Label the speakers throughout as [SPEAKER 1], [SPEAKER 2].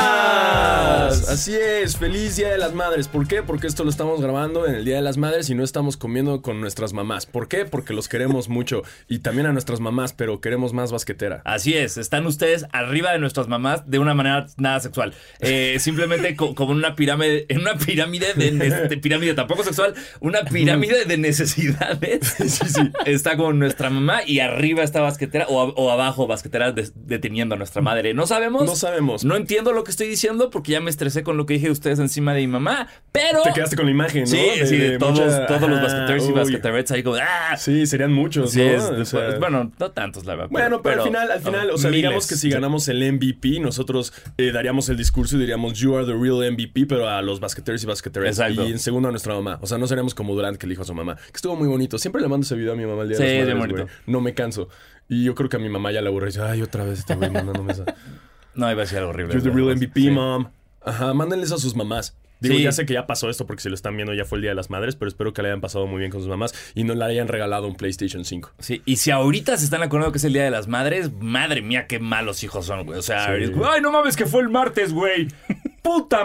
[SPEAKER 1] mamás.
[SPEAKER 2] Así es, feliz Día de las Madres. ¿Por qué? Porque esto lo estamos grabando en el Día de las Madres y no estamos comiendo con nuestras mamás. ¿Por qué? Porque los queremos mucho y también a nuestras mamás, pero queremos más basquetera.
[SPEAKER 1] Así es, están ustedes arriba de nuestras mamás de una manera nada sexual. Eh, simplemente co- como en una pirámide, en una pirámide de, ne- de pirámide tampoco sexual, una pirámide de necesidades. Está con nuestra mamá y arriba está basquetera o, a- o abajo basquetera des- deteniendo a nuestra madre. No sabemos.
[SPEAKER 2] No sabemos.
[SPEAKER 1] No entiendo lo que estoy diciendo porque ya me estresé con lo que dije de ustedes encima de mi mamá, pero
[SPEAKER 2] Te quedaste con la imagen, ¿no?
[SPEAKER 1] Sí, sí, de todos,
[SPEAKER 2] mucha-
[SPEAKER 1] todos los
[SPEAKER 2] Ajá,
[SPEAKER 1] basqueteers y
[SPEAKER 2] uy.
[SPEAKER 1] basqueterettes ahí como ¡ah!
[SPEAKER 2] Sí, serían muchos,
[SPEAKER 1] Sí,
[SPEAKER 2] ¿no?
[SPEAKER 1] es-
[SPEAKER 2] O sea,
[SPEAKER 1] pues, bueno, no tantos, la verdad.
[SPEAKER 2] Bueno, pero, al final, al final, o sea,
[SPEAKER 1] miles.
[SPEAKER 2] digamos que si ganamos el MVP, nosotros eh, daríamos el discurso y diríamos You are the real MVP, pero a los basqueteers y basqueteras.
[SPEAKER 1] Exacto.
[SPEAKER 2] Y en segundo a nuestra mamá. O sea, no seríamos como Durant que le dijo a su mamá. Que estuvo muy bonito. Siempre le mando ese video a mi mamá el día
[SPEAKER 1] Sí,
[SPEAKER 2] de las
[SPEAKER 1] bien
[SPEAKER 2] madres,
[SPEAKER 1] bonito.
[SPEAKER 2] güey. No me canso. Y yo creo que a mi mamá ya le aburre. Dice, ay, otra vez te voy mandándome esa.
[SPEAKER 1] No, iba a ser algo horrible.
[SPEAKER 2] You're the
[SPEAKER 1] ¿verdad?
[SPEAKER 2] real MVP,
[SPEAKER 1] Sí.
[SPEAKER 2] mom. Ajá, mándenles a sus mamás. Digo,
[SPEAKER 1] Sí.
[SPEAKER 2] ya sé que ya pasó esto porque si lo están viendo ya fue el Día de las Madres, pero espero que le hayan pasado muy bien con sus mamás y no le hayan regalado un PlayStation 5.
[SPEAKER 1] Sí, y si ahorita se están acordando que es el Día de las Madres, madre mía, qué malos hijos son, güey. O sea,
[SPEAKER 2] Sí.
[SPEAKER 1] es- ay, no mames que fue el martes, güey. Puta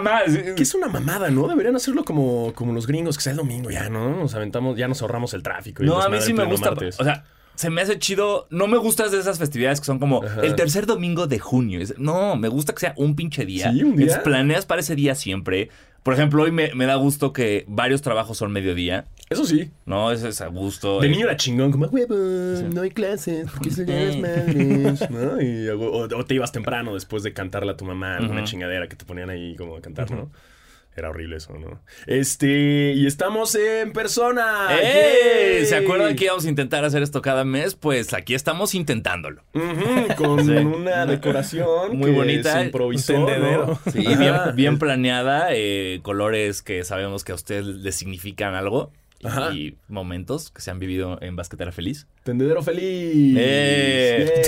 [SPEAKER 1] madre.
[SPEAKER 2] Que es una mamada, ¿no? Deberían hacerlo como, como los gringos, que sea el domingo ya, ¿no? Nos aventamos, ya nos ahorramos el tráfico. Y el
[SPEAKER 1] No, a mí
[SPEAKER 2] desmadre
[SPEAKER 1] sí
[SPEAKER 2] en
[SPEAKER 1] me
[SPEAKER 2] pleno
[SPEAKER 1] gusta.
[SPEAKER 2] martes.
[SPEAKER 1] O sea, se me hace chido. No me gustas de esas festividades que son como el tercer domingo de junio. Es- No, me gusta que sea un pinche día.
[SPEAKER 2] Sí, un día.
[SPEAKER 1] Entonces, planeas para ese día siempre. Por ejemplo, hoy me, me da gusto que varios trabajos son mediodía.
[SPEAKER 2] Eso sí.
[SPEAKER 1] No, ese es a gusto.
[SPEAKER 2] De
[SPEAKER 1] Eh,
[SPEAKER 2] niño era chingón, como, huevo, no hay clases, porque es el día de las madres, ¿no? Y, o, o- o te ibas temprano después de cantarle a tu mamá alguna chingadera que te ponían ahí como a cantar, ¿no? Era horrible eso, ¿no? Este, y estamos en persona.
[SPEAKER 1] ¡Eh!
[SPEAKER 2] ¡Yay!
[SPEAKER 1] ¿Se acuerdan que íbamos a intentar hacer esto cada mes? Pues aquí estamos intentándolo.
[SPEAKER 2] Ujú, con
[SPEAKER 1] Sí.
[SPEAKER 2] una decoración
[SPEAKER 1] Muy
[SPEAKER 2] que
[SPEAKER 1] bonita.
[SPEAKER 2] se improvisó,
[SPEAKER 3] un
[SPEAKER 2] ¿no?
[SPEAKER 3] tendedero.
[SPEAKER 1] Sí, bien, bien planeada, eh, colores que sabemos que a ustedes les significan algo
[SPEAKER 2] Ajá.
[SPEAKER 1] y momentos que se han vivido en Basquetera Feliz.
[SPEAKER 2] Tendedero feliz.
[SPEAKER 1] ¡Eh!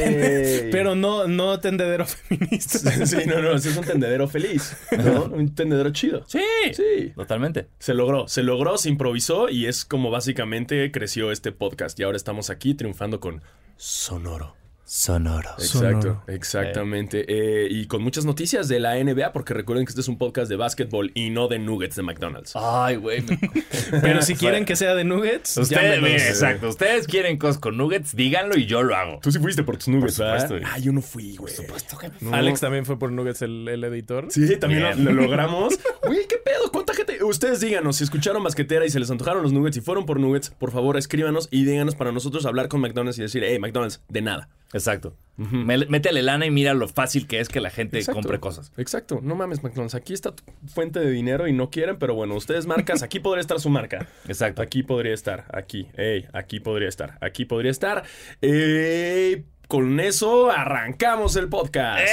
[SPEAKER 2] ¡Yay!
[SPEAKER 3] Pero no, no tendedero feminista.
[SPEAKER 2] Sí, no, no, sí es un tendedero feliz, ¿no? Un tendedero chido.
[SPEAKER 1] Sí,
[SPEAKER 2] Sí.
[SPEAKER 1] totalmente.
[SPEAKER 2] Se logró, se logró, se improvisó y es como básicamente creció este podcast. Y ahora estamos aquí triunfando con Sonoro.
[SPEAKER 1] Sonoro.
[SPEAKER 2] Exacto,
[SPEAKER 3] Sonoro.
[SPEAKER 2] exactamente. Eh, y con muchas noticias de la NBA, porque recuerden que este es un podcast de básquetbol y no de nuggets de McDonald's.
[SPEAKER 1] Ay, güey. me-
[SPEAKER 3] Pero si quieren que sea de nuggets,
[SPEAKER 2] Pues,
[SPEAKER 1] Ustedes,
[SPEAKER 3] llámenos.
[SPEAKER 1] mira, exacto. Ustedes quieren cosas con nuggets, díganlo y yo lo hago.
[SPEAKER 2] Tú sí fuiste por tus nuggets,
[SPEAKER 1] Por
[SPEAKER 2] ¿verdad?
[SPEAKER 1] supuesto.
[SPEAKER 2] Ah, yo no fui, güey. Por supuesto
[SPEAKER 3] Alex también fue por nuggets el, el editor.
[SPEAKER 2] Sí, también lo,
[SPEAKER 1] Bien.
[SPEAKER 2] lo logramos. Güey, qué pedo, cuánta gente. Ustedes díganos, si escucharon basquetera y se les antojaron los nuggets y fueron por nuggets, por favor escríbanos y díganos para nosotros hablar con McDonald's y decir, hey, McDonald's, de nada.
[SPEAKER 1] Exacto. Me- Métele lana y mira lo fácil que es que la gente
[SPEAKER 2] Exacto.
[SPEAKER 1] compre cosas.
[SPEAKER 2] Exacto, no mames, McDonald's. Aquí está tu fuente de dinero y no quieren, pero bueno, ustedes marcas, aquí podría estar su marca.
[SPEAKER 1] Exacto.
[SPEAKER 2] Aquí podría estar, aquí, ey, aquí podría estar, aquí podría estar. Ey, con eso arrancamos el podcast.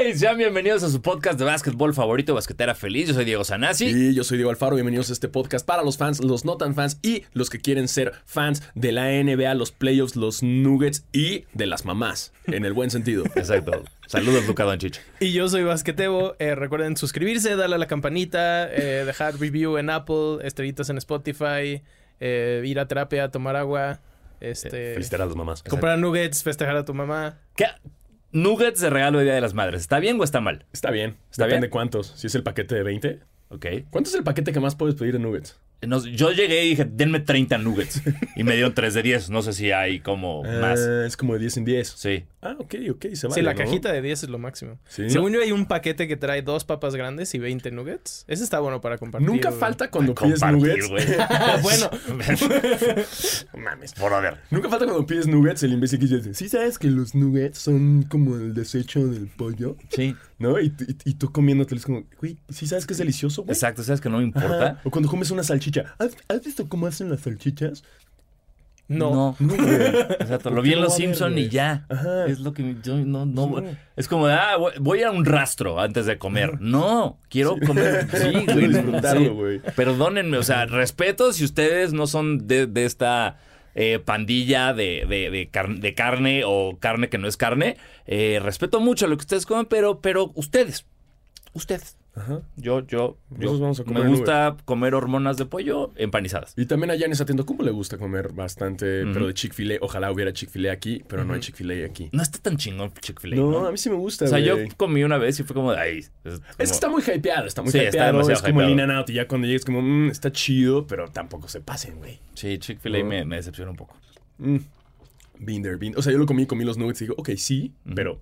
[SPEAKER 1] ¡Ey! Sean bienvenidos a su podcast de básquetbol favorito, Basquetera Feliz. Yo soy Diego Sanasi.
[SPEAKER 2] Y yo soy Diego Alfaro, bienvenidos a este podcast para los fans, los no tan fans y los que quieren ser fans de la NBA, los playoffs, los nuggets y de las mamás, en el buen sentido. Este,
[SPEAKER 1] Exacto. Saludos, Luca Doncic.
[SPEAKER 3] Y yo soy Basquetebo. Eh, recuerden suscribirse, darle a la campanita, eh, dejar review en Apple, estrellitas en Spotify, eh, ir a terapia, tomar agua, este,
[SPEAKER 2] Eh, Felicitar a las mamás.
[SPEAKER 3] comprar nuggets, festejar a tu mamá.
[SPEAKER 1] ¿Qué? Nuggets de regalo de Día de las Madres. ¿Está bien o está mal?
[SPEAKER 2] Está bien,
[SPEAKER 1] ¿Está
[SPEAKER 2] depende
[SPEAKER 1] bien?
[SPEAKER 2] cuántos. Si es el paquete de 20,
[SPEAKER 1] Ok.
[SPEAKER 2] ¿cuánto es el paquete que más puedes pedir en nuggets?
[SPEAKER 1] Nos- yo llegué y dije, denme 30 nuggets. Y me dieron 3 de 10. No sé si hay como más.
[SPEAKER 2] Ah, es como de 10 en 10.
[SPEAKER 1] Sí.
[SPEAKER 2] Ah, ok, ok, se va.
[SPEAKER 3] sí, la cajita de 10 es lo máximo.
[SPEAKER 2] Sí.
[SPEAKER 3] Según yo hay un paquete que trae dos papas grandes y 20 nuggets. Ese está bueno para compartir.
[SPEAKER 2] Nunca
[SPEAKER 3] güey.
[SPEAKER 2] falta cuando pides nuggets.
[SPEAKER 1] Compartir, güey.
[SPEAKER 3] bueno.
[SPEAKER 1] Mames, brother.
[SPEAKER 2] Nunca falta cuando pides nuggets el imbécil que dice, ¿sí sabes que los nuggets son como el desecho del pollo?
[SPEAKER 1] Sí.
[SPEAKER 2] ¿No? Y, y- y tú comiéndotelo es como, güey, ¿sí sabes que es delicioso, güey?
[SPEAKER 1] Exacto, sabes que no me
[SPEAKER 2] Ajá.
[SPEAKER 1] importa.
[SPEAKER 2] O cuando comes una salchicha. ¿Has, has visto cómo hacen las salchichas?
[SPEAKER 3] No.
[SPEAKER 2] No, güey.
[SPEAKER 1] Exacto,
[SPEAKER 2] ¿Por
[SPEAKER 1] lo
[SPEAKER 2] qué
[SPEAKER 1] vi en
[SPEAKER 2] lo
[SPEAKER 1] Los
[SPEAKER 2] va a ver,
[SPEAKER 1] Simpson y
[SPEAKER 2] güey?
[SPEAKER 1] ya.
[SPEAKER 2] Ajá.
[SPEAKER 1] Es lo que yo no, no,
[SPEAKER 2] No.
[SPEAKER 1] Es como, de, ah, voy- voy a un rastro antes de comer. No, quiero comer. Sí,
[SPEAKER 2] Quiero
[SPEAKER 1] güey.
[SPEAKER 2] disfrutarlo,
[SPEAKER 1] sí.
[SPEAKER 2] güey.
[SPEAKER 1] Perdónenme, o sea, respeto si ustedes no son de, de esta eh, pandilla de, de, de car- de carne o carne que no es carne. Eh, respeto mucho lo que ustedes comen, pero, pero ustedes, ustedes.
[SPEAKER 2] Ajá.
[SPEAKER 1] Yo, yo, yo
[SPEAKER 2] Nosotros vamos a comer
[SPEAKER 1] me gusta comer hormonas de pollo empanizadas.
[SPEAKER 2] Y también a Janis Atiendo, ¿cómo le gusta comer bastante? Pero de Chick-fil-A, ojalá hubiera Chick-fil-A aquí, pero no hay Chick-fil-A aquí.
[SPEAKER 1] No está tan chingón Chick-fil-A,
[SPEAKER 2] No,
[SPEAKER 1] ¿no?
[SPEAKER 2] a mí sí me gusta.
[SPEAKER 1] O sea, yo
[SPEAKER 2] güey.
[SPEAKER 1] comí una vez y fue como de ahí. Es, como-
[SPEAKER 2] Es que está muy hypeado, está muy
[SPEAKER 1] Sí, está
[SPEAKER 2] hypeado.
[SPEAKER 1] demasiado
[SPEAKER 2] es como el
[SPEAKER 1] hypeado.
[SPEAKER 2] in and out. Y ya cuando llegues, como, "Mm, está chido, pero tampoco se pasen, güey.
[SPEAKER 1] Sí, Chick-fil-A me, me decepciona un poco. Mm.
[SPEAKER 2] Been there, been- O sea, yo lo comí, comí los nuggets y digo, ok, sí, pero.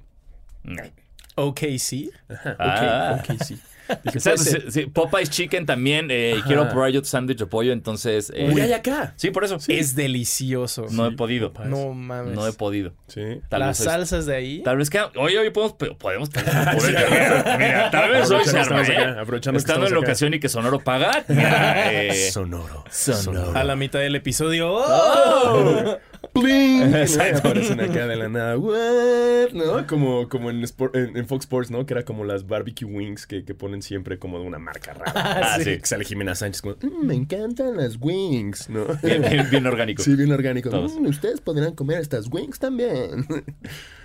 [SPEAKER 3] Ok, sí.
[SPEAKER 2] Ajá, ok,
[SPEAKER 1] Ah.
[SPEAKER 2] ok, sí. Dije,
[SPEAKER 1] Exacto,
[SPEAKER 2] puede ser.
[SPEAKER 1] sí, sí, Popeye's Chicken también. eh, y quiero probar yo tu sándwich de pollo, entonces. eh,
[SPEAKER 2] Güey, hay acá.
[SPEAKER 1] sí, por eso.
[SPEAKER 3] Es delicioso.
[SPEAKER 1] no he podido.
[SPEAKER 3] No mames.
[SPEAKER 1] No he podido.
[SPEAKER 2] Sí.
[SPEAKER 1] Tal
[SPEAKER 3] Las
[SPEAKER 1] vez hoy-
[SPEAKER 3] salsas de ahí.
[SPEAKER 1] Tal vez que hoy hoy podemos pe- podemos pensar por el- Mira, tal vez hoy se
[SPEAKER 2] Aprovechando
[SPEAKER 1] arma,
[SPEAKER 2] que estamos
[SPEAKER 1] ¿eh?
[SPEAKER 2] acá, aprovechando que
[SPEAKER 1] Estando
[SPEAKER 2] estamos
[SPEAKER 1] en
[SPEAKER 2] acá.
[SPEAKER 1] locación y que Sonoro paga. mira, eh,
[SPEAKER 2] Sonoro.
[SPEAKER 1] Sonoro.
[SPEAKER 3] A la mitad del episodio. ¡Oh!
[SPEAKER 2] ¡Bling! Aparecen acá de la nada. ¿What? ¿No? Como, como en, Spor- en- en Fox Sports, ¿no? Que era como las barbecue wings que, que ponen siempre como de una marca rara.
[SPEAKER 1] Ah, sí.
[SPEAKER 2] Que sale Jimena Sánchez como, "Mm, me encantan las wings, ¿no?
[SPEAKER 1] bien, bien- bien orgánico.
[SPEAKER 2] Sí, bien orgánico.
[SPEAKER 1] Todos.
[SPEAKER 2] "Mm, ustedes podrán comer estas wings también.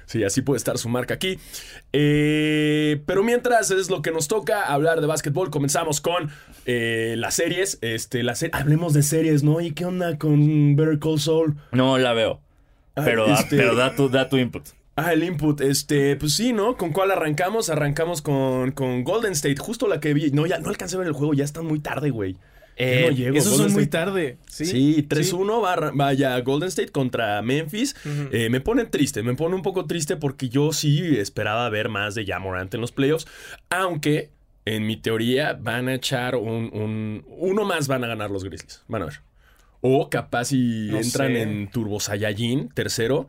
[SPEAKER 2] Sí, así puede estar su marca aquí. Eh, pero mientras es lo que nos toca hablar de básquetbol, comenzamos con eh, las series. Este, la se- Hablemos de series, ¿no? ¿Y qué onda con Better Call Saul?
[SPEAKER 1] No la veo.
[SPEAKER 2] Ah,
[SPEAKER 1] Pero, da-
[SPEAKER 2] este-
[SPEAKER 1] pero da, tu, da tu input.
[SPEAKER 2] Ah, el input. Este, pues sí, ¿no? ¿Con cuál arrancamos? Arrancamos con, con Golden State, justo la que vi. No, ya no alcancé a ver el juego, ya están muy tarde, güey.
[SPEAKER 1] Eh,
[SPEAKER 2] Yo no llego.
[SPEAKER 3] Esos son
[SPEAKER 2] Golden
[SPEAKER 3] muy
[SPEAKER 2] State-
[SPEAKER 3] tarde. Sí,
[SPEAKER 2] Sí, 3-1 va- vaya Golden State contra Memphis. Eh, me pone triste, me pone un poco triste porque yo sí esperaba ver más de Jamorant en los playoffs, aunque en mi teoría van a echar un, un- uno más van a ganar los Grizzlies. Van a ver. O capaz si
[SPEAKER 3] No
[SPEAKER 2] entran
[SPEAKER 3] sé.
[SPEAKER 2] en Turbo Saiyajin, tercero,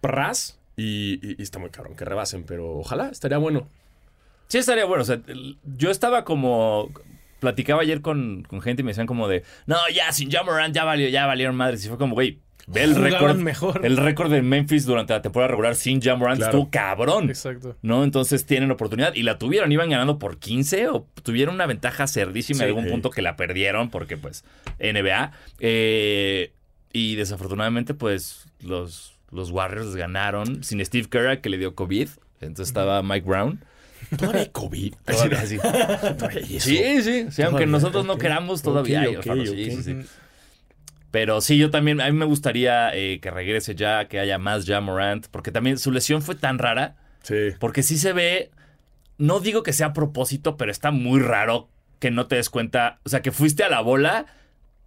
[SPEAKER 2] Pras y, y- y está muy cabrón que rebasen, pero ojalá, estaría bueno.
[SPEAKER 1] Sí, estaría bueno. O sea, el- yo estaba como. Platicaba ayer con, con gente y me decían como de. No, ya, sin Jamoran, ya valió, ya valieron madres. Y fue como, güey, ve el
[SPEAKER 3] Jugaron
[SPEAKER 1] récord.
[SPEAKER 3] mejor.
[SPEAKER 1] El récord de Memphis durante la temporada regular sin Jamoran
[SPEAKER 2] Claro.
[SPEAKER 1] estuvo cabrón.
[SPEAKER 3] Exacto.
[SPEAKER 1] ¿No? Entonces tienen oportunidad y la tuvieron. Iban ganando por 15 o tuvieron una ventaja cerdísima
[SPEAKER 2] Sí.
[SPEAKER 1] en algún punto que la perdieron porque, pues, NBA. Eh, y desafortunadamente, pues, los, los Warriors ganaron sin Steve Kerr, que le dio COVID. Entonces estaba Mike Brown.
[SPEAKER 2] Todavía hay COVID.
[SPEAKER 1] Así.
[SPEAKER 2] Todavía hay eso.
[SPEAKER 1] Sí, sí, sí,
[SPEAKER 2] Todavía,
[SPEAKER 1] aunque nosotros no
[SPEAKER 2] ok.
[SPEAKER 1] queramos todavía.
[SPEAKER 2] Ok,
[SPEAKER 1] hay orfanos,
[SPEAKER 2] ok,
[SPEAKER 1] sí, sí,
[SPEAKER 2] ok.
[SPEAKER 1] sí. Pero sí, yo también, a mí me gustaría eh, que regrese ya, que haya más ya Morant, porque también su lesión fue tan rara,
[SPEAKER 2] Sí.
[SPEAKER 1] porque sí se ve, no digo que sea a propósito, pero está muy raro que no te des cuenta, o sea, que fuiste a la bola,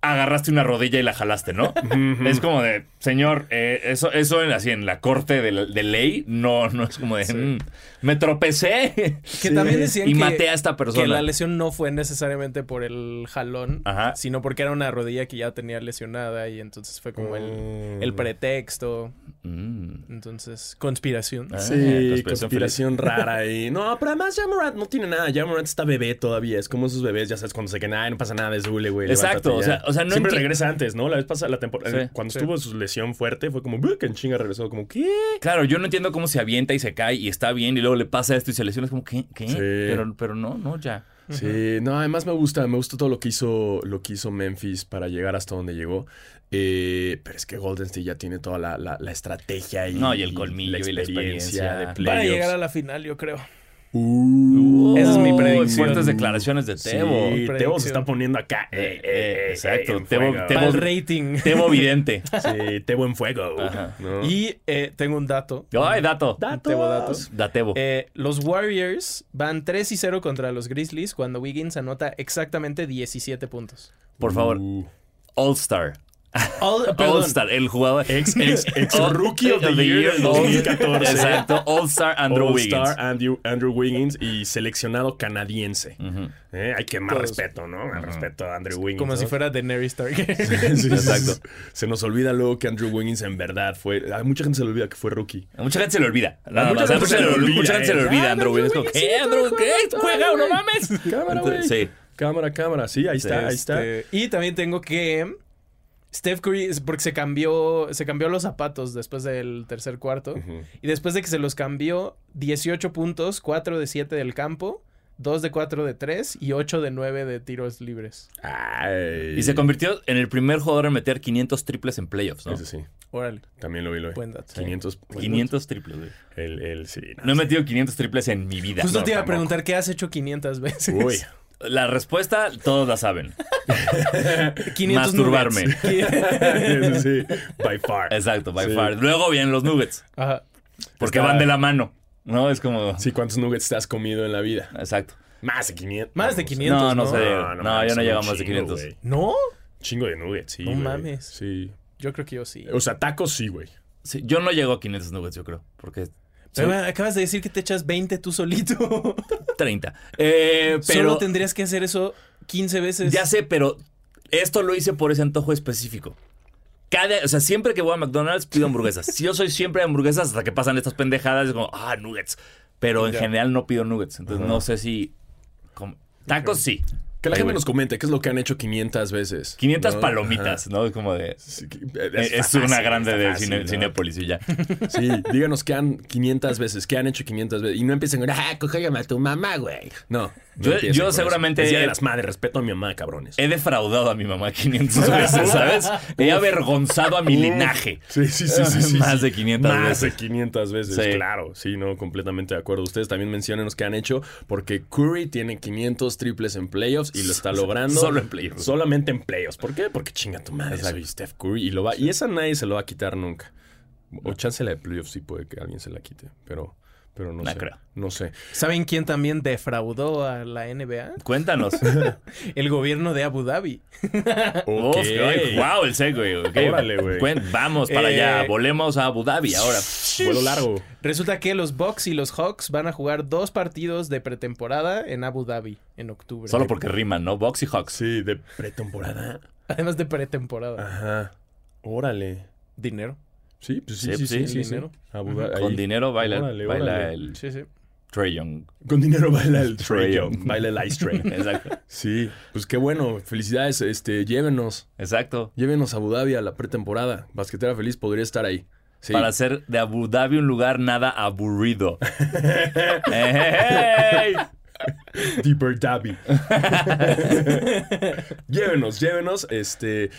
[SPEAKER 1] agarraste una rodilla y la jalaste, ¿no? es como de, señor, eh, eso, eso en, así en la corte de, la- de ley, no, no es como de, "Mm, me tropecé
[SPEAKER 3] Que también decían
[SPEAKER 1] y
[SPEAKER 3] que,
[SPEAKER 1] maté a esta persona.
[SPEAKER 3] que la lesión no fue necesariamente por el jalón,
[SPEAKER 1] Ajá.
[SPEAKER 3] sino porque era una rodilla que ya tenía lesionada y entonces fue
[SPEAKER 2] Mm.
[SPEAKER 3] como el, el pretexto.
[SPEAKER 1] Mm.
[SPEAKER 3] Entonces, conspiración.
[SPEAKER 1] Ah,
[SPEAKER 2] Sí,
[SPEAKER 1] conspiración
[SPEAKER 2] conspiración rara ahí. No, pero además Jamorant no tiene nada. Jamorant está bebé todavía. Es como esos bebés, ya sabes, cuando se quedan, ay, no pasa nada, es hule, güey. levántate
[SPEAKER 1] Exacto, o
[SPEAKER 2] ya".
[SPEAKER 1] sea- o sea, no
[SPEAKER 2] Siempre
[SPEAKER 1] enti-
[SPEAKER 2] regresa antes, ¿no? La vez pasada, la temporada.
[SPEAKER 1] Sí,
[SPEAKER 2] cuando
[SPEAKER 3] sí.
[SPEAKER 2] estuvo su lesión fuerte, fue como, "Buh, que en chinga regresó. Como, ¿qué?
[SPEAKER 1] Claro, yo no entiendo cómo se avienta y se cae y está bien y luego le pasa esto y se lesiona. Es como, ¿qué? ¿Qué?
[SPEAKER 2] Sí.
[SPEAKER 1] Pero, pero no, no, ya.
[SPEAKER 2] Sí, no, además me gusta, me gusta todo lo que hizo, lo que hizo Memphis para llegar hasta donde llegó. Eh, pero es que Golden State ya tiene toda la, la- la estrategia y,
[SPEAKER 1] No, y el colmillo y la experiencia.
[SPEAKER 2] de
[SPEAKER 1] Van
[SPEAKER 3] Para
[SPEAKER 2] playoffs.
[SPEAKER 3] llegar a la final, yo creo.
[SPEAKER 2] Uh,
[SPEAKER 3] Esa es mi
[SPEAKER 1] Uy,
[SPEAKER 3] predicción.
[SPEAKER 1] Fuertes declaraciones de Tebo.
[SPEAKER 2] Sí, Tebo se
[SPEAKER 3] Predicción.
[SPEAKER 2] está poniendo acá. eh, eh, eh,
[SPEAKER 1] Exacto,
[SPEAKER 2] eh, en
[SPEAKER 1] Tebo-
[SPEAKER 2] fuego.
[SPEAKER 1] Tebo-
[SPEAKER 3] Para el rating.
[SPEAKER 1] Tebo vidente.
[SPEAKER 2] Sí, Tebo en fuego.
[SPEAKER 1] Ajá.
[SPEAKER 2] ¿no?
[SPEAKER 3] Y eh, tengo un dato.
[SPEAKER 1] Ay, dato.
[SPEAKER 3] Tebo datos.
[SPEAKER 1] Datebo.
[SPEAKER 3] Eh, los Warriors van 3 y 0 contra los Grizzlies cuando Wiggins anota exactamente 17 puntos.
[SPEAKER 1] Por favor.
[SPEAKER 2] Uh.
[SPEAKER 1] All Star.
[SPEAKER 3] All,
[SPEAKER 1] All
[SPEAKER 3] perdón,
[SPEAKER 1] Star, el jugador. Ex,
[SPEAKER 2] ex Rookie of the Year del 2014.
[SPEAKER 1] Exacto. All Star Andrew Wiggins.
[SPEAKER 2] All-Star Andrew, Andrew Wiggins y seleccionado canadiense. Eh, hay que más
[SPEAKER 3] Todos.
[SPEAKER 2] respeto, ¿no? Más respeto a Andrew Wiggins.
[SPEAKER 3] Como
[SPEAKER 2] ¿no?
[SPEAKER 3] si fuera Daenerys Targaryen.
[SPEAKER 2] Sí, sí, sí,
[SPEAKER 1] Exacto.
[SPEAKER 2] sí. Se nos olvida luego que Andrew Wiggins en verdad fue. A mucha gente se le olvida que fue rookie.
[SPEAKER 1] A Mucha gente se le olvida. Nada
[SPEAKER 2] mucha
[SPEAKER 1] más.
[SPEAKER 2] gente
[SPEAKER 1] A Mucha
[SPEAKER 2] se le
[SPEAKER 1] gente
[SPEAKER 2] olvida,
[SPEAKER 1] mucha gente se le
[SPEAKER 2] eh.
[SPEAKER 1] olvida,
[SPEAKER 2] Ah,
[SPEAKER 1] Andrew
[SPEAKER 2] Andrew
[SPEAKER 1] Wiggins. como,
[SPEAKER 2] Wiggins,
[SPEAKER 1] ¿Qué,
[SPEAKER 2] sí,
[SPEAKER 1] Andrew?
[SPEAKER 2] todo
[SPEAKER 1] ¿Qué?
[SPEAKER 2] juega,
[SPEAKER 1] ¿Juega o no
[SPEAKER 2] todo,
[SPEAKER 1] mames?
[SPEAKER 2] Cámara, güey.
[SPEAKER 1] Entonces, sí.
[SPEAKER 2] Cámara, cámara. Sí, ahí está, ahí está.
[SPEAKER 3] Este, Y también tengo que Steph Curry, es porque se cambió, se cambió los zapatos después del tercer cuarto. Y después de que se los cambió, 18 puntos, 4 de 7 del campo, 2 de 4 de 3 y 8 de 9 de tiros libres.
[SPEAKER 2] Ay.
[SPEAKER 1] Y se convirtió en el primer jugador en meter 500 triples en playoffs, ¿no?
[SPEAKER 2] Eso sí.
[SPEAKER 3] Órale.
[SPEAKER 2] También lo vi, lo vi.
[SPEAKER 3] Buen dato.
[SPEAKER 2] 500.
[SPEAKER 1] 500 triples, güey.
[SPEAKER 2] El, el, sí. no.
[SPEAKER 1] No he metido 500 triples en mi vida.
[SPEAKER 3] Justo
[SPEAKER 2] No,
[SPEAKER 3] te iba a
[SPEAKER 2] tampoco.
[SPEAKER 3] preguntar qué has hecho 500 veces.
[SPEAKER 2] Uy.
[SPEAKER 1] La respuesta, todos la saben.
[SPEAKER 3] 500
[SPEAKER 1] Masturbarme.
[SPEAKER 3] nuggets.
[SPEAKER 2] Eso sí. By far.
[SPEAKER 1] Exacto, by
[SPEAKER 2] Sí.
[SPEAKER 1] far. Luego vienen los nuggets,
[SPEAKER 3] Ajá.
[SPEAKER 1] porque
[SPEAKER 2] Está-
[SPEAKER 1] van de la mano. No, es como...
[SPEAKER 2] Sí, ¿cuántos nuggets te has comido en la vida?
[SPEAKER 1] Exacto.
[SPEAKER 2] Más de 500.
[SPEAKER 3] Más de
[SPEAKER 2] No,
[SPEAKER 3] 500.
[SPEAKER 1] No, no
[SPEAKER 3] ¿no?
[SPEAKER 1] sé.
[SPEAKER 2] mames,
[SPEAKER 1] No, yo no
[SPEAKER 2] son
[SPEAKER 1] llego a
[SPEAKER 2] un
[SPEAKER 1] más de
[SPEAKER 2] chingo,
[SPEAKER 1] 500.
[SPEAKER 2] güey.
[SPEAKER 3] ¿No?
[SPEAKER 2] Chingo de nuggets, sí.
[SPEAKER 3] No
[SPEAKER 2] güey.
[SPEAKER 3] mames.
[SPEAKER 2] Sí.
[SPEAKER 3] Yo creo que yo sí.
[SPEAKER 2] O sea, tacos sí, güey.
[SPEAKER 1] Sí, yo no llego a 500 nuggets, yo creo, porque
[SPEAKER 3] Pero acabas de decir que te echas 20 tú solito.
[SPEAKER 1] 30. Eh,
[SPEAKER 3] Solo
[SPEAKER 1] pero
[SPEAKER 3] tendrías que hacer eso 15 veces.
[SPEAKER 1] ya sé, pero esto lo hice por ese antojo específico. Cada, o sea, siempre que voy a McDonald's pido hamburguesas. Si yo soy siempre de hamburguesas hasta que pasan estas pendejadas, es como, ah, nuggets. Pero en
[SPEAKER 3] Ya.
[SPEAKER 1] general no pido nuggets. Entonces no sé si. com- Tacos sí.
[SPEAKER 2] Que la
[SPEAKER 1] Ay,
[SPEAKER 2] gente
[SPEAKER 1] güey.
[SPEAKER 2] nos comente qué es lo que han hecho 500 veces.
[SPEAKER 1] 500
[SPEAKER 2] ¿no?
[SPEAKER 1] palomitas, ¿no? Como de.
[SPEAKER 2] Ajá. Sí, eh,
[SPEAKER 1] Es,
[SPEAKER 2] fácil,
[SPEAKER 1] una grande
[SPEAKER 2] está
[SPEAKER 1] de
[SPEAKER 2] fácil,
[SPEAKER 1] cine-
[SPEAKER 2] ¿no?
[SPEAKER 1] Cinépolis y ya.
[SPEAKER 2] Sí, díganos qué han 500 veces, qué han hecho 500 veces. Y no empiecen con, ah, cógeme a tu mamá, güey. No. no
[SPEAKER 1] Yo-
[SPEAKER 2] empiecen
[SPEAKER 1] yo
[SPEAKER 2] con eso.
[SPEAKER 1] seguramente-
[SPEAKER 2] Es Día de las madres, respeto a mi mamá, cabrones.
[SPEAKER 1] He defraudado a mi mamá 500 veces, ¿sabes? He avergonzado a mi linaje.
[SPEAKER 2] Eh, Sí, sí, sí, sí, sí,
[SPEAKER 1] Más
[SPEAKER 2] sí.
[SPEAKER 1] de 500
[SPEAKER 2] Más
[SPEAKER 1] veces.
[SPEAKER 2] de 500 veces,
[SPEAKER 1] Sí.
[SPEAKER 2] claro. Sí, no, completamente de acuerdo. Ustedes también mencionen los que han hecho, porque Curry tiene 500 triples en playoffs y lo está logrando.
[SPEAKER 1] Solo en playoffs.
[SPEAKER 2] Solamente en playoffs. ¿Por qué? Porque chinga tu madre,
[SPEAKER 1] Exacto.
[SPEAKER 2] soy Steph Curry. Y, lo va, y esa nadie se lo va a quitar nunca. O chance la de playoffs sí puede que alguien se la quite, pero, pero no
[SPEAKER 1] No
[SPEAKER 2] sé.
[SPEAKER 1] creo.
[SPEAKER 2] No sé.
[SPEAKER 3] ¿Saben quién también defraudó a la NBA?
[SPEAKER 1] Cuéntanos.
[SPEAKER 3] El gobierno de Abu Dhabi.
[SPEAKER 1] Uf,
[SPEAKER 2] Ok.
[SPEAKER 1] oh, ay, wow, el segue. ok.
[SPEAKER 2] Órale, güey.
[SPEAKER 1] Cuen- Vamos para
[SPEAKER 3] Eh,
[SPEAKER 1] allá. Volemos a Abu Dhabi ahora.
[SPEAKER 2] Vuelo largo.
[SPEAKER 3] Resulta que los Bucks y los Hawks van a jugar dos partidos de pretemporada en Abu Dhabi en octubre.
[SPEAKER 1] Solo porque riman, ¿no? Box y Hawks.
[SPEAKER 2] Sí, de pretemporada.
[SPEAKER 3] Además de pretemporada.
[SPEAKER 2] Ajá. Órale.
[SPEAKER 3] Dinero.
[SPEAKER 2] Sí, pues sí, sí, sí.
[SPEAKER 1] Sí, sí,
[SPEAKER 2] sí, sí.
[SPEAKER 3] dinero.
[SPEAKER 2] Abu Dhabi,
[SPEAKER 1] Con
[SPEAKER 2] ahí.
[SPEAKER 1] dinero baila,
[SPEAKER 2] Órale,
[SPEAKER 1] baila
[SPEAKER 2] órale.
[SPEAKER 1] el
[SPEAKER 3] Sí, sí.
[SPEAKER 1] Trae Young.
[SPEAKER 2] Con dinero baila el Trae
[SPEAKER 1] Young.
[SPEAKER 2] Young, Baila el Ice Train.
[SPEAKER 1] Exacto.
[SPEAKER 2] Sí, pues qué bueno. Felicidades. Este, llévenos.
[SPEAKER 1] Exacto.
[SPEAKER 2] Llévenos a Abu Dhabi a la pretemporada. Basquetera Feliz podría estar ahí. Sí.
[SPEAKER 1] Para hacer de Abu Dhabi un lugar nada aburrido. ¡Ey!
[SPEAKER 2] Deeper Dhabi. llévenos, llévenos. Este,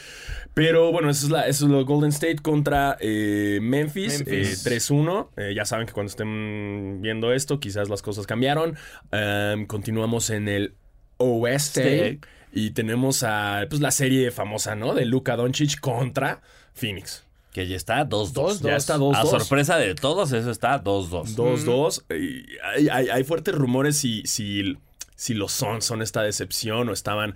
[SPEAKER 2] pero bueno, eso es, la, eso es lo de Golden State contra eh, Memphis.
[SPEAKER 3] Memphis.
[SPEAKER 2] eh, 3-1. Eh, ya saben que cuando estén viendo esto, quizás las cosas cambiaron. Em, continuamos en el oeste.
[SPEAKER 1] Sí.
[SPEAKER 2] Y tenemos a pues, la serie famosa, ¿no? De Luka Doncic contra Phoenix.
[SPEAKER 1] que ya está 2-2.
[SPEAKER 3] Dos,
[SPEAKER 2] Ya está
[SPEAKER 1] a
[SPEAKER 2] 2-2.
[SPEAKER 1] sorpresa de todos, eso está 2-2.
[SPEAKER 2] 2-2. Y Hay, hay- hay fuertes rumores si, si, si los son son esta decepción o estaban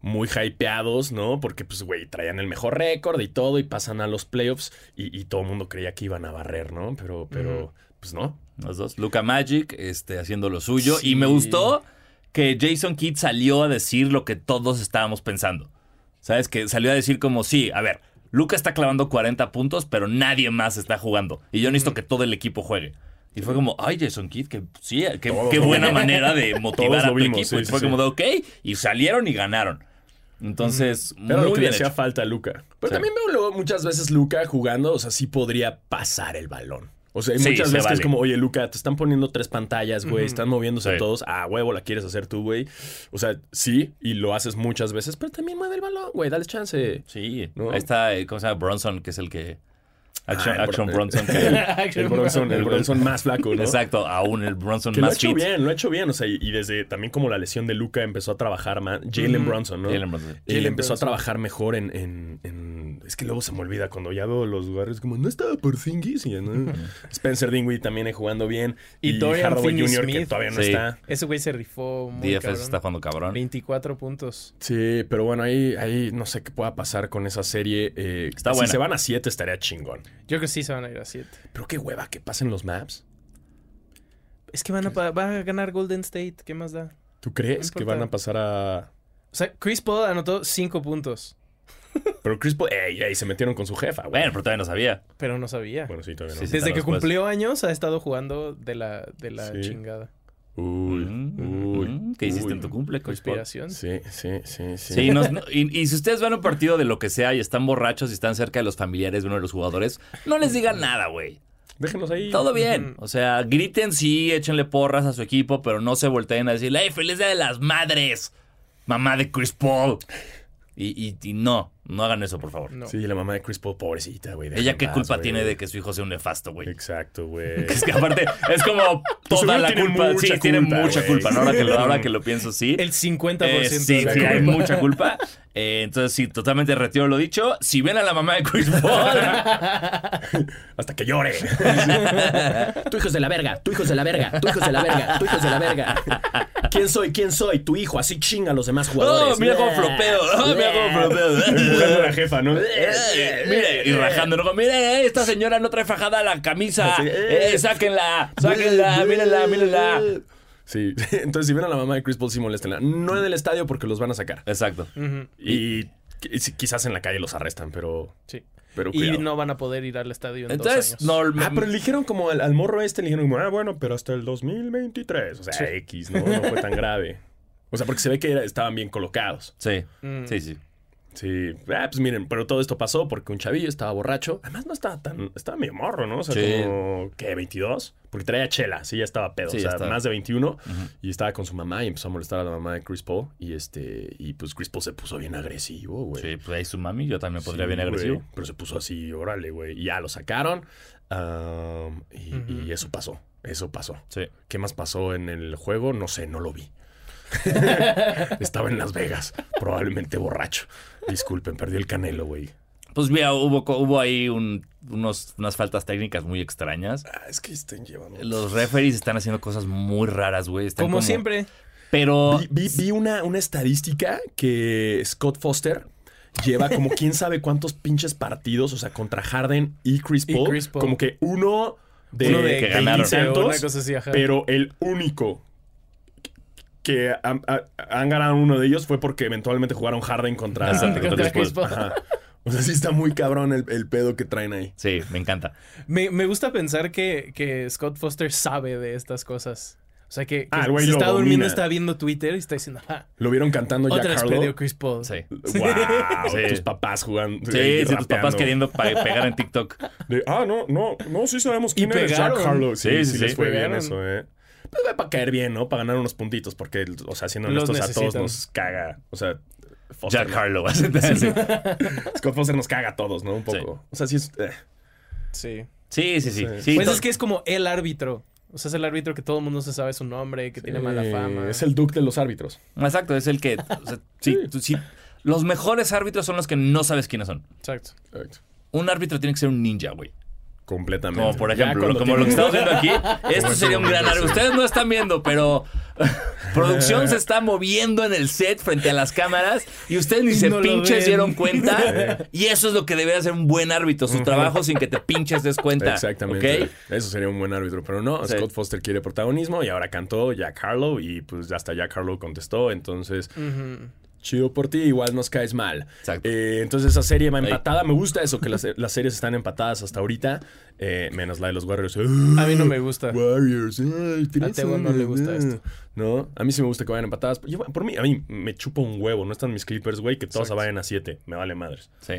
[SPEAKER 2] muy hypeados, ¿no? Porque, pues, güey, traían el mejor récord y todo y pasan a los playoffs y, y todo el mundo creía que iban a barrer, ¿no? Pero, pero, pues no.
[SPEAKER 1] Los dos. Luca Magic este, haciendo lo suyo.
[SPEAKER 2] Sí.
[SPEAKER 1] Y me gustó que Jason Kidd salió a decir lo que todos estábamos pensando. ¿Sabes? Que salió a decir como, sí, a ver, Luca está clavando 40 puntos, pero nadie más está jugando. Y yo necesito que todo el equipo juegue. Y fue como, ay, Jason Kidd, que sí, que-
[SPEAKER 2] Todos
[SPEAKER 1] qué
[SPEAKER 2] lo
[SPEAKER 1] buena
[SPEAKER 2] vimos.
[SPEAKER 1] manera de motivar
[SPEAKER 2] Todos
[SPEAKER 1] a
[SPEAKER 2] lo
[SPEAKER 1] tu
[SPEAKER 2] vimos,
[SPEAKER 1] equipo.
[SPEAKER 2] sí,
[SPEAKER 1] y fue
[SPEAKER 2] sí,
[SPEAKER 1] como
[SPEAKER 2] sí.
[SPEAKER 1] de, ok, y salieron y ganaron. Entonces,
[SPEAKER 2] Pero
[SPEAKER 1] muy
[SPEAKER 2] lo que le
[SPEAKER 1] bien
[SPEAKER 2] hacía
[SPEAKER 1] hecho.
[SPEAKER 2] falta a Luca. Pero
[SPEAKER 1] Sí.
[SPEAKER 2] también veo luego muchas veces Luca jugando, o sea, sí podría pasar el balón. O sea, hay
[SPEAKER 1] Sí,
[SPEAKER 2] muchas veces
[SPEAKER 1] se
[SPEAKER 2] que es
[SPEAKER 1] vale.
[SPEAKER 2] como, oye, Luca, te están poniendo tres pantallas, güey, están moviéndose
[SPEAKER 1] Sí.
[SPEAKER 2] todos. Ah, huevo, la quieres hacer tú, güey. O sea, sí, y lo haces muchas veces, pero también mueve el balón, güey, dale chance.
[SPEAKER 1] Sí,
[SPEAKER 2] ¿No?
[SPEAKER 1] ahí está, eh, ¿cómo se llama? Bronson, que es el que... Action,
[SPEAKER 2] Ah, el
[SPEAKER 1] Action
[SPEAKER 2] Bron-
[SPEAKER 1] Bronson. que-
[SPEAKER 2] El Bronson, el Bronson más flaco, ¿no?
[SPEAKER 1] Exacto, aún el Bronson
[SPEAKER 2] Que lo ha
[SPEAKER 1] más
[SPEAKER 2] hecho
[SPEAKER 1] fit.
[SPEAKER 2] bien, lo ha hecho bien. O sea, y, y desde también como la lesión de Luca empezó a trabajar más. Jalen Bronson, ¿no?
[SPEAKER 1] Jalen Bronson.
[SPEAKER 2] Él
[SPEAKER 3] Jalen
[SPEAKER 2] empezó
[SPEAKER 3] Brunson.
[SPEAKER 2] a trabajar mejor en, en- en- Es que luego se me olvida cuando ya veo los lugares como, no estaba por Zingis. y ¿no? Spencer Dingwiddie también eh, jugando bien.
[SPEAKER 3] Y Dorian
[SPEAKER 2] Hardaway Jr. que
[SPEAKER 3] Finney-Smith.
[SPEAKER 2] todavía no
[SPEAKER 1] Sí.
[SPEAKER 2] está.
[SPEAKER 3] Ese güey se rifó muy
[SPEAKER 1] DFS está
[SPEAKER 3] cabrón.
[SPEAKER 1] jugando cabrón.
[SPEAKER 3] 24 puntos.
[SPEAKER 2] Sí, pero bueno, ahí, ahí no sé qué pueda pasar con esa serie. eh,
[SPEAKER 1] Está
[SPEAKER 2] si
[SPEAKER 1] buena.
[SPEAKER 2] se van a 7 estaría chingón.
[SPEAKER 3] Yo creo que sí se van a ir a 7.
[SPEAKER 2] Pero qué hueva que pasen los maps.
[SPEAKER 3] Es que van a, pa- va a ganar Golden State. ¿Qué más da?
[SPEAKER 2] ¿Tú crees
[SPEAKER 3] No
[SPEAKER 2] que
[SPEAKER 3] importa.
[SPEAKER 2] van a pasar a...?
[SPEAKER 3] O sea, Chris Paul anotó 5 puntos,
[SPEAKER 2] Pero Chris Paul... ¡Ey, ey! Se metieron con su jefa, güey.
[SPEAKER 1] Bueno, pero todavía no sabía.
[SPEAKER 3] pero no sabía.
[SPEAKER 2] Bueno, sí, todavía no.
[SPEAKER 1] Sí, sí.
[SPEAKER 3] Desde que
[SPEAKER 1] Después.
[SPEAKER 3] cumplió años ha estado jugando de la, de la
[SPEAKER 2] Sí.
[SPEAKER 3] chingada.
[SPEAKER 2] Uy,
[SPEAKER 1] Mm,
[SPEAKER 2] uy,
[SPEAKER 1] mm, ¿Qué hiciste
[SPEAKER 2] uy.
[SPEAKER 1] en tu cumple, Chris Paul?
[SPEAKER 3] Inspiración.
[SPEAKER 2] Sí, sí, sí, sí.
[SPEAKER 1] Sí, no- no- y, y si ustedes van a un partido de lo que sea y están borrachos y están cerca de los familiares de uno de los jugadores, no les digan nada, güey.
[SPEAKER 2] Déjenos ahí.
[SPEAKER 1] Todo bien. O sea, griten sí, échenle porras a su equipo, pero no se volteen a decirle, ¡ay, feliz día de las madres! Mamá de Chris Paul. Y, y- y no, No hagan eso, por favor.
[SPEAKER 3] No.
[SPEAKER 2] Sí, la mamá de Chris Paul, pobrecita, güey. déjala
[SPEAKER 1] Ella qué
[SPEAKER 2] en paz,
[SPEAKER 1] culpa
[SPEAKER 2] güey.
[SPEAKER 1] tiene de que su hijo sea un nefasto, güey.
[SPEAKER 2] Exacto, güey.
[SPEAKER 1] Es que aparte es como toda
[SPEAKER 2] seguro
[SPEAKER 1] la
[SPEAKER 2] tiene
[SPEAKER 1] culpa. Sí,
[SPEAKER 2] mucha
[SPEAKER 1] tiene
[SPEAKER 2] culpa,
[SPEAKER 1] mucha
[SPEAKER 2] güey.
[SPEAKER 1] culpa. ¿no? Ahora, que lo, ahora que lo pienso, sí.
[SPEAKER 3] El 50%
[SPEAKER 1] Eh, sí,
[SPEAKER 3] de la
[SPEAKER 1] sí, hay
[SPEAKER 3] culpa.
[SPEAKER 1] mucha culpa. Eh, entonces, sí, totalmente retiro lo dicho. Si ven a la mamá de Chris Paul, oh,
[SPEAKER 2] Hasta que llore.
[SPEAKER 4] Tú hijos de la verga, tú hijos de la verga, tú hijos de la verga, tú hijos de la verga. ¿Quién soy? ¿Quién soy? Tu hijo, así chinga a los demás
[SPEAKER 1] oh,
[SPEAKER 4] jugadores.
[SPEAKER 1] mira cómo
[SPEAKER 4] Nah.
[SPEAKER 1] flopeo, oh, mira cómo
[SPEAKER 2] Empujando a
[SPEAKER 1] flopeo.
[SPEAKER 2] la jefa, ¿no?
[SPEAKER 1] Eh, mire, y rajando, ¿no? Como, mire, eh, esta señora no trae fajada la camisa.
[SPEAKER 2] Sí.
[SPEAKER 1] Eh, sáquenla, sáquenla, mírenla, mírenla.
[SPEAKER 2] Sí, entonces si ven a la mamá de Chris Paul, sí moléstenla. No en el estadio porque los van a sacar.
[SPEAKER 1] Exacto.
[SPEAKER 3] Ujú,
[SPEAKER 2] Y qui- si- quizás en la calle los arrestan, pero.
[SPEAKER 3] sí.
[SPEAKER 2] Pero
[SPEAKER 3] Y
[SPEAKER 2] cuidado.
[SPEAKER 3] no van a poder ir al estadio en
[SPEAKER 1] Entonces,
[SPEAKER 3] dos años.
[SPEAKER 1] no, me-
[SPEAKER 2] Ah, pero eligieron como al, al morro este, le dijeron como, ah, bueno, pero hasta el 2023. O sea, X, ¿no? No fue tan grave. O sea, porque se ve que era- estaban bien colocados.
[SPEAKER 1] Sí,
[SPEAKER 3] Mm.
[SPEAKER 1] sí, sí.
[SPEAKER 2] Sí, ah, pues miren, pero todo esto pasó porque un chavillo estaba borracho. Además, no estaba tan. Estaba medio morro, ¿no? O sea,
[SPEAKER 1] Sí.
[SPEAKER 2] como. ¿Qué? ¿22? Porque traía chela, sí, ya estaba pedo.
[SPEAKER 1] Sí,
[SPEAKER 2] o
[SPEAKER 1] ya
[SPEAKER 2] sea,
[SPEAKER 1] estaba.
[SPEAKER 2] más de 21. Y estaba con su mamá y empezó a molestar a la mamá de Chris Paul. Y este. Y pues Chris Paul se puso bien agresivo, güey.
[SPEAKER 1] Sí, pues ahí su mami, yo también podría
[SPEAKER 2] Sí,
[SPEAKER 1] bien
[SPEAKER 2] güey,
[SPEAKER 1] agresivo.
[SPEAKER 2] Pero se puso así, órale, güey. Y ya lo sacaron. am, y, y eso pasó. Eso pasó.
[SPEAKER 1] Sí.
[SPEAKER 2] ¿Qué más pasó en el juego? No sé, no lo vi. Estaba en Las Vegas, probablemente borracho. Disculpen, perdí el canelo, güey.
[SPEAKER 1] Pues mira, hubo, co- hubo ahí un- unos, unas faltas técnicas muy extrañas.
[SPEAKER 2] Ah, es que están llevando.
[SPEAKER 1] Los referees están haciendo cosas muy raras, güey. Están
[SPEAKER 3] Como siempre.
[SPEAKER 1] Pero
[SPEAKER 2] Vi, vi- vi una, una estadística que Scott Foster lleva como quién sabe cuántos pinches partidos, o sea, contra Harden y Chris
[SPEAKER 3] Y
[SPEAKER 2] Paul.
[SPEAKER 3] Chris Paul.
[SPEAKER 2] Como que uno de,
[SPEAKER 3] Uno de
[SPEAKER 2] que
[SPEAKER 1] 15 o una
[SPEAKER 2] tantos,
[SPEAKER 3] cosa así, ajá.
[SPEAKER 2] pero el único que han, ha- han ganado uno de ellos fue porque eventualmente jugaron Harden contra,
[SPEAKER 1] Exacto,
[SPEAKER 2] contra
[SPEAKER 1] contra
[SPEAKER 2] Chris
[SPEAKER 3] Chris
[SPEAKER 2] Paul.
[SPEAKER 3] Paul.
[SPEAKER 2] Ajá. O sea, sí está muy cabrón el, el pedo que traen ahí.
[SPEAKER 1] sí, me encanta.
[SPEAKER 3] Me, me gusta pensar que, que Scott Foster sabe de estas cosas. O sea, que, que
[SPEAKER 2] Ah, el güey
[SPEAKER 3] se
[SPEAKER 2] lo
[SPEAKER 3] está durmiendo,
[SPEAKER 2] domina.
[SPEAKER 3] está viendo Twitter y está diciendo, ajá,
[SPEAKER 2] Lo vieron cantando Jack
[SPEAKER 3] otra vez
[SPEAKER 2] Harlow.
[SPEAKER 3] perdió Chris Paul.
[SPEAKER 1] Sí.
[SPEAKER 2] Wow,
[SPEAKER 1] Sí.
[SPEAKER 2] tus papás jugando. ahí
[SPEAKER 1] Sí, sí, tus papás
[SPEAKER 2] rapeando.
[SPEAKER 1] queriendo pa- pegar en TikTok.
[SPEAKER 2] De, ah, no, no, no, sí sabemos quién
[SPEAKER 3] Y
[SPEAKER 2] es Jack
[SPEAKER 3] pegaron.
[SPEAKER 2] Harlow. Sí, sí,
[SPEAKER 1] Sí, sí,
[SPEAKER 2] les
[SPEAKER 1] sí.
[SPEAKER 2] fue
[SPEAKER 3] Pegaron.
[SPEAKER 2] bien eso, ¿eh? Pues va para caer bien, ¿no? Para ganar unos puntitos, porque, o sea, siendo
[SPEAKER 3] Los
[SPEAKER 2] honestos, a todos
[SPEAKER 3] necesitan.
[SPEAKER 2] nos caga. O sea, Foster,
[SPEAKER 1] Jack Harlow. así te dicen.
[SPEAKER 2] Scott Foster nos caga a todos, ¿no? Un poco. O sea, sí es... eh.
[SPEAKER 3] Sí.
[SPEAKER 1] Sí, sí, sí. sí.
[SPEAKER 3] Pues
[SPEAKER 1] to-
[SPEAKER 3] es que es como el árbitro. O sea, es el árbitro que todo el mundo se sabe su nombre, que tiene mala fama.
[SPEAKER 2] Eh, Es el Duke de los árbitros.
[SPEAKER 1] Exacto, es el que. o sea, sí, tú- sí. Los mejores árbitros son los que no sabes quiénes son.
[SPEAKER 3] Exacto.
[SPEAKER 2] Exacto.
[SPEAKER 1] Un árbitro tiene que ser un ninja, güey.
[SPEAKER 2] Completamente.
[SPEAKER 1] Como por
[SPEAKER 2] Ya
[SPEAKER 1] ejemplo,
[SPEAKER 2] cuando
[SPEAKER 1] lo- como lo que
[SPEAKER 2] tiene-
[SPEAKER 1] estamos viendo aquí, esto sería un gran árbitro. Ustedes no están viendo, pero producción se está moviendo en el set frente a las cámaras y ustedes ni
[SPEAKER 3] Y
[SPEAKER 1] se
[SPEAKER 3] no lo
[SPEAKER 1] pinches
[SPEAKER 3] ven.
[SPEAKER 1] dieron cuenta. Y eso es lo que debe hacer un buen árbitro, su trabajo sin que te pinches des cuenta.
[SPEAKER 2] Exactamente.
[SPEAKER 1] ¿ok?
[SPEAKER 2] Eso sería un buen árbitro, pero no.
[SPEAKER 1] Sí.
[SPEAKER 2] Scott Foster quiere protagonismo y ahora cantó Jack Harlow y pues hasta Jack Harlow contestó. Entonces, chido por ti, igual nos caes mal.
[SPEAKER 1] Exacto.
[SPEAKER 2] Eh, entonces esa serie va
[SPEAKER 1] Ey.
[SPEAKER 2] empatada. Me gusta eso, que las, las series están empatadas hasta ahorita, eh, menos la de los Warriors.
[SPEAKER 3] A mí no me gusta.
[SPEAKER 2] Warriors. ay, tres
[SPEAKER 3] A Teo no le
[SPEAKER 2] horas,
[SPEAKER 3] gusta
[SPEAKER 2] ah.
[SPEAKER 3] esto.
[SPEAKER 2] No, a mí sí me gusta que vayan empatadas. Yo, por mí, a mí me chupa un huevo. No están mis Clippers, güey, que todas se vayan a 7. Me vale madres.
[SPEAKER 1] Sí.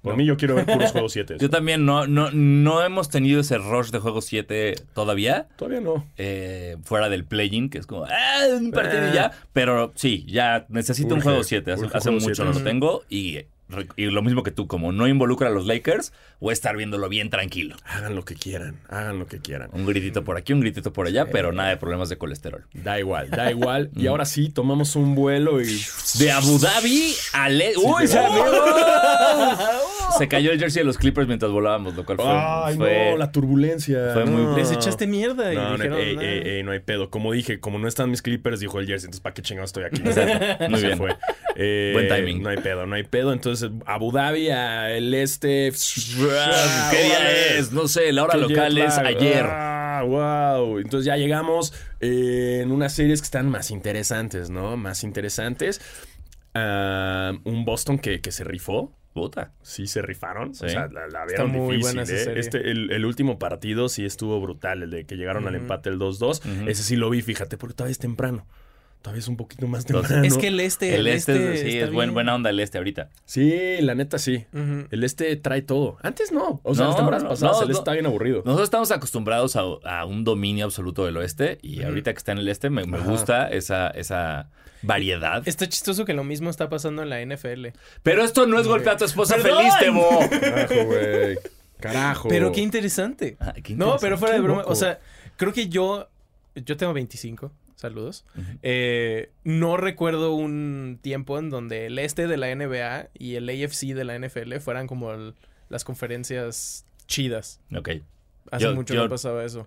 [SPEAKER 2] Por mí yo quiero ver puros juegos 7.
[SPEAKER 1] Yo también no, no, no hemos tenido ese rush de juego 7 todavía.
[SPEAKER 2] Todavía no.
[SPEAKER 1] eh, fuera del play-in, que es como, ah, un partido y ya. Pero sí, ya necesito
[SPEAKER 2] Eh.
[SPEAKER 1] un
[SPEAKER 2] Urge,
[SPEAKER 1] juego 7. Hace,
[SPEAKER 2] urge
[SPEAKER 1] hace
[SPEAKER 2] juego
[SPEAKER 1] mucho
[SPEAKER 2] siete.
[SPEAKER 1] no lo tengo. Y, y lo mismo que tú, como no involucra a los Lakers, voy a estar viéndolo bien tranquilo.
[SPEAKER 2] Hagan lo que quieran, hagan lo que quieran.
[SPEAKER 1] Un gritito por aquí, un gritito por allá, pero nada de problemas de colesterol.
[SPEAKER 2] Da igual, da igual.
[SPEAKER 1] Mm.
[SPEAKER 2] y ahora sí, tomamos un vuelo y...
[SPEAKER 1] De Abu Dhabi a Le- ¡Uy, se
[SPEAKER 2] ¡Oh!
[SPEAKER 1] abrió! Se cayó el jersey de los Clippers mientras volábamos, lo cual fue.
[SPEAKER 2] Ay,
[SPEAKER 1] fue-
[SPEAKER 2] no, la turbulencia.
[SPEAKER 1] fue muy-
[SPEAKER 2] no.
[SPEAKER 3] Les echaste mierda y
[SPEAKER 2] No, no,
[SPEAKER 3] dijeron,
[SPEAKER 1] eh,
[SPEAKER 3] "Ah,
[SPEAKER 2] ey,
[SPEAKER 3] "Nah".
[SPEAKER 2] ey, ey, no hay pedo. Como dije, como no están mis clippers, dijo el Jersey, entonces ¿para qué chingado estoy aquí?
[SPEAKER 1] Exacto. Muy
[SPEAKER 2] Se
[SPEAKER 1] bien.
[SPEAKER 2] fue. Eh,
[SPEAKER 1] Buen timing.
[SPEAKER 2] No hay pedo, no hay pedo. Entonces, Abu Dhabi, a el este.
[SPEAKER 1] Ah, ¿Qué día es? No sé, la hora
[SPEAKER 2] Qué
[SPEAKER 1] local
[SPEAKER 2] jet
[SPEAKER 1] es
[SPEAKER 2] lag.
[SPEAKER 1] ayer.
[SPEAKER 2] Ah, wow. Entonces ya llegamos eh, en unas series que están más interesantes, ¿no? Más interesantes. Ah, un Boston que, que se rifó.
[SPEAKER 1] Puta.
[SPEAKER 2] Sí, se rifaron.
[SPEAKER 1] Sí.
[SPEAKER 2] O sea, la, la vieron
[SPEAKER 3] muy
[SPEAKER 2] difícil,
[SPEAKER 3] buena esa
[SPEAKER 2] ¿eh?
[SPEAKER 3] serie.
[SPEAKER 2] Este, el, el último partido sí estuvo brutal, el de que llegaron al empate el 2-2.
[SPEAKER 1] Ujú.
[SPEAKER 2] Ese sí lo vi, fíjate, porque todavía es temprano. Todavía es un poquito más
[SPEAKER 1] Entonces,
[SPEAKER 2] temprano.
[SPEAKER 3] Es que el este.
[SPEAKER 1] El este, es- sí,
[SPEAKER 3] está
[SPEAKER 1] es buen,
[SPEAKER 3] bien.
[SPEAKER 1] buena onda el este ahorita.
[SPEAKER 2] Sí, la neta sí.
[SPEAKER 3] Ujú.
[SPEAKER 2] El este trae todo. Antes no. O sea,
[SPEAKER 1] No,
[SPEAKER 2] las temporadas
[SPEAKER 1] no,
[SPEAKER 2] pasadas
[SPEAKER 1] no,
[SPEAKER 2] el este
[SPEAKER 1] no.
[SPEAKER 2] está bien aburrido.
[SPEAKER 1] Nosotros estamos acostumbrados a, a un dominio absoluto del oeste y ahorita que está en el este me, me gusta esa, esa variedad.
[SPEAKER 3] Está chistoso que lo mismo está pasando en la NFL.
[SPEAKER 1] Pero esto no es golpear a tu esposa
[SPEAKER 3] Perdón.
[SPEAKER 1] feliz, Tebo.
[SPEAKER 2] Carajo, güey. Carajo.
[SPEAKER 3] Pero qué interesante.
[SPEAKER 1] Ah, qué
[SPEAKER 3] No,
[SPEAKER 1] interesante.
[SPEAKER 3] pero fuera de
[SPEAKER 2] Oh. Qué
[SPEAKER 3] broma,
[SPEAKER 2] loco.
[SPEAKER 3] o sea, creo que yo, yo tengo 25, saludos. Eh, no recuerdo un tiempo en donde el este de la NBA y el AFC de la NFL fueran como el- las conferencias chidas.
[SPEAKER 1] Ok.
[SPEAKER 3] Hace
[SPEAKER 1] Yo-
[SPEAKER 3] mucho
[SPEAKER 1] yo-
[SPEAKER 3] no pasaba eso.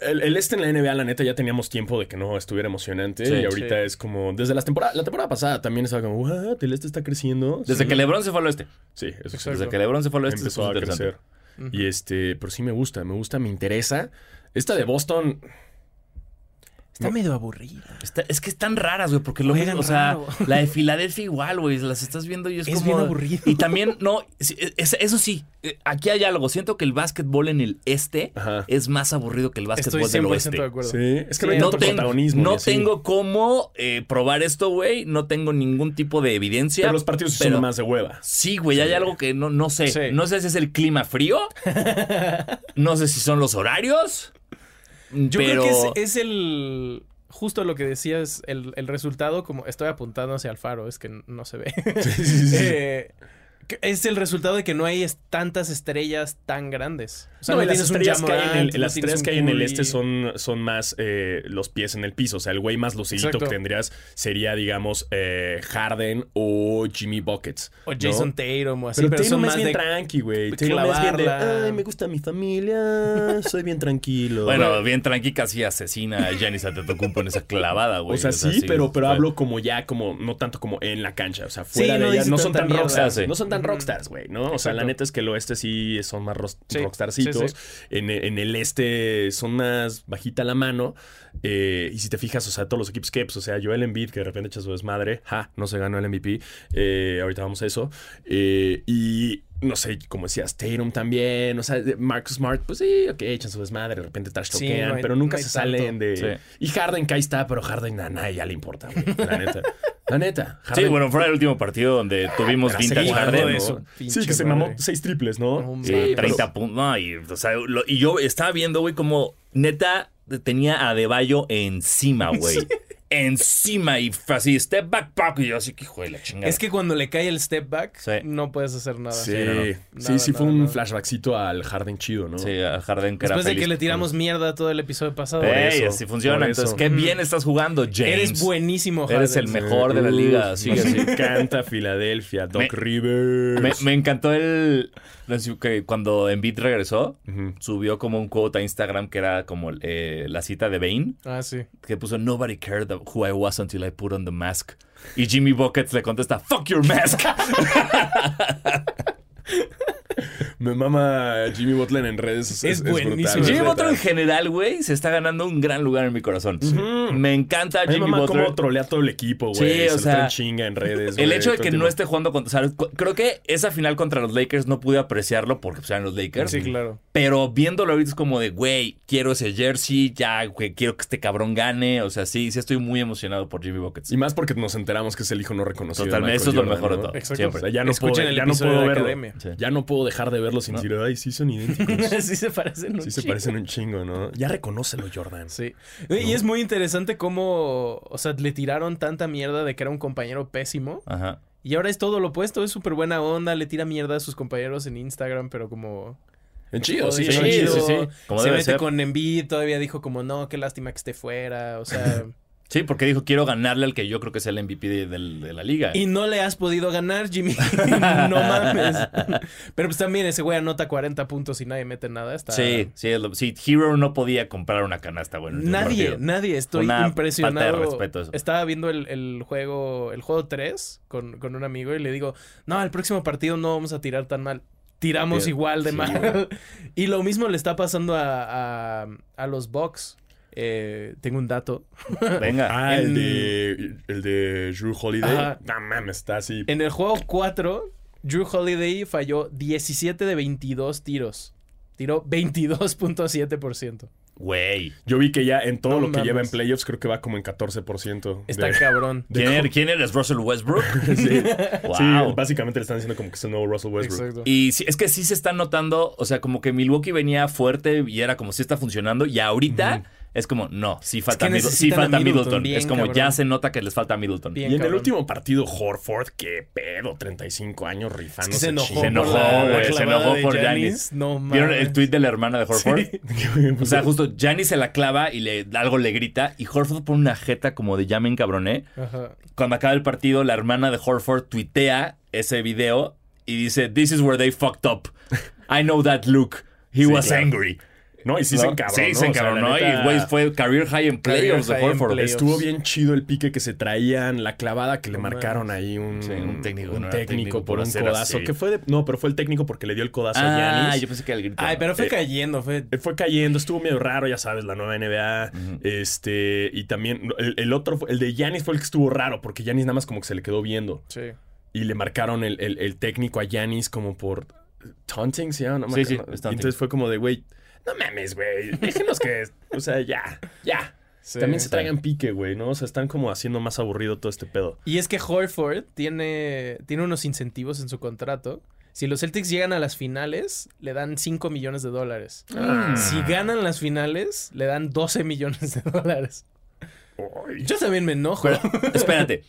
[SPEAKER 2] El, el este en la NBA, la neta, ya teníamos tiempo de que no estuviera emocionante.
[SPEAKER 1] Sí,
[SPEAKER 2] y ahorita
[SPEAKER 3] sí.
[SPEAKER 2] es como. Desde las temporadas. La temporada pasada también estaba como, ¿what? El este está creciendo.
[SPEAKER 1] Desde
[SPEAKER 2] Sí.
[SPEAKER 1] que LeBron se fue al oeste.
[SPEAKER 2] Sí, eso sí.
[SPEAKER 3] Exacto.
[SPEAKER 1] Desde que LeBron se fue al oeste se
[SPEAKER 2] Empezó
[SPEAKER 1] puso
[SPEAKER 2] a crecer.
[SPEAKER 1] interesante.
[SPEAKER 2] Y este. Pero sí me gusta, me gusta, me interesa. Esta de Boston.
[SPEAKER 3] Está medio aburrida.
[SPEAKER 1] Está- es que están raras, güey, porque lo
[SPEAKER 3] Juegan
[SPEAKER 1] mismo, o sea,
[SPEAKER 3] raro.
[SPEAKER 1] la de Filadelfia igual, güey, las estás viendo y es,
[SPEAKER 3] Es
[SPEAKER 1] como...
[SPEAKER 3] bien aburrido.
[SPEAKER 1] Y también, no, sí, e, es- eso sí, eh, aquí hay algo. Siento que el básquetbol en el este
[SPEAKER 2] Ajá.
[SPEAKER 1] es más aburrido que el
[SPEAKER 3] Estoy
[SPEAKER 1] básquetbol del
[SPEAKER 3] 100%
[SPEAKER 1] oeste.
[SPEAKER 3] de acuerdo.
[SPEAKER 2] Sí. Es que no hay
[SPEAKER 3] Sí,
[SPEAKER 1] No,
[SPEAKER 2] tanto
[SPEAKER 1] tengo-
[SPEAKER 2] protagonismo.
[SPEAKER 1] no
[SPEAKER 2] y así.
[SPEAKER 1] tengo cómo eh, probar esto, güey. No tengo ningún tipo de evidencia.
[SPEAKER 2] Pero los partidos sí
[SPEAKER 1] pero-
[SPEAKER 2] son más de hueva.
[SPEAKER 1] Sí, güey, hay algo que no, no sé.
[SPEAKER 3] Sí.
[SPEAKER 1] No sé si es el clima frío. no sé si son los horarios.
[SPEAKER 3] Yo
[SPEAKER 1] pero...
[SPEAKER 3] creo que es, es el... Justo lo que decías, el, el resultado, como estoy apuntando hacia el faro, es que no se ve. Eh, que es el resultado de que no hay es- tantas estrellas tan grandes. O sea, no,
[SPEAKER 2] No, y las
[SPEAKER 3] tienes un
[SPEAKER 2] estrellas que hay en
[SPEAKER 3] Jamorant, no
[SPEAKER 2] el, las
[SPEAKER 3] tienes
[SPEAKER 2] estrellas
[SPEAKER 3] un
[SPEAKER 2] que hay en el
[SPEAKER 3] Curry.
[SPEAKER 2] este son, son más eh, los pies en el piso. O sea, el güey más lucidito
[SPEAKER 3] Exacto.
[SPEAKER 2] que tendrías sería, digamos, eh, Harden o Jimmy Buckets.
[SPEAKER 3] O
[SPEAKER 2] ¿no?
[SPEAKER 3] Jason Tatum o así,
[SPEAKER 2] Pero,
[SPEAKER 3] pero,
[SPEAKER 2] Tatum
[SPEAKER 3] son
[SPEAKER 2] es
[SPEAKER 3] más
[SPEAKER 2] bien
[SPEAKER 3] de...
[SPEAKER 2] tranqui, güey. Tatum es bien de,
[SPEAKER 3] clavarla.
[SPEAKER 2] ay, me gusta mi familia, soy bien tranquilo.
[SPEAKER 1] Bueno, bien tranqui, casi asesina a Giannis Antetokounmpo en esa clavada, güey.
[SPEAKER 2] o sea, sí, pero, pero
[SPEAKER 1] fue-
[SPEAKER 2] hablo como ya, como no tanto como en la cancha. O sea,
[SPEAKER 3] Sí,
[SPEAKER 2] fuera
[SPEAKER 3] no
[SPEAKER 2] de ella.
[SPEAKER 3] dices
[SPEAKER 2] No son
[SPEAKER 3] tanta
[SPEAKER 2] tan
[SPEAKER 3] mierda.
[SPEAKER 2] rockstars.
[SPEAKER 1] Sí.
[SPEAKER 2] No son tan
[SPEAKER 3] Ujú.
[SPEAKER 2] rockstars, güey, ¿no? O sea, la
[SPEAKER 3] Exacto.
[SPEAKER 2] neta es que el oeste sí son más ros-
[SPEAKER 3] Sí,
[SPEAKER 2] rockstarcitos.
[SPEAKER 3] sí, sí.
[SPEAKER 2] En, e- en el este son más bajita la mano. Eh, y si te fijas, o sea, todos los equipos que, pues, o sea, Joel Embiid, que de repente echa su desmadre. Ja, no se ganó el MVP. Eh, ahorita vamos a eso. Eh, y... No sé, como decías, Tatum también, o sea, de- Marcus Smart, pues sí, ok, echan su desmadre, de repente trash
[SPEAKER 3] Sí,
[SPEAKER 2] toquean,
[SPEAKER 3] no hay-
[SPEAKER 2] pero
[SPEAKER 3] no
[SPEAKER 2] nunca
[SPEAKER 3] hay
[SPEAKER 2] se
[SPEAKER 3] tanto.
[SPEAKER 2] salen de...
[SPEAKER 1] Sí.
[SPEAKER 2] Y Harden que ahí está, pero Harden a nadie ya le importa, güey, la neta. La neta.
[SPEAKER 1] Sí,
[SPEAKER 2] Harden-
[SPEAKER 1] bueno, fue el último partido donde tuvimos
[SPEAKER 2] Pero
[SPEAKER 1] Vintage
[SPEAKER 2] seguimos
[SPEAKER 1] Harden.
[SPEAKER 2] hablando de
[SPEAKER 1] ¿no?
[SPEAKER 2] eso.
[SPEAKER 3] Pinche
[SPEAKER 2] Sí, que se
[SPEAKER 3] madre.
[SPEAKER 2] mamó seis triples, ¿no?
[SPEAKER 3] No
[SPEAKER 1] Sí,
[SPEAKER 3] mames.
[SPEAKER 2] pero-
[SPEAKER 1] 30 puntos. No, y, o sea, lo- y yo estaba viendo, güey, como neta tenía a Adebayo encima, güey. Encima y fue así, step back, pack. Y yo así, que hijo de la chingada.
[SPEAKER 3] Es que cuando le cae el step back,
[SPEAKER 1] Sí.
[SPEAKER 3] no puedes hacer nada.
[SPEAKER 2] Sí,
[SPEAKER 1] Sí, no, no.
[SPEAKER 2] sí,
[SPEAKER 3] Nada,
[SPEAKER 2] sí fue
[SPEAKER 3] nada,
[SPEAKER 2] un
[SPEAKER 3] nada.
[SPEAKER 2] flashbackcito al Harden chido, ¿no?
[SPEAKER 1] Sí, a Harden que era
[SPEAKER 3] Después de que
[SPEAKER 1] feliz.
[SPEAKER 3] le tiramos mierda todo el episodio pasado.
[SPEAKER 1] Ey,
[SPEAKER 2] eso,
[SPEAKER 1] así funciona.
[SPEAKER 2] por
[SPEAKER 1] Entonces,
[SPEAKER 2] eso.
[SPEAKER 1] qué bien estás jugando, James.
[SPEAKER 3] Mm. Eres buenísimo, Harden.
[SPEAKER 1] Eres el mejor de la liga.
[SPEAKER 2] Uf,
[SPEAKER 1] Sigue
[SPEAKER 2] nos
[SPEAKER 1] así.
[SPEAKER 2] encanta Filadelfia, Doc
[SPEAKER 1] Me-
[SPEAKER 2] Rivers.
[SPEAKER 1] Me, me encantó el. que Cuando Embiid regresó,
[SPEAKER 2] Ujú.
[SPEAKER 1] subió como un quote a Instagram que era como eh, la cita de Bane,
[SPEAKER 3] Ah, sí.
[SPEAKER 1] que puso: Nobody cared who I was until I put on the mask. Y Jimmy Buckets le contesta: Fuck your mask.
[SPEAKER 2] Me mama Jimmy Butler en redes. Es,
[SPEAKER 3] Es buenísimo.
[SPEAKER 1] Jimmy
[SPEAKER 2] Jimmy
[SPEAKER 1] Butler en general, güey, se está ganando un gran lugar en mi corazón. Me encanta
[SPEAKER 2] Me
[SPEAKER 1] Jimmy
[SPEAKER 2] mama
[SPEAKER 1] Butler.
[SPEAKER 2] cómo trolea todo el equipo,
[SPEAKER 1] Sí,
[SPEAKER 2] güey.
[SPEAKER 1] o
[SPEAKER 2] Se lo
[SPEAKER 1] sea,
[SPEAKER 2] traen chinga en redes.
[SPEAKER 1] El
[SPEAKER 2] güey,
[SPEAKER 1] hecho de
[SPEAKER 2] todo
[SPEAKER 1] que
[SPEAKER 2] el
[SPEAKER 1] no
[SPEAKER 2] tiempo.
[SPEAKER 1] esté jugando contra. o sea, cu- creo que esa final contra los Lakers no pude apreciarlo porque pues, eran los Lakers.
[SPEAKER 3] Sí, claro.
[SPEAKER 1] Pero viéndolo ahorita es como de, güey, quiero ese jersey, ya, güey, quiero que este cabrón gane. O sea, sí, sí estoy muy emocionado por Jimmy Buckets.
[SPEAKER 2] Y más porque nos enteramos que es el hijo no reconocido. de
[SPEAKER 1] Totalmente,
[SPEAKER 2] Michael
[SPEAKER 1] eso es lo
[SPEAKER 2] Jordan,
[SPEAKER 1] mejor de
[SPEAKER 2] ¿no?
[SPEAKER 1] todo.
[SPEAKER 3] Exacto.
[SPEAKER 2] O
[SPEAKER 1] Siempre.
[SPEAKER 2] sea, ya no
[SPEAKER 3] Pues, Escuchen
[SPEAKER 2] puedo,
[SPEAKER 3] el
[SPEAKER 2] ya no
[SPEAKER 3] episodio
[SPEAKER 2] puedo
[SPEAKER 3] de
[SPEAKER 2] verlo.
[SPEAKER 3] Academia.
[SPEAKER 1] Sí.
[SPEAKER 2] Ya no puedo dejar de verlo sin decir, ay, sí son idénticos.
[SPEAKER 3] sí se parecen un
[SPEAKER 2] Sí se
[SPEAKER 3] chingo.
[SPEAKER 2] parecen un chingo, ¿no? Ya reconócelo, Jordan.
[SPEAKER 3] Sí. Y es muy interesante cómo, o sea, le tiraron tanta mierda de que era un compañero pésimo.
[SPEAKER 1] Ajá.
[SPEAKER 3] Y ahora es todo lo opuesto, es súper buena onda, le tira mierda a sus compañeros en Instagram, pero como...
[SPEAKER 2] En chido,
[SPEAKER 3] todo
[SPEAKER 2] sí,
[SPEAKER 3] es
[SPEAKER 1] sí,
[SPEAKER 2] en chido.
[SPEAKER 1] sí, sí. Como
[SPEAKER 3] Se
[SPEAKER 1] debe
[SPEAKER 3] mete
[SPEAKER 1] ser.
[SPEAKER 3] con Envid, todavía dijo como, no, qué lástima que esté fuera, o sea...
[SPEAKER 1] Sí, porque dijo, quiero ganarle al que yo creo que es el MVP de, del- de la liga.
[SPEAKER 3] y no le has podido ganar, Jimmy. no mames. pero pues también ese güey anota 40 puntos y nadie mete nada. Está...
[SPEAKER 1] Sí, sí, es lo- sí, Hero no podía comprar una canasta, bueno. en ese
[SPEAKER 3] Nadie,
[SPEAKER 1] partido.
[SPEAKER 3] nadie, estoy
[SPEAKER 1] Una
[SPEAKER 3] impresionado.
[SPEAKER 1] falta de respeto eso.
[SPEAKER 3] Estaba viendo el, el juego, el juego 3 con, con un amigo y le digo, no, el próximo partido no vamos a tirar tan mal. Tiramos
[SPEAKER 1] Bien.
[SPEAKER 3] igual de
[SPEAKER 1] Sí, güey.
[SPEAKER 3] mal. y lo mismo le está pasando a, a- a los Bucks. Eh, tengo un dato.
[SPEAKER 1] Venga.
[SPEAKER 2] Ah, el
[SPEAKER 3] En-
[SPEAKER 2] de, el de Drew Holiday.
[SPEAKER 3] Ajá.
[SPEAKER 2] No mames, está así.
[SPEAKER 3] En el juego 4, Drew Holiday falló 17 de 22 tiros. Tiró 22.7%.
[SPEAKER 1] Güey.
[SPEAKER 2] Yo vi que ya en todo
[SPEAKER 3] No
[SPEAKER 2] lo que lleva en
[SPEAKER 3] mames.
[SPEAKER 2] playoffs creo que va como en 14%. de-
[SPEAKER 3] Está cabrón.
[SPEAKER 2] de
[SPEAKER 1] ¿Quién,
[SPEAKER 2] cómo-
[SPEAKER 1] er- quién eres? ¿Russell Westbrook? sí. Wow.
[SPEAKER 2] Sí, básicamente le están diciendo como que es el nuevo Russell Westbrook.
[SPEAKER 3] Exacto.
[SPEAKER 1] Y sí, es que sí se está notando, o sea, como que Milwaukee venía fuerte y era como si está funcionando y ahorita es como, no, sí falta,
[SPEAKER 3] que
[SPEAKER 1] Middle- sí
[SPEAKER 3] necesitan a
[SPEAKER 1] falta Middleton.
[SPEAKER 3] Middleton, bien,
[SPEAKER 1] es como
[SPEAKER 3] cabrón.
[SPEAKER 1] ya se nota que les falta Middleton.
[SPEAKER 3] Bien.
[SPEAKER 2] Y en el
[SPEAKER 3] cabrón.
[SPEAKER 2] último partido, Horford, qué pedo, 35 años rifando.
[SPEAKER 3] se enojó.
[SPEAKER 1] Se enojó, güey, se enojó por Giannis.
[SPEAKER 3] No
[SPEAKER 1] ¿Vieron el
[SPEAKER 3] mames.
[SPEAKER 1] tweet de la hermana de Horford? O sea, justo Giannis se la clava y le algo le grita y Horford pone una jeta como de llamen cabroné.
[SPEAKER 3] Ajá.
[SPEAKER 1] Cuando acaba el partido, la hermana de Horford tuitea ese video y dice, "This is where they fucked up. I know that look. He was
[SPEAKER 2] claro.
[SPEAKER 1] angry."
[SPEAKER 2] No, y sí se encabronó.
[SPEAKER 1] Sí, se
[SPEAKER 2] o sea, la
[SPEAKER 1] encabronó.
[SPEAKER 2] neta,
[SPEAKER 1] y güey, fue career high en playoffs
[SPEAKER 3] high
[SPEAKER 1] de
[SPEAKER 3] en
[SPEAKER 1] Horford.
[SPEAKER 3] playoffs.
[SPEAKER 2] Estuvo bien chido el pique que se traían, la clavada que le marcaron ahí un,
[SPEAKER 1] Sí, un técnico,
[SPEAKER 2] un
[SPEAKER 1] no era
[SPEAKER 2] técnico
[SPEAKER 1] técnico por
[SPEAKER 2] por un
[SPEAKER 1] hacer
[SPEAKER 2] codazo.
[SPEAKER 1] así.
[SPEAKER 2] Que fue de- no, pero fue el técnico porque le dio el codazo a
[SPEAKER 1] Ah,
[SPEAKER 2] Giannis.
[SPEAKER 1] yo pensé que el grito.
[SPEAKER 3] Ay, pero fue
[SPEAKER 2] Eh,
[SPEAKER 3] cayendo, fue.
[SPEAKER 2] Eh, Fue cayendo, estuvo medio raro, ya sabes, la nueva NBA. Este, y también el, el otro, fue- el de Yanis fue el que estuvo raro, porque Yanis nada más como que se le quedó viendo.
[SPEAKER 3] Sí.
[SPEAKER 2] Y le marcaron el, el- el técnico a Yanis como por taunting, ¿sí? No, me
[SPEAKER 1] Sí, sí,
[SPEAKER 2] acuerdo.
[SPEAKER 1] es taunting.
[SPEAKER 2] Entonces fue como de, güey, no mames, güey, déjenos que, o sea, ya, ya.
[SPEAKER 3] sí.
[SPEAKER 2] También se traigan pique, güey, ¿no? O sea, están como haciendo más aburrido todo este pedo.
[SPEAKER 3] Y es que Horford tiene, tiene unos incentivos en su contrato. Si los Celtics llegan a las finales, le dan 5 millones de dólares.
[SPEAKER 1] Ah.
[SPEAKER 3] Si ganan las finales, le dan 12 millones de dólares.
[SPEAKER 2] Ay.
[SPEAKER 3] Yo también me enojo.
[SPEAKER 1] Pero, espérate.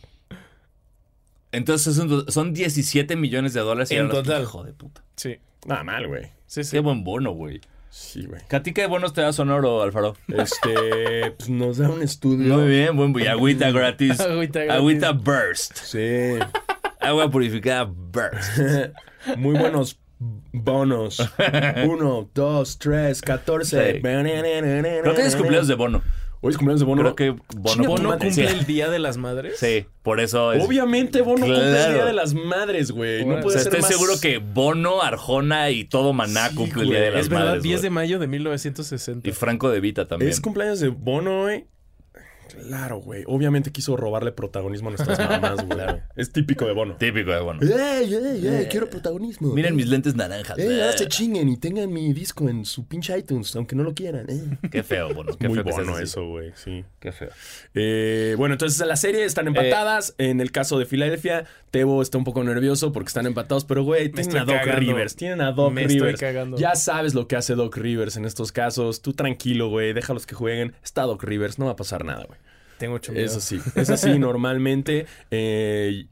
[SPEAKER 1] Entonces son, son 17 millones de dólares. y
[SPEAKER 3] En
[SPEAKER 1] ahora los-
[SPEAKER 3] total.
[SPEAKER 1] Hijo de puta.
[SPEAKER 3] Sí,
[SPEAKER 2] Nada mal, güey.
[SPEAKER 3] sí, sí.
[SPEAKER 1] Qué buen bono, güey.
[SPEAKER 2] Sí, güey.
[SPEAKER 1] ¿A ti qué bonos te da Sonoro, Alfaro?
[SPEAKER 2] Este, pues nos da un estudio.
[SPEAKER 1] Muy bien, buen y Agüita gratis.
[SPEAKER 3] Agüita gratis.
[SPEAKER 1] Agüita Burst.
[SPEAKER 2] Sí.
[SPEAKER 1] Agua purificada Burst.
[SPEAKER 2] Muy buenos bonos. Uno, dos, tres, catorce.
[SPEAKER 1] Sí. Creo que es cumpleaños de bono.
[SPEAKER 2] Hoy es cumpleanos de bono.
[SPEAKER 1] Creo que bono,
[SPEAKER 3] ¿Bono
[SPEAKER 2] madre.
[SPEAKER 3] cumple
[SPEAKER 1] Sí,
[SPEAKER 3] el Día de las Madres?
[SPEAKER 1] sí, por eso es.
[SPEAKER 2] Obviamente Bono cumple el
[SPEAKER 1] Claro.
[SPEAKER 2] Día de las Madres, güey. No
[SPEAKER 3] O
[SPEAKER 1] O
[SPEAKER 2] puede
[SPEAKER 1] sea,
[SPEAKER 2] ser
[SPEAKER 1] estoy
[SPEAKER 2] más-
[SPEAKER 1] seguro que Bono, Arjona y todo Maná
[SPEAKER 2] Sí,
[SPEAKER 1] cumple el Día de
[SPEAKER 2] güey,
[SPEAKER 1] las
[SPEAKER 3] Es verdad,
[SPEAKER 1] Madres,
[SPEAKER 3] 10 de
[SPEAKER 1] güey.
[SPEAKER 3] mayo de 1960.
[SPEAKER 1] Y Franco de Vita también.
[SPEAKER 2] Es cumpleaños de Bono, güey. Claro, güey. Obviamente quiso robarle protagonismo a nuestras mamás, güey. Es típico de Bono.
[SPEAKER 1] Típico de Bono.
[SPEAKER 2] Ey, ey, ey, quiero protagonismo.
[SPEAKER 1] Eh, Miren mis lentes naranjas.
[SPEAKER 2] Ey, ahora Eh, se
[SPEAKER 1] Ah,
[SPEAKER 2] chinguen y tengan mi disco en su pinche iTunes, aunque no lo quieran. eh.
[SPEAKER 1] Qué feo, Bono. Qué
[SPEAKER 2] Muy
[SPEAKER 1] feo que seas
[SPEAKER 2] Bono
[SPEAKER 1] así.
[SPEAKER 2] eso, güey. Sí.
[SPEAKER 1] Qué feo.
[SPEAKER 2] Eh, bueno, entonces las series
[SPEAKER 1] Eh,
[SPEAKER 2] están empatadas. en el caso de Filadelfia, Tebo está un poco nervioso porque están empatados, pero güey, tienen
[SPEAKER 3] estoy
[SPEAKER 2] a Doc
[SPEAKER 3] cagando.
[SPEAKER 2] Rivers. Tienen a Doc
[SPEAKER 3] Me estoy
[SPEAKER 2] Rivers.
[SPEAKER 3] cagando.
[SPEAKER 2] Ya sabes lo que hace Doc Rivers en estos casos. Tú tranquilo, güey, déjalos que jueguen. Está Doc Rivers, no va a pasar nada, güey.
[SPEAKER 3] Tengo 8
[SPEAKER 2] Es así, es así normalmente. eh,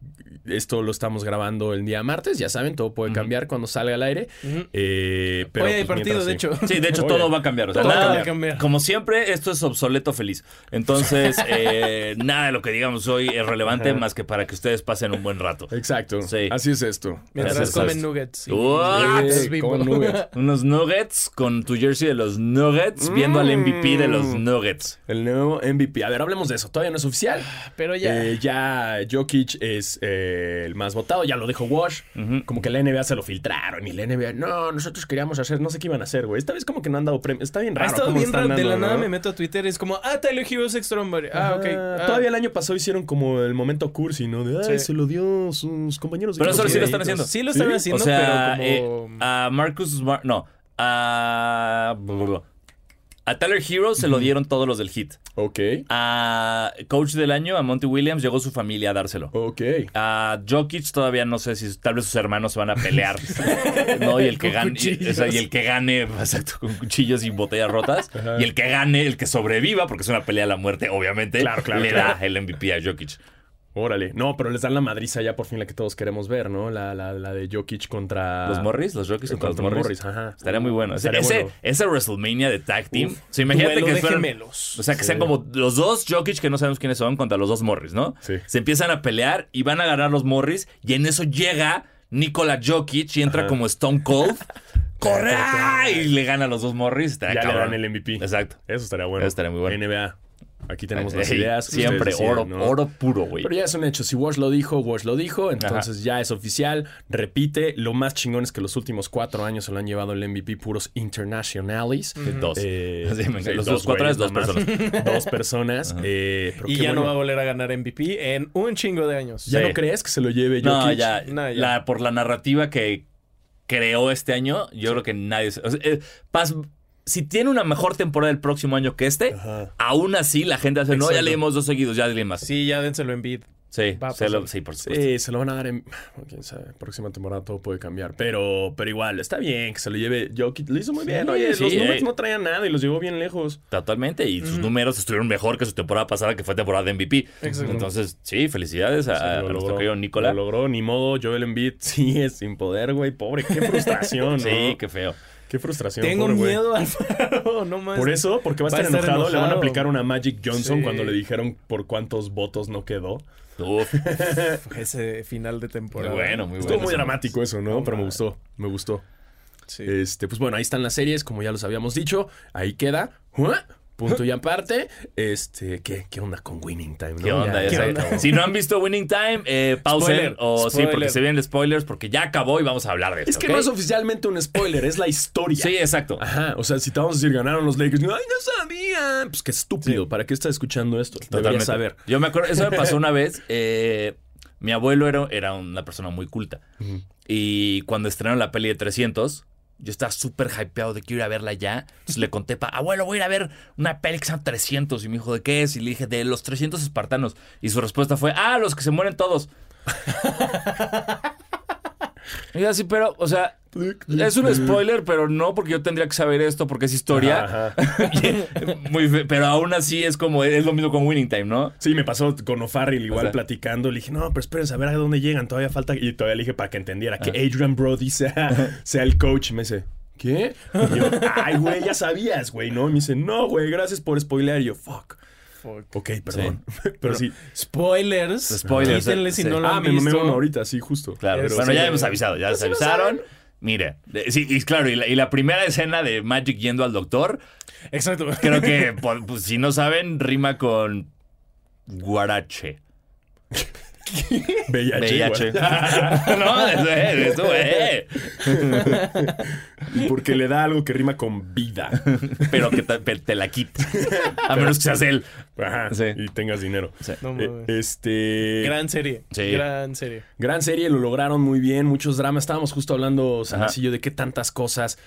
[SPEAKER 2] esto lo estamos grabando el día martes, ya saben, todo puede cambiar cuando salga al aire. eh, pero,
[SPEAKER 3] Hoy hay
[SPEAKER 2] pues,
[SPEAKER 3] partido,
[SPEAKER 2] mientras
[SPEAKER 3] de
[SPEAKER 2] sí.
[SPEAKER 3] hecho.
[SPEAKER 1] Sí, de hecho
[SPEAKER 2] Oye,
[SPEAKER 1] todo va a cambiar. o sea,
[SPEAKER 3] todo va a
[SPEAKER 1] nada-
[SPEAKER 3] cambiar.
[SPEAKER 1] Como siempre, esto es obsoleto feliz. Entonces, eh, nada de lo que digamos hoy es relevante más que para que ustedes pasen un buen rato.
[SPEAKER 2] Exacto.
[SPEAKER 1] Sí.
[SPEAKER 2] Así es esto.
[SPEAKER 3] Mientras
[SPEAKER 1] Gracias,
[SPEAKER 3] comen nuggets.
[SPEAKER 1] gracias.
[SPEAKER 3] y-
[SPEAKER 1] What?
[SPEAKER 3] y-
[SPEAKER 2] Eh, comen nuggets.
[SPEAKER 1] Unos nuggets con tu jersey de los nuggets, viendo al MVP de los
[SPEAKER 2] Mm.
[SPEAKER 1] nuggets.
[SPEAKER 2] El nuevo MVP. A ver, hablemos de eso. Todavía no es oficial.
[SPEAKER 3] Pero ya.
[SPEAKER 2] Eh, ya Jokic es eh, el más votado, ya lo dijo Wash. Como que la NBA se lo filtraron y la NBA, no, nosotros queríamos hacer, no sé qué iban a hacer, güey. Esta vez como que no han dado premio. Está bien
[SPEAKER 3] ha
[SPEAKER 2] raro.
[SPEAKER 3] estado
[SPEAKER 2] cómo
[SPEAKER 3] bien
[SPEAKER 2] están
[SPEAKER 3] raro. De la
[SPEAKER 2] dando,
[SPEAKER 3] nada
[SPEAKER 2] ¿no?
[SPEAKER 3] me meto a Twitter y es como, ah, Tyler Heroes Extraordinary. Ah, ok.
[SPEAKER 2] Ah,
[SPEAKER 3] ah.
[SPEAKER 2] Todavía el año pasado hicieron como el momento cursi, ¿no? De, ay,
[SPEAKER 3] Sí.
[SPEAKER 2] se lo dio sus compañeros. de
[SPEAKER 1] Pero
[SPEAKER 2] equipo".
[SPEAKER 1] eso sí lo están haciendo.
[SPEAKER 3] Sí lo están
[SPEAKER 2] ¿Sí?
[SPEAKER 1] O
[SPEAKER 3] haciendo,
[SPEAKER 1] sea,
[SPEAKER 3] pero como...
[SPEAKER 1] eh, a Marcus Smart, no, a... A Tyler Hero se lo dieron todos los del hit.
[SPEAKER 2] Ok,
[SPEAKER 1] A Coach del Año, a Monty Williams, llegó su familia a dárselo.
[SPEAKER 2] ok.
[SPEAKER 1] A Jokic todavía no sé si tal vez sus hermanos se van a pelear. no, y el que
[SPEAKER 2] Con
[SPEAKER 1] gane. Y, o sea, y el que gane, exacto, con cuchillos y botellas rotas. Y el que gane, el que sobreviva, porque es una pelea a la muerte, obviamente,
[SPEAKER 2] Claro, claro,
[SPEAKER 1] le
[SPEAKER 2] claro.
[SPEAKER 1] da el MVP a Jokic.
[SPEAKER 2] Órale. No, pero les dan la madriza ya por fin la que todos queremos ver, ¿no? La, la, la de Jokic contra...
[SPEAKER 1] Los Morris, los Jokic contra los
[SPEAKER 2] contra
[SPEAKER 1] Morris.
[SPEAKER 2] Ah, eh, Morris, ajá.
[SPEAKER 1] Estaría muy bueno. Ese-
[SPEAKER 2] Estaría
[SPEAKER 1] ese,
[SPEAKER 2] bueno.
[SPEAKER 1] ese WrestleMania de Tag Team.
[SPEAKER 3] Uf,
[SPEAKER 1] o sea, imagínate
[SPEAKER 3] duelo
[SPEAKER 1] que
[SPEAKER 3] de
[SPEAKER 1] fueran-
[SPEAKER 3] gemelos.
[SPEAKER 1] O sea, que sean como los dos Jokic que no sabemos quiénes son contra los dos Morris, ¿no?
[SPEAKER 2] Sí.
[SPEAKER 1] Se empiezan a pelear y van a ganar los Morris y en eso llega Nikola Jokic y entra como Stone Cold. ¡Corre! Y le gana a los dos Morris. Está
[SPEAKER 2] Ya le
[SPEAKER 1] cabrón.
[SPEAKER 2] dan el MVP.
[SPEAKER 1] Exacto.
[SPEAKER 2] Eso estaría bueno.
[SPEAKER 1] Eso estaría muy bueno.
[SPEAKER 2] NBA. Aquí tenemos las
[SPEAKER 1] Ey,
[SPEAKER 2] ideas.
[SPEAKER 1] siempre
[SPEAKER 2] ustedes deciden,
[SPEAKER 1] oro,
[SPEAKER 2] ¿no?
[SPEAKER 1] oro puro, güey.
[SPEAKER 2] Pero ya es un hecho. Si Wash lo dijo, Wash lo dijo. Entonces ya es oficial. Repite, lo más chingón es que los últimos cuatro años se lo han llevado el MVP puros internationales.
[SPEAKER 1] De Dos.
[SPEAKER 2] Eh,
[SPEAKER 1] Sí, me encanta.
[SPEAKER 2] sí,
[SPEAKER 1] los
[SPEAKER 2] dos,
[SPEAKER 1] dos, cuatro
[SPEAKER 2] güey,
[SPEAKER 1] es dos
[SPEAKER 2] nada más.
[SPEAKER 1] personas.
[SPEAKER 2] Dos personas. eh, pero
[SPEAKER 3] Y
[SPEAKER 2] qué
[SPEAKER 3] ya no va a
[SPEAKER 2] bueno.
[SPEAKER 3] volver a ganar MVP en un chingo de años.
[SPEAKER 2] ¿Ya
[SPEAKER 1] Sí.
[SPEAKER 2] no crees que se lo lleve Jokic?
[SPEAKER 1] No, ya,
[SPEAKER 3] No, ya.
[SPEAKER 1] la- por la narrativa que creó este año, yo creo que nadie. se- o sea, eh, pas- si tiene una mejor temporada el próximo año que este,
[SPEAKER 2] Ajá.
[SPEAKER 1] aún así la gente hace, no, ya
[SPEAKER 2] Exacto.
[SPEAKER 1] leímos dos seguidos, ya leí más. Sí,
[SPEAKER 3] Sí, ya dénselo en bid. va a
[SPEAKER 1] se lo-
[SPEAKER 3] pasar.
[SPEAKER 1] sí, por supuesto.
[SPEAKER 2] Sí, se lo van a dar en. bueno, quién sabe. Próxima temporada todo puede cambiar. Pero, pero igual, está bien que se lo lleve. Jokic lo hizo muy bien. Oye,
[SPEAKER 1] sí,
[SPEAKER 2] los Nuggets
[SPEAKER 1] eh.
[SPEAKER 2] no traían nada y los llevó bien lejos.
[SPEAKER 1] Totalmente, y sus números estuvieron mejor que su temporada pasada, que fue temporada de MVP.
[SPEAKER 3] Exacto.
[SPEAKER 1] Entonces, sí, felicidades a, a nuestro querido Nicolás.
[SPEAKER 2] Lo logró, ni modo. Joel Embiid sí es sin poder, güey. Pobre, qué frustración.
[SPEAKER 1] Sí,
[SPEAKER 2] ¿no?
[SPEAKER 1] qué feo.
[SPEAKER 2] Qué frustración.
[SPEAKER 3] Tengo
[SPEAKER 2] pobre güey.
[SPEAKER 3] miedo, Alfaro. No más.
[SPEAKER 2] Por eso, porque va a estar, enojado, le van a aplicar una Magic Johnson
[SPEAKER 3] Sí.
[SPEAKER 2] cuando le dijeron por cuántos votos no quedó.
[SPEAKER 1] Uf,
[SPEAKER 3] Ese final de
[SPEAKER 1] muy
[SPEAKER 3] temporada.
[SPEAKER 1] bueno, muy
[SPEAKER 2] Estuvo
[SPEAKER 1] bueno.
[SPEAKER 2] muy dramático eso, ¿no? Pero me gustó, me gustó.
[SPEAKER 3] Sí.
[SPEAKER 2] Este, pues bueno, ahí están las series, como ya los habíamos dicho. Ahí queda. ¿Ah? Punto y aparte. Este, ¿qué, qué onda con Winning Time? no?
[SPEAKER 1] ¿Qué onda
[SPEAKER 2] Ya,
[SPEAKER 1] esa?
[SPEAKER 2] ya acabó.
[SPEAKER 1] Si no han visto Winning Time, eh, pausen.
[SPEAKER 3] Spoiler,
[SPEAKER 1] o sí, porque
[SPEAKER 3] spoiler.
[SPEAKER 1] se vienen spoilers, porque ya acabó y vamos a hablar de esto.
[SPEAKER 2] Es que
[SPEAKER 1] ¿ok?
[SPEAKER 2] no es oficialmente un spoiler, es la historia.
[SPEAKER 1] Sí, exacto.
[SPEAKER 2] Ajá, o sea, si te vamos a decir ganaron los Lakers, ¡ay, no sabía! Pues qué estúpido, ¿para qué estás escuchando esto? Deberías saber.
[SPEAKER 1] Yo me acuerdo, eso me pasó una vez. eh, mi abuelo era, era una persona muy culta. Y cuando estrenaron la peli de 300, yo estaba súper hypeado de que ir a verla ya. Entonces le conté, pa, abuelo, voy a ir a ver una peli que se llama 300. Y me dijo, ¿de qué es? Y le dije, de los 300 espartanos. Y su respuesta fue, ah, los que se mueren todos. Y yo así, pero, o sea, es un spoiler, pero no porque yo tendría que saber esto porque es historia.
[SPEAKER 2] Ajá.
[SPEAKER 1] Muy fe- pero aún así es como, es lo mismo con Winning Time, ¿no?
[SPEAKER 2] Sí, me pasó con O'Farrill igual
[SPEAKER 1] O sea.
[SPEAKER 2] platicando. Le dije, no, pero espérense a ver a dónde llegan. Todavía falta. Y todavía le dije para que entendiera que Adrian Brody sea, sea el coach. Y me dice, ¿qué? Y yo, ay, güey, ya sabías, güey, ¿no? Y me dice, no, güey, gracias por spoilear. Y yo, fuck.
[SPEAKER 3] Fuck.
[SPEAKER 2] Ok, perdón. pero sí.
[SPEAKER 3] Spoilers.
[SPEAKER 1] Spoilers,
[SPEAKER 3] Quítenle si
[SPEAKER 1] sí.
[SPEAKER 3] no lo
[SPEAKER 2] Ah,
[SPEAKER 3] han
[SPEAKER 2] me mamé
[SPEAKER 3] visto.
[SPEAKER 2] uno ahorita, sí, justo.
[SPEAKER 1] Claro,
[SPEAKER 3] Pero
[SPEAKER 1] bueno,
[SPEAKER 3] sí.
[SPEAKER 1] ya hemos avisado, ya se avisaron. Mire, de- sí, y claro, y la, y la primera escena de Magic yendo al doctor,
[SPEAKER 3] Exacto.
[SPEAKER 1] creo que po- pues, si no saben, rima con guarache.
[SPEAKER 2] VIH.
[SPEAKER 1] VIH.
[SPEAKER 2] igual.
[SPEAKER 1] no, eso es, eso es.
[SPEAKER 2] Y Porque le da algo que rima con vida.
[SPEAKER 1] Pero que te, pe- te la quita. A menos que seas él.
[SPEAKER 2] Ajá.
[SPEAKER 1] Sí.
[SPEAKER 2] Y tengas dinero.
[SPEAKER 1] Sí.
[SPEAKER 3] No
[SPEAKER 2] Eh,
[SPEAKER 3] mames.
[SPEAKER 2] este.
[SPEAKER 3] Gran serie.
[SPEAKER 1] Sí.
[SPEAKER 3] Gran serie.
[SPEAKER 2] Gran serie, lo lograron muy bien, muchos dramas. Estábamos justo hablando, Sanacillo, de qué tantas cosas.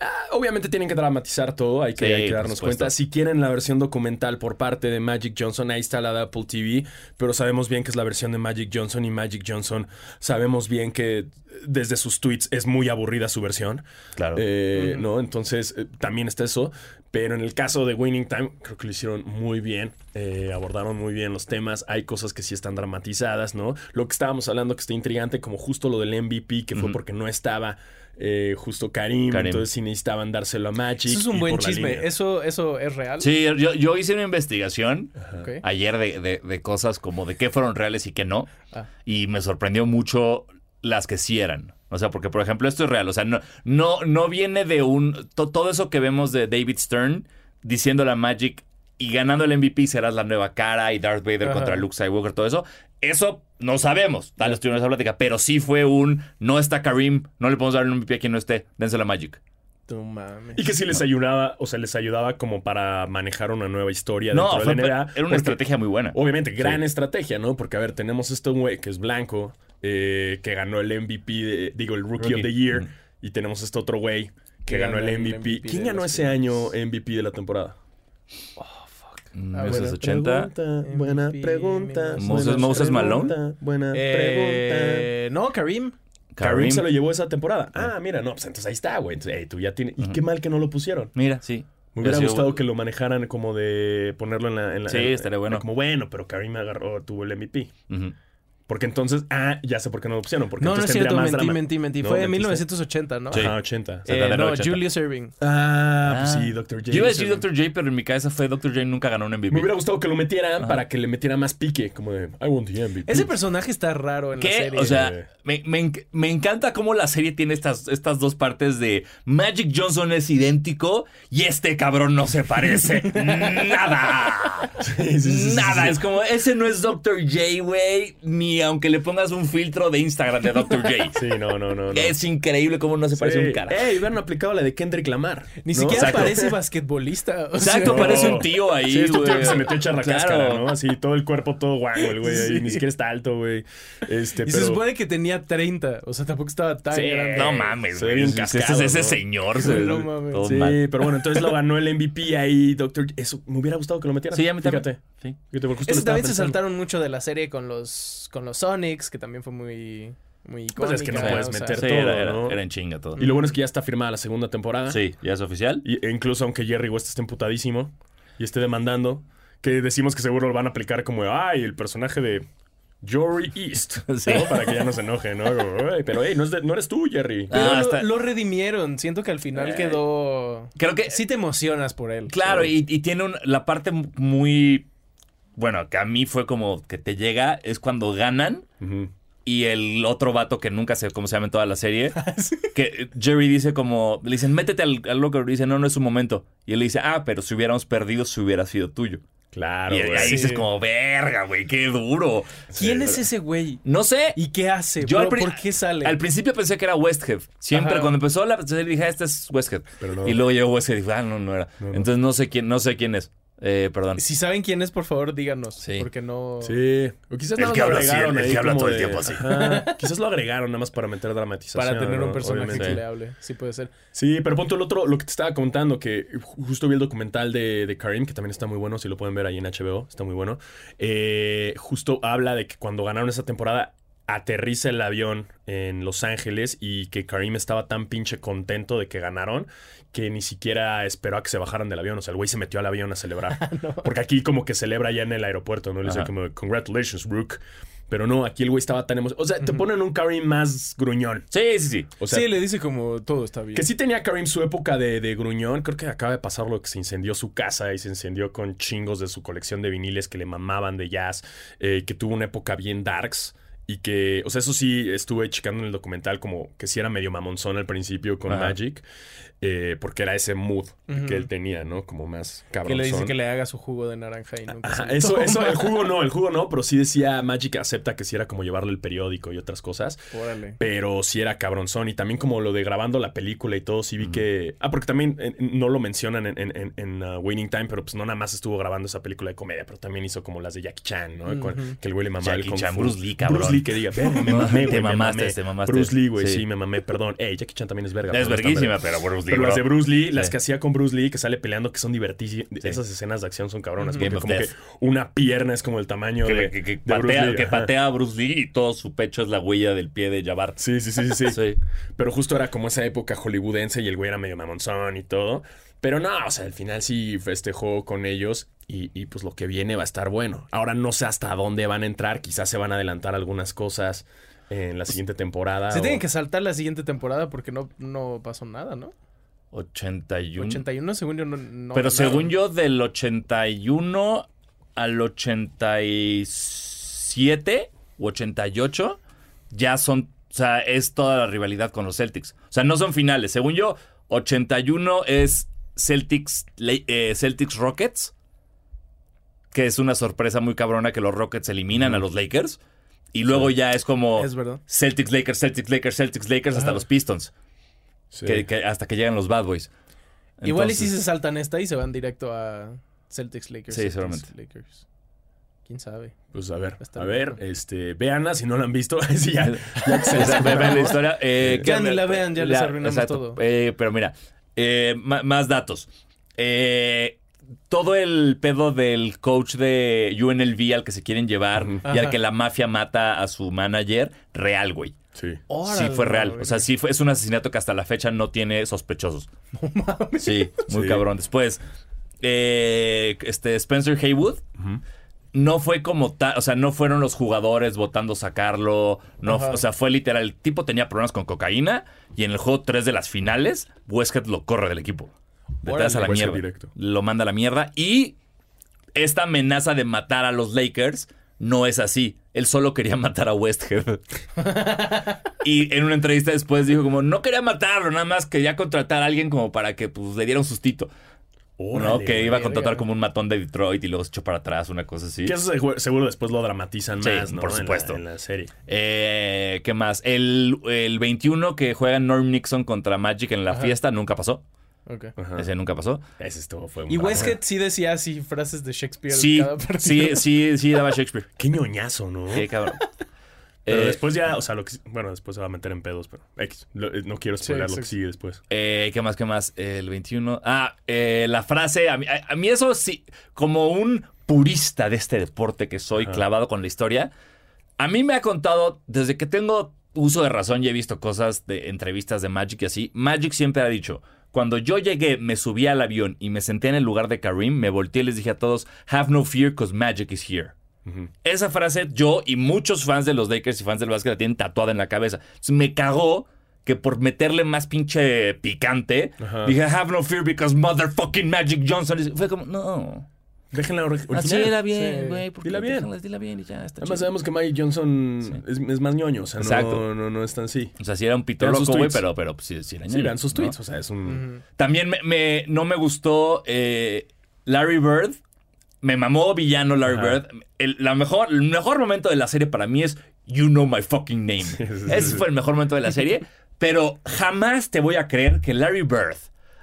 [SPEAKER 2] Ah, obviamente tienen que dramatizar todo, hay que,
[SPEAKER 1] Sí,
[SPEAKER 2] hay que
[SPEAKER 1] por
[SPEAKER 2] darnos
[SPEAKER 1] supuesto.
[SPEAKER 2] cuenta. Si quieren la versión documental por parte de Magic Johnson, ahí está la de Apple TV, pero sabemos bien que es la versión de Magic Johnson y Magic Johnson, sabemos bien que desde sus tweets es muy aburrida su versión.
[SPEAKER 1] Claro.
[SPEAKER 2] Eh, ¿No? Entonces, eh, también está eso. Pero en el caso de Winning Time, creo que lo hicieron muy bien. eh, abordaron muy bien los temas. Hay cosas que sí están dramatizadas, ¿no? Lo que estábamos hablando que está intrigante, como justo lo del MVP, que fue porque no estaba eh, justo Karim,
[SPEAKER 1] Karim.
[SPEAKER 2] Entonces, sí necesitaban dárselo a Magic.
[SPEAKER 3] Eso es un
[SPEAKER 2] y
[SPEAKER 3] buen
[SPEAKER 2] por la
[SPEAKER 3] chisme.
[SPEAKER 2] línea.
[SPEAKER 3] Eso, eso es real.
[SPEAKER 1] Sí, yo, yo hice una investigación
[SPEAKER 3] Ok.
[SPEAKER 1] ayer de, de- de cosas como de qué fueron reales y qué no.
[SPEAKER 3] Ah.
[SPEAKER 1] Y me sorprendió mucho las que sí eran. O sea, porque por ejemplo esto es real. O sea, no, no, no viene de un... to- todo eso que vemos de David Stern diciendo la Magic y ganando el MVP serás la nueva cara y Darth Vader
[SPEAKER 3] Ajá.
[SPEAKER 1] contra Luke Skywalker, todo eso. Eso no sabemos. Tal vez tuvimos esa plática. Pero sí fue un... No está Karim. No le podemos dar un MVP a quien no esté. Dense la Magic.
[SPEAKER 3] Tú mames.
[SPEAKER 2] Y que sí les ayudaba, o sea, les ayudaba como para manejar una nueva historia
[SPEAKER 1] No,
[SPEAKER 2] dentro
[SPEAKER 1] fue-
[SPEAKER 2] de la NBA.
[SPEAKER 1] era una
[SPEAKER 2] porque-
[SPEAKER 1] estrategia muy buena.
[SPEAKER 2] Obviamente, gran estrategia, ¿no? Porque, a ver, tenemos este güey que es blanco, eh, que ganó el MVP, de- digo, el Rookie, of
[SPEAKER 1] Rookie.
[SPEAKER 2] the Year, y tenemos este otro güey que
[SPEAKER 3] Que
[SPEAKER 2] ganó el
[SPEAKER 3] ganó el
[SPEAKER 2] MVP.
[SPEAKER 3] MVP
[SPEAKER 2] ¿Quién
[SPEAKER 3] de
[SPEAKER 2] ganó
[SPEAKER 3] los
[SPEAKER 2] ese año MVP de la temporada?
[SPEAKER 1] Mm,
[SPEAKER 3] Ah,
[SPEAKER 1] esos
[SPEAKER 3] buena
[SPEAKER 1] 80.
[SPEAKER 3] buena pregunta,
[SPEAKER 1] Moses- buena Moses pregunta,
[SPEAKER 2] Buena
[SPEAKER 3] Eh, no, Karim.
[SPEAKER 2] Karim
[SPEAKER 1] Karim.
[SPEAKER 2] se lo llevó esa temporada. Ah, mira, no, pues entonces ahí está, güey. Entonces, eh, tú ya tienes. Y qué mal que no lo pusieron.
[SPEAKER 1] Mira, sí.
[SPEAKER 2] Me hubiera
[SPEAKER 1] Sí, uh,
[SPEAKER 2] gustado que lo manejaran como de ponerlo en la. en la-
[SPEAKER 1] Sí,
[SPEAKER 2] en-
[SPEAKER 1] estaría bueno.
[SPEAKER 2] Como bueno, pero Karim agarró, tuvo el MVP.
[SPEAKER 1] Ujú.
[SPEAKER 2] Porque entonces, ah, ya sé por qué no lo pusieron. Porque
[SPEAKER 3] No, no es
[SPEAKER 2] entonces
[SPEAKER 3] cierto.
[SPEAKER 2] tendría más
[SPEAKER 3] Mentí,
[SPEAKER 2] drama.
[SPEAKER 3] mentí, mentí.
[SPEAKER 2] No,
[SPEAKER 3] Fue en
[SPEAKER 2] mentiste.
[SPEAKER 3] 1980, ¿no?
[SPEAKER 2] Ajá, 80.
[SPEAKER 3] Eh,
[SPEAKER 1] Setenta,
[SPEAKER 3] no,
[SPEAKER 1] 80.
[SPEAKER 3] Julius Irving.
[SPEAKER 2] Ah, pues
[SPEAKER 1] Ah.
[SPEAKER 2] sí, Dr. J.
[SPEAKER 1] Yo iba a decir Dr. J, pero en mi cabeza fue Dr. J nunca ganó un MVP.
[SPEAKER 2] Me hubiera gustado que lo metieran para que le metiera más pique, como de I want the MVP.
[SPEAKER 3] Ese personaje está raro en la
[SPEAKER 1] ¿Qué?
[SPEAKER 3] serie.
[SPEAKER 1] O sea, me, me enc- me encanta cómo la serie tiene estas, estas dos partes de Magic Johnson es idéntico y este cabrón no se parece. ¡Nada!
[SPEAKER 2] Sí, sí, sí, sí,
[SPEAKER 1] Nada.
[SPEAKER 2] sí.
[SPEAKER 1] Es como, ese no es Dr. J, güey, ni ni aunque le pongas un filtro de Instagram de Dr. J.
[SPEAKER 2] Sí, no, no, no. no.
[SPEAKER 1] Es increíble cómo no se parece
[SPEAKER 2] Sí.
[SPEAKER 1] un cara.
[SPEAKER 2] Ey, hubieran aplicado la de Kendrick Lamar.
[SPEAKER 3] Ni
[SPEAKER 2] ¿no?
[SPEAKER 3] siquiera
[SPEAKER 2] Exacto.
[SPEAKER 3] parece basquetbolista. o sea,
[SPEAKER 1] Exacto,
[SPEAKER 2] No.
[SPEAKER 1] parece un tío ahí,
[SPEAKER 2] Sí, este tío
[SPEAKER 1] güey.
[SPEAKER 2] que se metió a echar la
[SPEAKER 1] Claro.
[SPEAKER 2] cáscara, ¿no? Así, todo el cuerpo todo guango, el güey. ahí, Ni siquiera está alto, güey. Este,
[SPEAKER 3] Y se
[SPEAKER 2] pero...
[SPEAKER 3] supone que tenía 30. O sea, tampoco estaba tan
[SPEAKER 1] Sí,
[SPEAKER 3] grande.
[SPEAKER 1] no mames,
[SPEAKER 2] Se
[SPEAKER 1] güey.
[SPEAKER 2] ve bien
[SPEAKER 1] Ese-
[SPEAKER 2] cascado,
[SPEAKER 1] ese,
[SPEAKER 2] ¿no?
[SPEAKER 1] señor.
[SPEAKER 3] Sí,
[SPEAKER 1] se-
[SPEAKER 3] no mames.
[SPEAKER 1] todo
[SPEAKER 2] Sí,
[SPEAKER 1] mal.
[SPEAKER 2] pero bueno, entonces lo ganó el MVP ahí, Doctor. Eso, me hubiera gustado que lo metiera.
[SPEAKER 1] Sí, a mí también.
[SPEAKER 2] Fíjate.
[SPEAKER 1] Sí.
[SPEAKER 2] Fíjate, porque justo lo
[SPEAKER 3] Eso
[SPEAKER 2] estaba
[SPEAKER 3] también se
[SPEAKER 2] pensando.
[SPEAKER 3] saltaron mucho de la serie con los, con los Sonics, que también fue muy, muy icónica.
[SPEAKER 2] Pues es que no
[SPEAKER 3] o
[SPEAKER 2] puedes
[SPEAKER 3] sea,
[SPEAKER 2] meter-
[SPEAKER 1] Sí,
[SPEAKER 2] todo,
[SPEAKER 1] era, era-
[SPEAKER 2] ¿no?
[SPEAKER 1] era en chinga todo.
[SPEAKER 2] Y lo bueno es que ya está firmada la segunda temporada.
[SPEAKER 1] Sí, ya es oficial.
[SPEAKER 2] Y, e incluso aunque Jerry West esté emputadísimo y esté demandando, que decimos que seguro lo van a aplicar como, ay, el personaje de Jory East. ¿no?
[SPEAKER 1] Sí.
[SPEAKER 2] Para que ya no se enoje, ¿no? Como, "Ey, pero, hey, no, es de- no eres tú, Jerry.
[SPEAKER 1] Ah,
[SPEAKER 3] Pero lo,
[SPEAKER 1] hasta-
[SPEAKER 3] lo redimieron. Siento que al final quedó.
[SPEAKER 1] Creo que
[SPEAKER 3] Sí te emocionas por él.
[SPEAKER 1] Claro, y, y tiene un- la parte muy. Bueno, que a mí fue como que te llega, es cuando ganan
[SPEAKER 2] Ujú.
[SPEAKER 1] y el otro vato que nunca sé cómo se llama en toda la serie, que eh, Jerry dice como, le dicen, métete al, al locker, y dice, no, no es su momento. Y él le dice, ah, pero si hubiéramos perdido, si hubiera sido tuyo.
[SPEAKER 2] Claro,
[SPEAKER 1] y ahí
[SPEAKER 2] güey.
[SPEAKER 1] dices
[SPEAKER 3] Sí.
[SPEAKER 1] como, verga, güey, qué duro.
[SPEAKER 3] ¿Quién es ese güey?
[SPEAKER 1] No sé.
[SPEAKER 3] ¿Y qué hace?
[SPEAKER 1] Yo al
[SPEAKER 3] bro?
[SPEAKER 1] pri-
[SPEAKER 3] ¿Por qué sale?
[SPEAKER 1] Al principio pensé que era Westhead. Siempre
[SPEAKER 3] Ajá.
[SPEAKER 1] cuando empezó la serie dije, "Ah, este es Westhead.
[SPEAKER 2] Pero no.
[SPEAKER 1] Y luego llegó Westhead y dije, ah, no, no era.
[SPEAKER 2] No, no.
[SPEAKER 1] Entonces no sé quién, no sé quién es. Eh, perdón.
[SPEAKER 3] Si saben quién es, por favor, díganos.
[SPEAKER 1] Sí.
[SPEAKER 3] Porque no.
[SPEAKER 2] Sí. O quizás
[SPEAKER 1] El
[SPEAKER 2] nada más
[SPEAKER 1] que
[SPEAKER 2] lo
[SPEAKER 1] habla así,
[SPEAKER 2] agregaron
[SPEAKER 1] el
[SPEAKER 2] ahí
[SPEAKER 1] que habla
[SPEAKER 2] como
[SPEAKER 1] todo el
[SPEAKER 2] de-
[SPEAKER 1] tiempo así.
[SPEAKER 2] Ajá. Quizás lo agregaron nada más para meter dramatización.
[SPEAKER 3] Para tener un
[SPEAKER 2] ¿no?
[SPEAKER 3] personaje
[SPEAKER 2] Obviamente.
[SPEAKER 3] que le hable. Sí puede ser.
[SPEAKER 2] Sí, pero ponte el otro, lo que te estaba contando, que ju- justo vi el documental de, de Karim, que también está muy bueno, si lo pueden ver ahí en HBO, está muy bueno. Eh, justo habla de que cuando ganaron esa temporada aterriza el avión en Los Ángeles y que Karim estaba tan pinche contento de que ganaron que ni siquiera esperó a que se bajaran del avión. O sea, el güey se metió al avión a celebrar. Porque aquí como que celebra ya en el aeropuerto, ¿no? Le dice
[SPEAKER 1] Ajá.
[SPEAKER 2] como, congratulations, Brooke. Pero no, aquí el güey estaba tan emocionado. O sea, te ponen un Karim más gruñón.
[SPEAKER 1] Sí, sí, sí.
[SPEAKER 2] O sea,
[SPEAKER 3] sí, le dice como todo está bien.
[SPEAKER 2] que sí tenía Karim su época de, de gruñón. Creo que acaba de pasar lo que se incendió su casa y se incendió con chingos de su colección de viniles que le mamaban de jazz. eh, que tuvo una época bien darks. Y que, o sea, eso sí estuve checando en el documental como que sí era medio mamonzón al principio con
[SPEAKER 1] Ajá.
[SPEAKER 2] Magic. eh, porque era ese mood
[SPEAKER 3] Ujú.
[SPEAKER 2] que él tenía, ¿no? Como más cabrón.
[SPEAKER 3] Que le dice que le haga su jugo de naranja y nunca se
[SPEAKER 2] Ajá,
[SPEAKER 3] lo
[SPEAKER 2] eso,
[SPEAKER 3] toma.
[SPEAKER 2] eso, el jugo no, el jugo no, pero sí decía Magic acepta que sí era como llevarle el periódico y otras cosas.
[SPEAKER 3] Órale.
[SPEAKER 2] Pero sí era cabronzón. Y también como lo de grabando la película y todo, sí vi que... Ah, porque también eh, no lo mencionan en, en- en- en, uh, Winning Time, pero pues no nada más estuvo grabando esa película de comedia, pero también hizo como las de Jackie Chan, ¿no? Con-
[SPEAKER 3] Ujú.
[SPEAKER 2] Que el güey le mamaba el
[SPEAKER 1] Jackie
[SPEAKER 2] Kung
[SPEAKER 1] Chan,
[SPEAKER 2] Fu.
[SPEAKER 1] Bruce Lee, cabrón.
[SPEAKER 2] Bruce Lee que diga, "Verga, me
[SPEAKER 1] No,
[SPEAKER 2] mamé,
[SPEAKER 1] te
[SPEAKER 2] güey, me
[SPEAKER 1] mamaste,
[SPEAKER 2] mamé".
[SPEAKER 1] te mamaste.
[SPEAKER 2] Bruce Lee, güey, sí.
[SPEAKER 1] Sí.
[SPEAKER 2] me mamé, perdón. Ey, Jackie Chan también es verga.
[SPEAKER 1] Es
[SPEAKER 2] pero no es tan
[SPEAKER 1] verguísima,
[SPEAKER 2] verga.
[SPEAKER 1] pero Bruce Lee.
[SPEAKER 2] Pero las de
[SPEAKER 1] bro.
[SPEAKER 2] Bruce Lee, las
[SPEAKER 1] Sí.
[SPEAKER 2] que hacía con Bruce Lee, que sale peleando, que son divertísimas. Esas escenas de acción son cabronas.
[SPEAKER 1] Game
[SPEAKER 2] porque
[SPEAKER 1] of
[SPEAKER 2] como que
[SPEAKER 1] Death.
[SPEAKER 2] una pierna es como el tamaño
[SPEAKER 1] Que,
[SPEAKER 2] de,
[SPEAKER 1] que- que
[SPEAKER 2] de Bruce
[SPEAKER 1] patea,
[SPEAKER 2] Lee,
[SPEAKER 1] que
[SPEAKER 2] ajá.
[SPEAKER 1] patea a Bruce Lee y todo su pecho es la huella del pie de Jabbar.
[SPEAKER 2] Sí, sí, sí, sí, sí.
[SPEAKER 1] Sí.
[SPEAKER 2] Pero justo era como esa época hollywoodense y el güey era medio mamonzón y todo. Pero no, o sea, al final sí festejó con ellos y, y, pues lo que viene va a estar bueno. Ahora no sé hasta dónde van a entrar, quizás se van a adelantar algunas cosas en
[SPEAKER 1] Pues,
[SPEAKER 2] la siguiente temporada.
[SPEAKER 3] Se
[SPEAKER 2] o-
[SPEAKER 3] tienen que saltar la siguiente temporada porque no, no pasó nada, ¿no?
[SPEAKER 1] 81.
[SPEAKER 3] 81, según yo, no. no
[SPEAKER 1] Mm.
[SPEAKER 3] ganaron.
[SPEAKER 1] pero según yo, del 81 al 87 u 88, ya son. O sea, es toda la rivalidad con los Celtics. O sea, no son finales. Según yo, 81 es Celtics, Le- eh, Celtics Rockets, que es una sorpresa muy cabrona que los Rockets eliminan a los Lakers. Y luego ya es como.
[SPEAKER 3] Es verdad.
[SPEAKER 1] Celtics, Lakers, Celtics, Lakers, Celtics, Lakers, hasta
[SPEAKER 3] Ajá.
[SPEAKER 1] los Pistons,
[SPEAKER 2] Sí.
[SPEAKER 1] que, que- hasta que llegan los Bad Boys.
[SPEAKER 3] Igual y si
[SPEAKER 1] Entonces,
[SPEAKER 3] se saltan esta y se van directo a Celtics Lakers.
[SPEAKER 1] Sí,
[SPEAKER 3] Celtics,
[SPEAKER 1] seguramente.
[SPEAKER 3] Lakers. ¿Quién sabe?
[SPEAKER 2] Pues a ver,
[SPEAKER 3] Está
[SPEAKER 2] a
[SPEAKER 3] bien.
[SPEAKER 2] ver, este, véanla si no la han visto. sí, ya, ya que se
[SPEAKER 1] o
[SPEAKER 2] les
[SPEAKER 1] sea, ve- vean
[SPEAKER 2] acabó.
[SPEAKER 1] la historia. eh,
[SPEAKER 3] Ya
[SPEAKER 1] que-
[SPEAKER 3] ni la vean, ya les arruinamos
[SPEAKER 1] exacto.
[SPEAKER 3] todo.
[SPEAKER 1] Eh, pero mira, eh, ma- más datos. Eh, todo el pedo del coach de UNLV al que se quieren llevar
[SPEAKER 2] Ujú.
[SPEAKER 1] y
[SPEAKER 3] Ajá.
[SPEAKER 1] al que la mafia mata a su manager, real, güey.
[SPEAKER 2] Sí.
[SPEAKER 1] Sí fue real. O sea, sí fue, es un asesinato que hasta la fecha no tiene sospechosos. Sí, muy
[SPEAKER 2] Sí.
[SPEAKER 1] cabrón. Después, eh, este Spencer Haywood. No fue como tal, o sea, no fueron los jugadores votando sacarlo, no,
[SPEAKER 3] Ajá.
[SPEAKER 1] o sea, fue literal, el tipo tenía problemas con cocaína y en el juego 3 de las finales, Westcott lo corre del equipo. Detrás a la
[SPEAKER 2] Órale, Westcott
[SPEAKER 1] mierda.
[SPEAKER 2] directo.
[SPEAKER 1] Lo manda a la mierda y esta amenaza de matar a los Lakers no es así. Él solo quería matar a Westhead. y en una entrevista después dijo como, no quería matarlo, nada más quería contratar a alguien como para que pues, le diera un sustito. ¿no?
[SPEAKER 2] Órale,
[SPEAKER 1] Que iba a
[SPEAKER 3] verga.
[SPEAKER 1] contratar como un matón de Detroit y luego se echó para atrás, una cosa así.
[SPEAKER 2] Que eso segu- seguro después lo dramatizan
[SPEAKER 1] Sí,
[SPEAKER 2] más, ¿no?
[SPEAKER 1] por
[SPEAKER 2] En la-
[SPEAKER 1] supuesto.
[SPEAKER 2] En la, serie.
[SPEAKER 1] Eh, ¿Qué más? El, el 21 que juega Norm Nixon contra Magic en la fiesta nunca pasó.
[SPEAKER 3] Ok.
[SPEAKER 2] Ajá.
[SPEAKER 1] Ese nunca pasó.
[SPEAKER 2] Ese estuvo, fue
[SPEAKER 3] Y
[SPEAKER 2] bravo.
[SPEAKER 3] Westcott sí decía así frases de Shakespeare
[SPEAKER 1] Sí,
[SPEAKER 3] cada partido.
[SPEAKER 1] sí, sí, sí, daba Shakespeare.
[SPEAKER 2] Qué ñoñazo, ¿no?
[SPEAKER 1] Qué cabrón.
[SPEAKER 2] Pero
[SPEAKER 1] Eh,
[SPEAKER 2] después ya, o sea, lo que, bueno, después se va a meter en pedos, pero X, lo- eh, no quiero spoiler lo que
[SPEAKER 3] sí.
[SPEAKER 2] sigue después.
[SPEAKER 1] Eh, ¿Qué más? ¿Qué más? El 21. Ah, eh, la frase. A mí, a- a mí eso sí, como un purista de este deporte que soy,
[SPEAKER 2] Ajá.
[SPEAKER 1] clavado con la historia, a mí me ha contado, desde que tengo uso de razón y he visto cosas de entrevistas de Magic y así, Magic siempre ha dicho, cuando yo llegué, me subí al avión y me senté en el lugar de Karim, me volteé y les dije a todos, have no fear, cause Magic is here.
[SPEAKER 2] Ujú.
[SPEAKER 1] Esa frase yo y muchos fans de los Lakers y fans del básquet la tienen tatuada en la cabeza. Entonces, me cagó que por meterle más pinche picante,
[SPEAKER 2] Ajá.
[SPEAKER 1] dije, have no fear because motherfucking Magic Johnson. is-". Fue como, no,
[SPEAKER 2] Déjenla ori- original.
[SPEAKER 1] así Ah, era bien,
[SPEAKER 3] Sí.
[SPEAKER 1] güey. ¿por qué?
[SPEAKER 2] Dila bien.
[SPEAKER 1] Déjala, dila bien y ya está.
[SPEAKER 2] Además
[SPEAKER 1] chido.
[SPEAKER 2] sabemos que Magic Johnson es, es más ñoño, o sea,
[SPEAKER 1] Exacto.
[SPEAKER 2] no, no, no es tan así.
[SPEAKER 1] O sea, sí era un pito
[SPEAKER 2] Vean sus
[SPEAKER 1] loco, güey,
[SPEAKER 2] tweets.
[SPEAKER 1] pero, pero pues, sí, sí era
[SPEAKER 2] Sí,
[SPEAKER 1] ñoño,
[SPEAKER 2] vean sus
[SPEAKER 1] ¿no?
[SPEAKER 2] tweets, o sea, es un...
[SPEAKER 3] Ujú.
[SPEAKER 1] También me, me- no me gustó eh, Larry Bird. Me mamó villano Larry
[SPEAKER 2] Ajá.
[SPEAKER 1] Bird. El, la mejor, el mejor momento de la serie para mí es You Know My Fucking Name.
[SPEAKER 2] sí,
[SPEAKER 1] Ese
[SPEAKER 2] sí.
[SPEAKER 1] fue el mejor momento de la serie. Pero jamás te voy a creer que Larry Bird,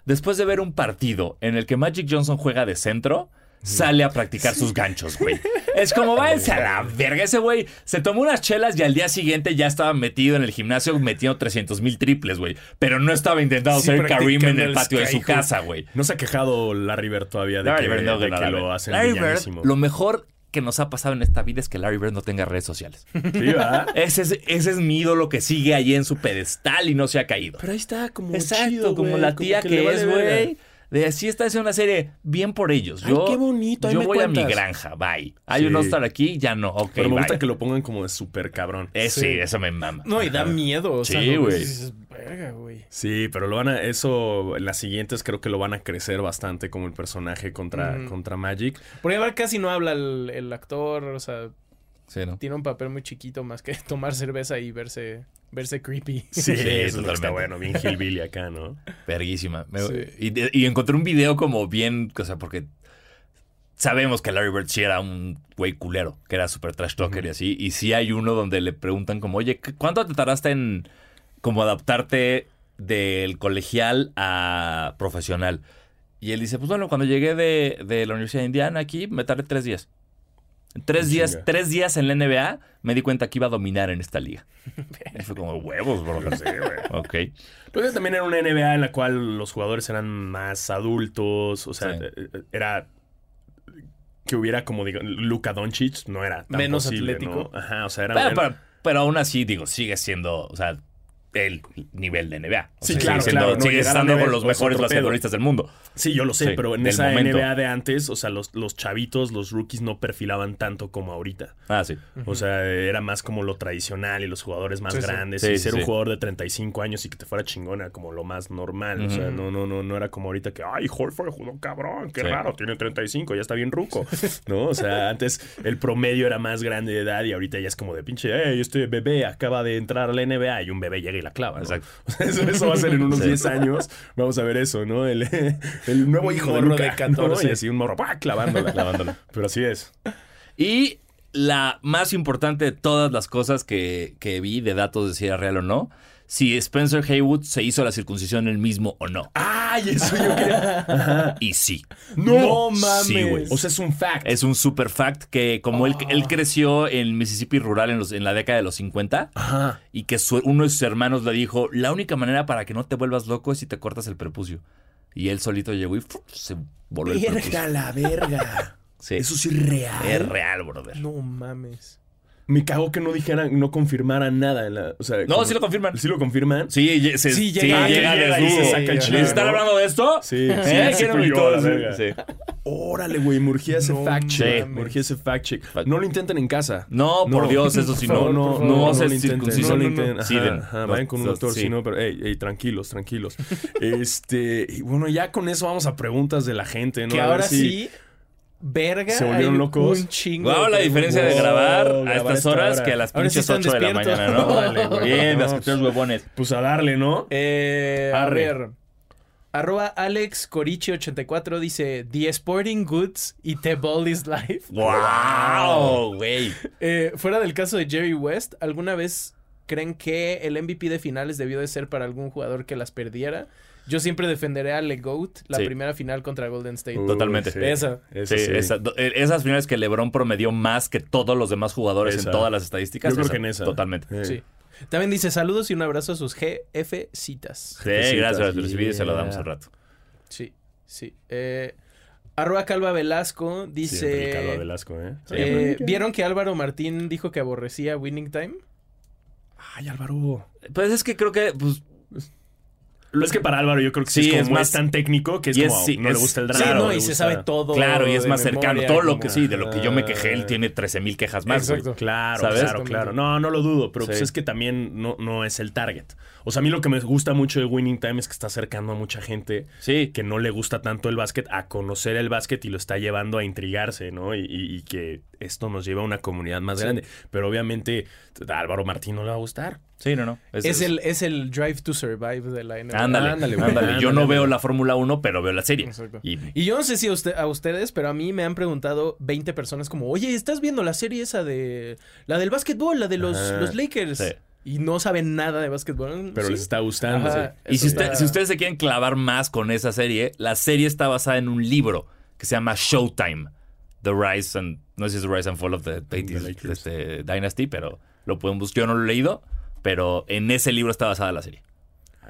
[SPEAKER 1] después de ver un partido en el que Magic Johnson juega de centro, sale a practicar sus ganchos, güey. Es como váyanse a la verga. Ese güey se tomó unas chelas y al día siguiente ya estaba metido en el gimnasio metiendo 300 mil triples, güey. Pero no estaba intentando
[SPEAKER 2] Sí,
[SPEAKER 1] ser Karim en
[SPEAKER 2] practicando
[SPEAKER 1] el
[SPEAKER 2] el
[SPEAKER 1] patio de su
[SPEAKER 2] skyhook.
[SPEAKER 1] casa, güey.
[SPEAKER 2] No se ha quejado Larry Bird todavía de
[SPEAKER 1] Larry
[SPEAKER 2] que,
[SPEAKER 1] Bird no
[SPEAKER 2] de
[SPEAKER 1] gana
[SPEAKER 2] que
[SPEAKER 1] la
[SPEAKER 2] lo
[SPEAKER 1] verga.
[SPEAKER 2] hacen
[SPEAKER 1] Larry Bird,
[SPEAKER 2] villanísimo.
[SPEAKER 1] lo mejor que nos ha pasado en esta vida es que Larry Bird no tenga redes sociales.
[SPEAKER 2] Sí, ¿verdad?
[SPEAKER 1] Ese es, ese es mi ídolo que sigue ahí en su pedestal y no se ha caído.
[SPEAKER 2] Pero ahí está como
[SPEAKER 1] Exacto,
[SPEAKER 2] chido,
[SPEAKER 1] como
[SPEAKER 2] güey,
[SPEAKER 1] la tía
[SPEAKER 2] le
[SPEAKER 1] que,
[SPEAKER 2] vale
[SPEAKER 1] es,
[SPEAKER 2] verga.
[SPEAKER 1] güey. De así está haciendo una serie bien por ellos.
[SPEAKER 2] Ay,
[SPEAKER 1] Yo,
[SPEAKER 2] qué bonito, ahí
[SPEAKER 1] Yo
[SPEAKER 2] me
[SPEAKER 1] voy a mi
[SPEAKER 2] cuentas.
[SPEAKER 1] granja, bye. Hay
[SPEAKER 2] Sí.
[SPEAKER 1] un All-Star aquí, ya no. Ok,
[SPEAKER 2] Pero me
[SPEAKER 1] bye.
[SPEAKER 2] gusta que lo pongan como de súper cabrón.
[SPEAKER 1] Eh, sí,
[SPEAKER 3] Sí.
[SPEAKER 1] eso me mama.
[SPEAKER 3] No, y da miedo. O sea,
[SPEAKER 1] Sí,
[SPEAKER 3] como
[SPEAKER 1] güey.
[SPEAKER 3] que dices, Verga, güey.
[SPEAKER 2] Sí, pero lo van a. Eso, en las siguientes creo que lo van a crecer bastante como el personaje contra,
[SPEAKER 3] Ujú.
[SPEAKER 2] contra Magic.
[SPEAKER 3] Porque ahora casi no habla el, el actor, o sea,
[SPEAKER 1] Sí, ¿no?
[SPEAKER 3] tiene un papel muy chiquito más que tomar cerveza y verse, verse creepy.
[SPEAKER 2] Sí,
[SPEAKER 1] Sí,
[SPEAKER 2] eso es lo que
[SPEAKER 1] totalmente.
[SPEAKER 2] está bueno, bien Hillbilly acá, ¿no?
[SPEAKER 1] Verguísima. Me-
[SPEAKER 3] Sí.
[SPEAKER 1] y, de- y encontré un video como bien, o sea, porque sabemos que Larry Bird sí era un güey culero, que era súper trash talker y así. Y sí hay uno donde le preguntan como, oye, ¿cu- ¿cuánto te tardaste en como adaptarte del colegial a profesional? Y él dice, pues bueno, cuando llegué de, de la Universidad de Indiana aquí, me tardé tres días. En Tres
[SPEAKER 2] En
[SPEAKER 1] días,
[SPEAKER 2] chinga.
[SPEAKER 1] tres días en la NBA, me di cuenta que iba a dominar en esta liga. Y fue como huevos, bro. Ok.
[SPEAKER 2] Pues también era una NBA en la cual los jugadores eran más adultos. O sea,
[SPEAKER 1] Sí.
[SPEAKER 2] eh, eh, era. Que hubiera como, digo, Luka Doncic no era tan
[SPEAKER 3] Menos
[SPEAKER 2] posible,
[SPEAKER 3] atlético.
[SPEAKER 2] ¿no? Ajá, o sea, era.
[SPEAKER 1] Pero,
[SPEAKER 2] era-
[SPEAKER 1] pero- pero aún así, digo, sigue siendo, o sea, el nivel de NBA. O
[SPEAKER 2] Sí,
[SPEAKER 1] sea,
[SPEAKER 2] claro,
[SPEAKER 1] sigue siendo-
[SPEAKER 2] claro, no,
[SPEAKER 1] sigue
[SPEAKER 2] llegar a
[SPEAKER 1] estando
[SPEAKER 2] nivel
[SPEAKER 1] con los
[SPEAKER 2] es otro
[SPEAKER 1] mejores
[SPEAKER 2] pedo.
[SPEAKER 1] basquetbolistas del mundo.
[SPEAKER 2] Sí, yo lo sé,
[SPEAKER 1] Sí,
[SPEAKER 2] pero en
[SPEAKER 1] del
[SPEAKER 2] esa
[SPEAKER 1] momento.
[SPEAKER 2] NBA de antes, o sea, los, los chavitos, los rookies no perfilaban tanto como ahorita.
[SPEAKER 1] Ah, sí.
[SPEAKER 2] O sea, era más como lo tradicional y los jugadores más
[SPEAKER 3] Sí, sí.
[SPEAKER 2] grandes.
[SPEAKER 1] Sí,
[SPEAKER 2] y
[SPEAKER 1] sí,
[SPEAKER 2] ser
[SPEAKER 1] sí.
[SPEAKER 2] un jugador de 35 años y que te fuera chingón era como lo más normal. O sea,
[SPEAKER 1] Ujú.
[SPEAKER 2] no, no, no, no era como ahorita que, ay, Horford jugó cabrón, qué
[SPEAKER 1] Sí.
[SPEAKER 2] raro, tiene 35, ya está bien ruco. ¿No? O sea, antes el promedio era más grande de edad y ahorita ya es como de pinche, hey, este bebé acaba de entrar a la NBA y un bebé llega y la clava. ¿no?
[SPEAKER 1] Exacto.
[SPEAKER 2] O sea, eso, eso va a ser en unos
[SPEAKER 1] Sí.
[SPEAKER 2] 10 años. Vamos a ver eso, ¿no? El, el nuevo
[SPEAKER 3] Un
[SPEAKER 2] hijo de
[SPEAKER 3] morro
[SPEAKER 2] Luca,
[SPEAKER 3] de
[SPEAKER 2] ¿no?
[SPEAKER 3] 14.
[SPEAKER 2] Y así un morro, ¡pa! clavándola, clavándola. Pero así es.
[SPEAKER 1] Y la más importante de todas las cosas que, que vi de datos de si era real o no, si Spencer Haywood se hizo la circuncisión él mismo o no.
[SPEAKER 2] ¡Ay, eso yo quería!
[SPEAKER 1] Y sí.
[SPEAKER 2] ¡No!
[SPEAKER 3] mames.
[SPEAKER 1] Sí, güey.
[SPEAKER 2] O sea, es un fact.
[SPEAKER 1] Es un super fact que como él, él
[SPEAKER 2] Ah.
[SPEAKER 1] creció en Mississippi rural en, los, en la década de los 50
[SPEAKER 2] Ajá.
[SPEAKER 1] y que su- uno de sus hermanos le dijo, la única manera para que no te vuelvas loco es si te cortas el prepucio. Y él solito llegó y ¡fuf! se voló el prepucio.
[SPEAKER 2] la verga.
[SPEAKER 1] Sí.
[SPEAKER 2] es irreal.
[SPEAKER 1] Es real, brother.
[SPEAKER 3] No mames.
[SPEAKER 2] Me cagó que no dijeran, no confirmaran nada. en la- o sea,
[SPEAKER 1] No,
[SPEAKER 2] como-
[SPEAKER 1] sí lo confirman.
[SPEAKER 2] ¿Sí lo confirman?
[SPEAKER 1] Sí, ye- se,
[SPEAKER 3] Sí,
[SPEAKER 1] sí,
[SPEAKER 3] llega-
[SPEAKER 1] llega,
[SPEAKER 2] Ah, que llega y
[SPEAKER 1] desnudo.
[SPEAKER 2] se saca el
[SPEAKER 1] Sí,
[SPEAKER 2] chile,
[SPEAKER 1] ¿Están
[SPEAKER 2] ¿no?
[SPEAKER 1] hablando de esto?
[SPEAKER 2] Sí, sí,
[SPEAKER 1] ¿Eh?
[SPEAKER 2] sí,
[SPEAKER 1] ¿Quieren
[SPEAKER 2] fui
[SPEAKER 1] y
[SPEAKER 2] yo,
[SPEAKER 1] todo
[SPEAKER 2] la
[SPEAKER 1] eso?
[SPEAKER 2] verga.
[SPEAKER 1] Sí.
[SPEAKER 2] Órale, güey, me urgía ese
[SPEAKER 3] No
[SPEAKER 2] fact check.
[SPEAKER 3] mames.
[SPEAKER 2] Me urgía ese fact check.
[SPEAKER 1] Fact-
[SPEAKER 2] No lo intenten en casa.
[SPEAKER 1] No, por
[SPEAKER 2] No.
[SPEAKER 1] Dios, eso sí
[SPEAKER 3] Por
[SPEAKER 1] no.
[SPEAKER 3] favor,
[SPEAKER 1] No,
[SPEAKER 3] por favor,
[SPEAKER 1] se
[SPEAKER 2] lo intenten,
[SPEAKER 1] circuncisan.
[SPEAKER 2] No lo
[SPEAKER 3] No, no,
[SPEAKER 2] intenten.
[SPEAKER 1] no.
[SPEAKER 2] Ajá,
[SPEAKER 1] Sí, de-
[SPEAKER 2] ajá, vayan con un
[SPEAKER 1] no,
[SPEAKER 2] doctor,
[SPEAKER 1] sí.
[SPEAKER 2] si no, pero ey, ey, tranquilos, tranquilos. Este, y bueno, ya con eso vamos a preguntas de la gente, ¿no?
[SPEAKER 3] que
[SPEAKER 2] A ver
[SPEAKER 3] ahora
[SPEAKER 2] si-
[SPEAKER 3] sí, verga.
[SPEAKER 2] ¿Se volvieron
[SPEAKER 3] hay
[SPEAKER 2] locos?
[SPEAKER 3] Un chingo.
[SPEAKER 1] Wow,
[SPEAKER 3] de
[SPEAKER 1] la diferencia de
[SPEAKER 2] Wow,
[SPEAKER 1] grabar a
[SPEAKER 2] grabar
[SPEAKER 1] estas
[SPEAKER 2] esta
[SPEAKER 1] horas
[SPEAKER 2] hora.
[SPEAKER 1] que a las
[SPEAKER 3] Ahora sí
[SPEAKER 1] pinches
[SPEAKER 3] están
[SPEAKER 1] 8 de la
[SPEAKER 3] despiertos.
[SPEAKER 1] mañana, ¿no?
[SPEAKER 2] Órale, güey.
[SPEAKER 1] Bien,
[SPEAKER 2] No,
[SPEAKER 1] las que tres huevones.
[SPEAKER 2] Pues a darle, ¿no?
[SPEAKER 3] Eh, a
[SPEAKER 2] Arre.
[SPEAKER 3] ver. Arroba Alex Corichi84 dice: The Sporting Goods y The Ball is Life.
[SPEAKER 1] ¡Wow! Güey.
[SPEAKER 3] Eh, fuera del caso de Jerry West, ¿alguna vez creen que el MVP de finales debió de ser para algún jugador que las perdiera? Yo siempre defenderé a LeGoat, la
[SPEAKER 1] Sí.
[SPEAKER 3] primera final contra Golden State.
[SPEAKER 2] Uh,
[SPEAKER 1] Totalmente.
[SPEAKER 3] Esa.
[SPEAKER 2] Esa
[SPEAKER 1] Sí,
[SPEAKER 2] sí.
[SPEAKER 1] esa- do- eh, esas finales que LeBron promedió más que todos los demás jugadores
[SPEAKER 2] Esa.
[SPEAKER 1] en todas las estadísticas.
[SPEAKER 2] Yo creo que en esa.
[SPEAKER 1] Totalmente. Sí,
[SPEAKER 2] Eh,
[SPEAKER 3] Sí. También dice saludos y un abrazo a sus GF citas.
[SPEAKER 2] Jefecitas.
[SPEAKER 1] gracias. Lo recibí y se lo damos
[SPEAKER 4] Yeah.
[SPEAKER 1] al rato.
[SPEAKER 3] Sí, sí. Eh, Arroba Calva Velasco
[SPEAKER 2] Siempre el Calva
[SPEAKER 3] dice.
[SPEAKER 2] Velasco, ¿eh?
[SPEAKER 3] eh, ¿Vieron que Álvaro Martín dijo que aborrecía Winning Time?
[SPEAKER 2] Ay, Álvaro.
[SPEAKER 1] Pues es que creo que pues,
[SPEAKER 2] Lo es que para Álvaro yo creo que sí,
[SPEAKER 1] Sí,
[SPEAKER 2] es, como,
[SPEAKER 1] es más-
[SPEAKER 2] es tan técnico que es
[SPEAKER 1] y es-
[SPEAKER 2] como
[SPEAKER 1] sí,
[SPEAKER 2] no le
[SPEAKER 1] es-
[SPEAKER 2] gusta el
[SPEAKER 1] sí,
[SPEAKER 2] drama.
[SPEAKER 3] sí, no,
[SPEAKER 2] le
[SPEAKER 3] y se
[SPEAKER 2] gusta-
[SPEAKER 3] sabe todo.
[SPEAKER 1] Claro, y es
[SPEAKER 3] de
[SPEAKER 1] más cercano.
[SPEAKER 3] memoria,
[SPEAKER 1] Todo lo
[SPEAKER 3] como-
[SPEAKER 1] que sí, de lo que yo me quejé,
[SPEAKER 2] Ah.
[SPEAKER 1] él tiene 13 mil quejas más. güey.
[SPEAKER 3] Exacto.
[SPEAKER 2] Claro,
[SPEAKER 1] ¿Sabes?
[SPEAKER 2] claro, claro. No, no lo dudo, pero pues
[SPEAKER 1] Sí.
[SPEAKER 2] es que también no, no es el target. O sea, a mí lo que me gusta mucho de Winning Time es que está acercando a mucha gente
[SPEAKER 1] Sí.
[SPEAKER 2] que no le gusta tanto el básquet a conocer el básquet y lo está llevando a intrigarse, ¿no? Y, y- y que esto nos lleva a una comunidad más grande. Pero obviamente a Álvaro Martín no le va a gustar.
[SPEAKER 1] Sí, no, no.
[SPEAKER 3] Es el, es el Drive to Survive de la NBA.
[SPEAKER 1] Ándale, ándale,
[SPEAKER 2] Ándale, güey.
[SPEAKER 1] Yo no
[SPEAKER 2] Ándale.
[SPEAKER 1] veo la Fórmula 1, pero veo la serie.
[SPEAKER 3] Exacto.
[SPEAKER 1] Y
[SPEAKER 3] Y yo no sé si a, usted- a ustedes, pero a mí me han preguntado 20 personas como, oye, ¿estás viendo la serie esa de... La del básquetbol, la de los,
[SPEAKER 2] Ajá,
[SPEAKER 3] los Lakers?
[SPEAKER 1] sí.
[SPEAKER 3] Y no saben nada de básquetbol.
[SPEAKER 2] Pero
[SPEAKER 3] Sí.
[SPEAKER 2] les está gustando.
[SPEAKER 3] Ajá,
[SPEAKER 2] sí.
[SPEAKER 1] Y
[SPEAKER 3] eso
[SPEAKER 1] si, usted-
[SPEAKER 3] está-
[SPEAKER 1] si ustedes se quieren clavar más con esa serie, la serie está basada en un libro que se llama Showtime. The Rise and... No sé si es The Rise and Fall of the, 80s,
[SPEAKER 2] The Lakers.
[SPEAKER 1] este, Dynasty, pero lo pueden buscar. Yo no lo he leído, pero en ese libro está basada la serie.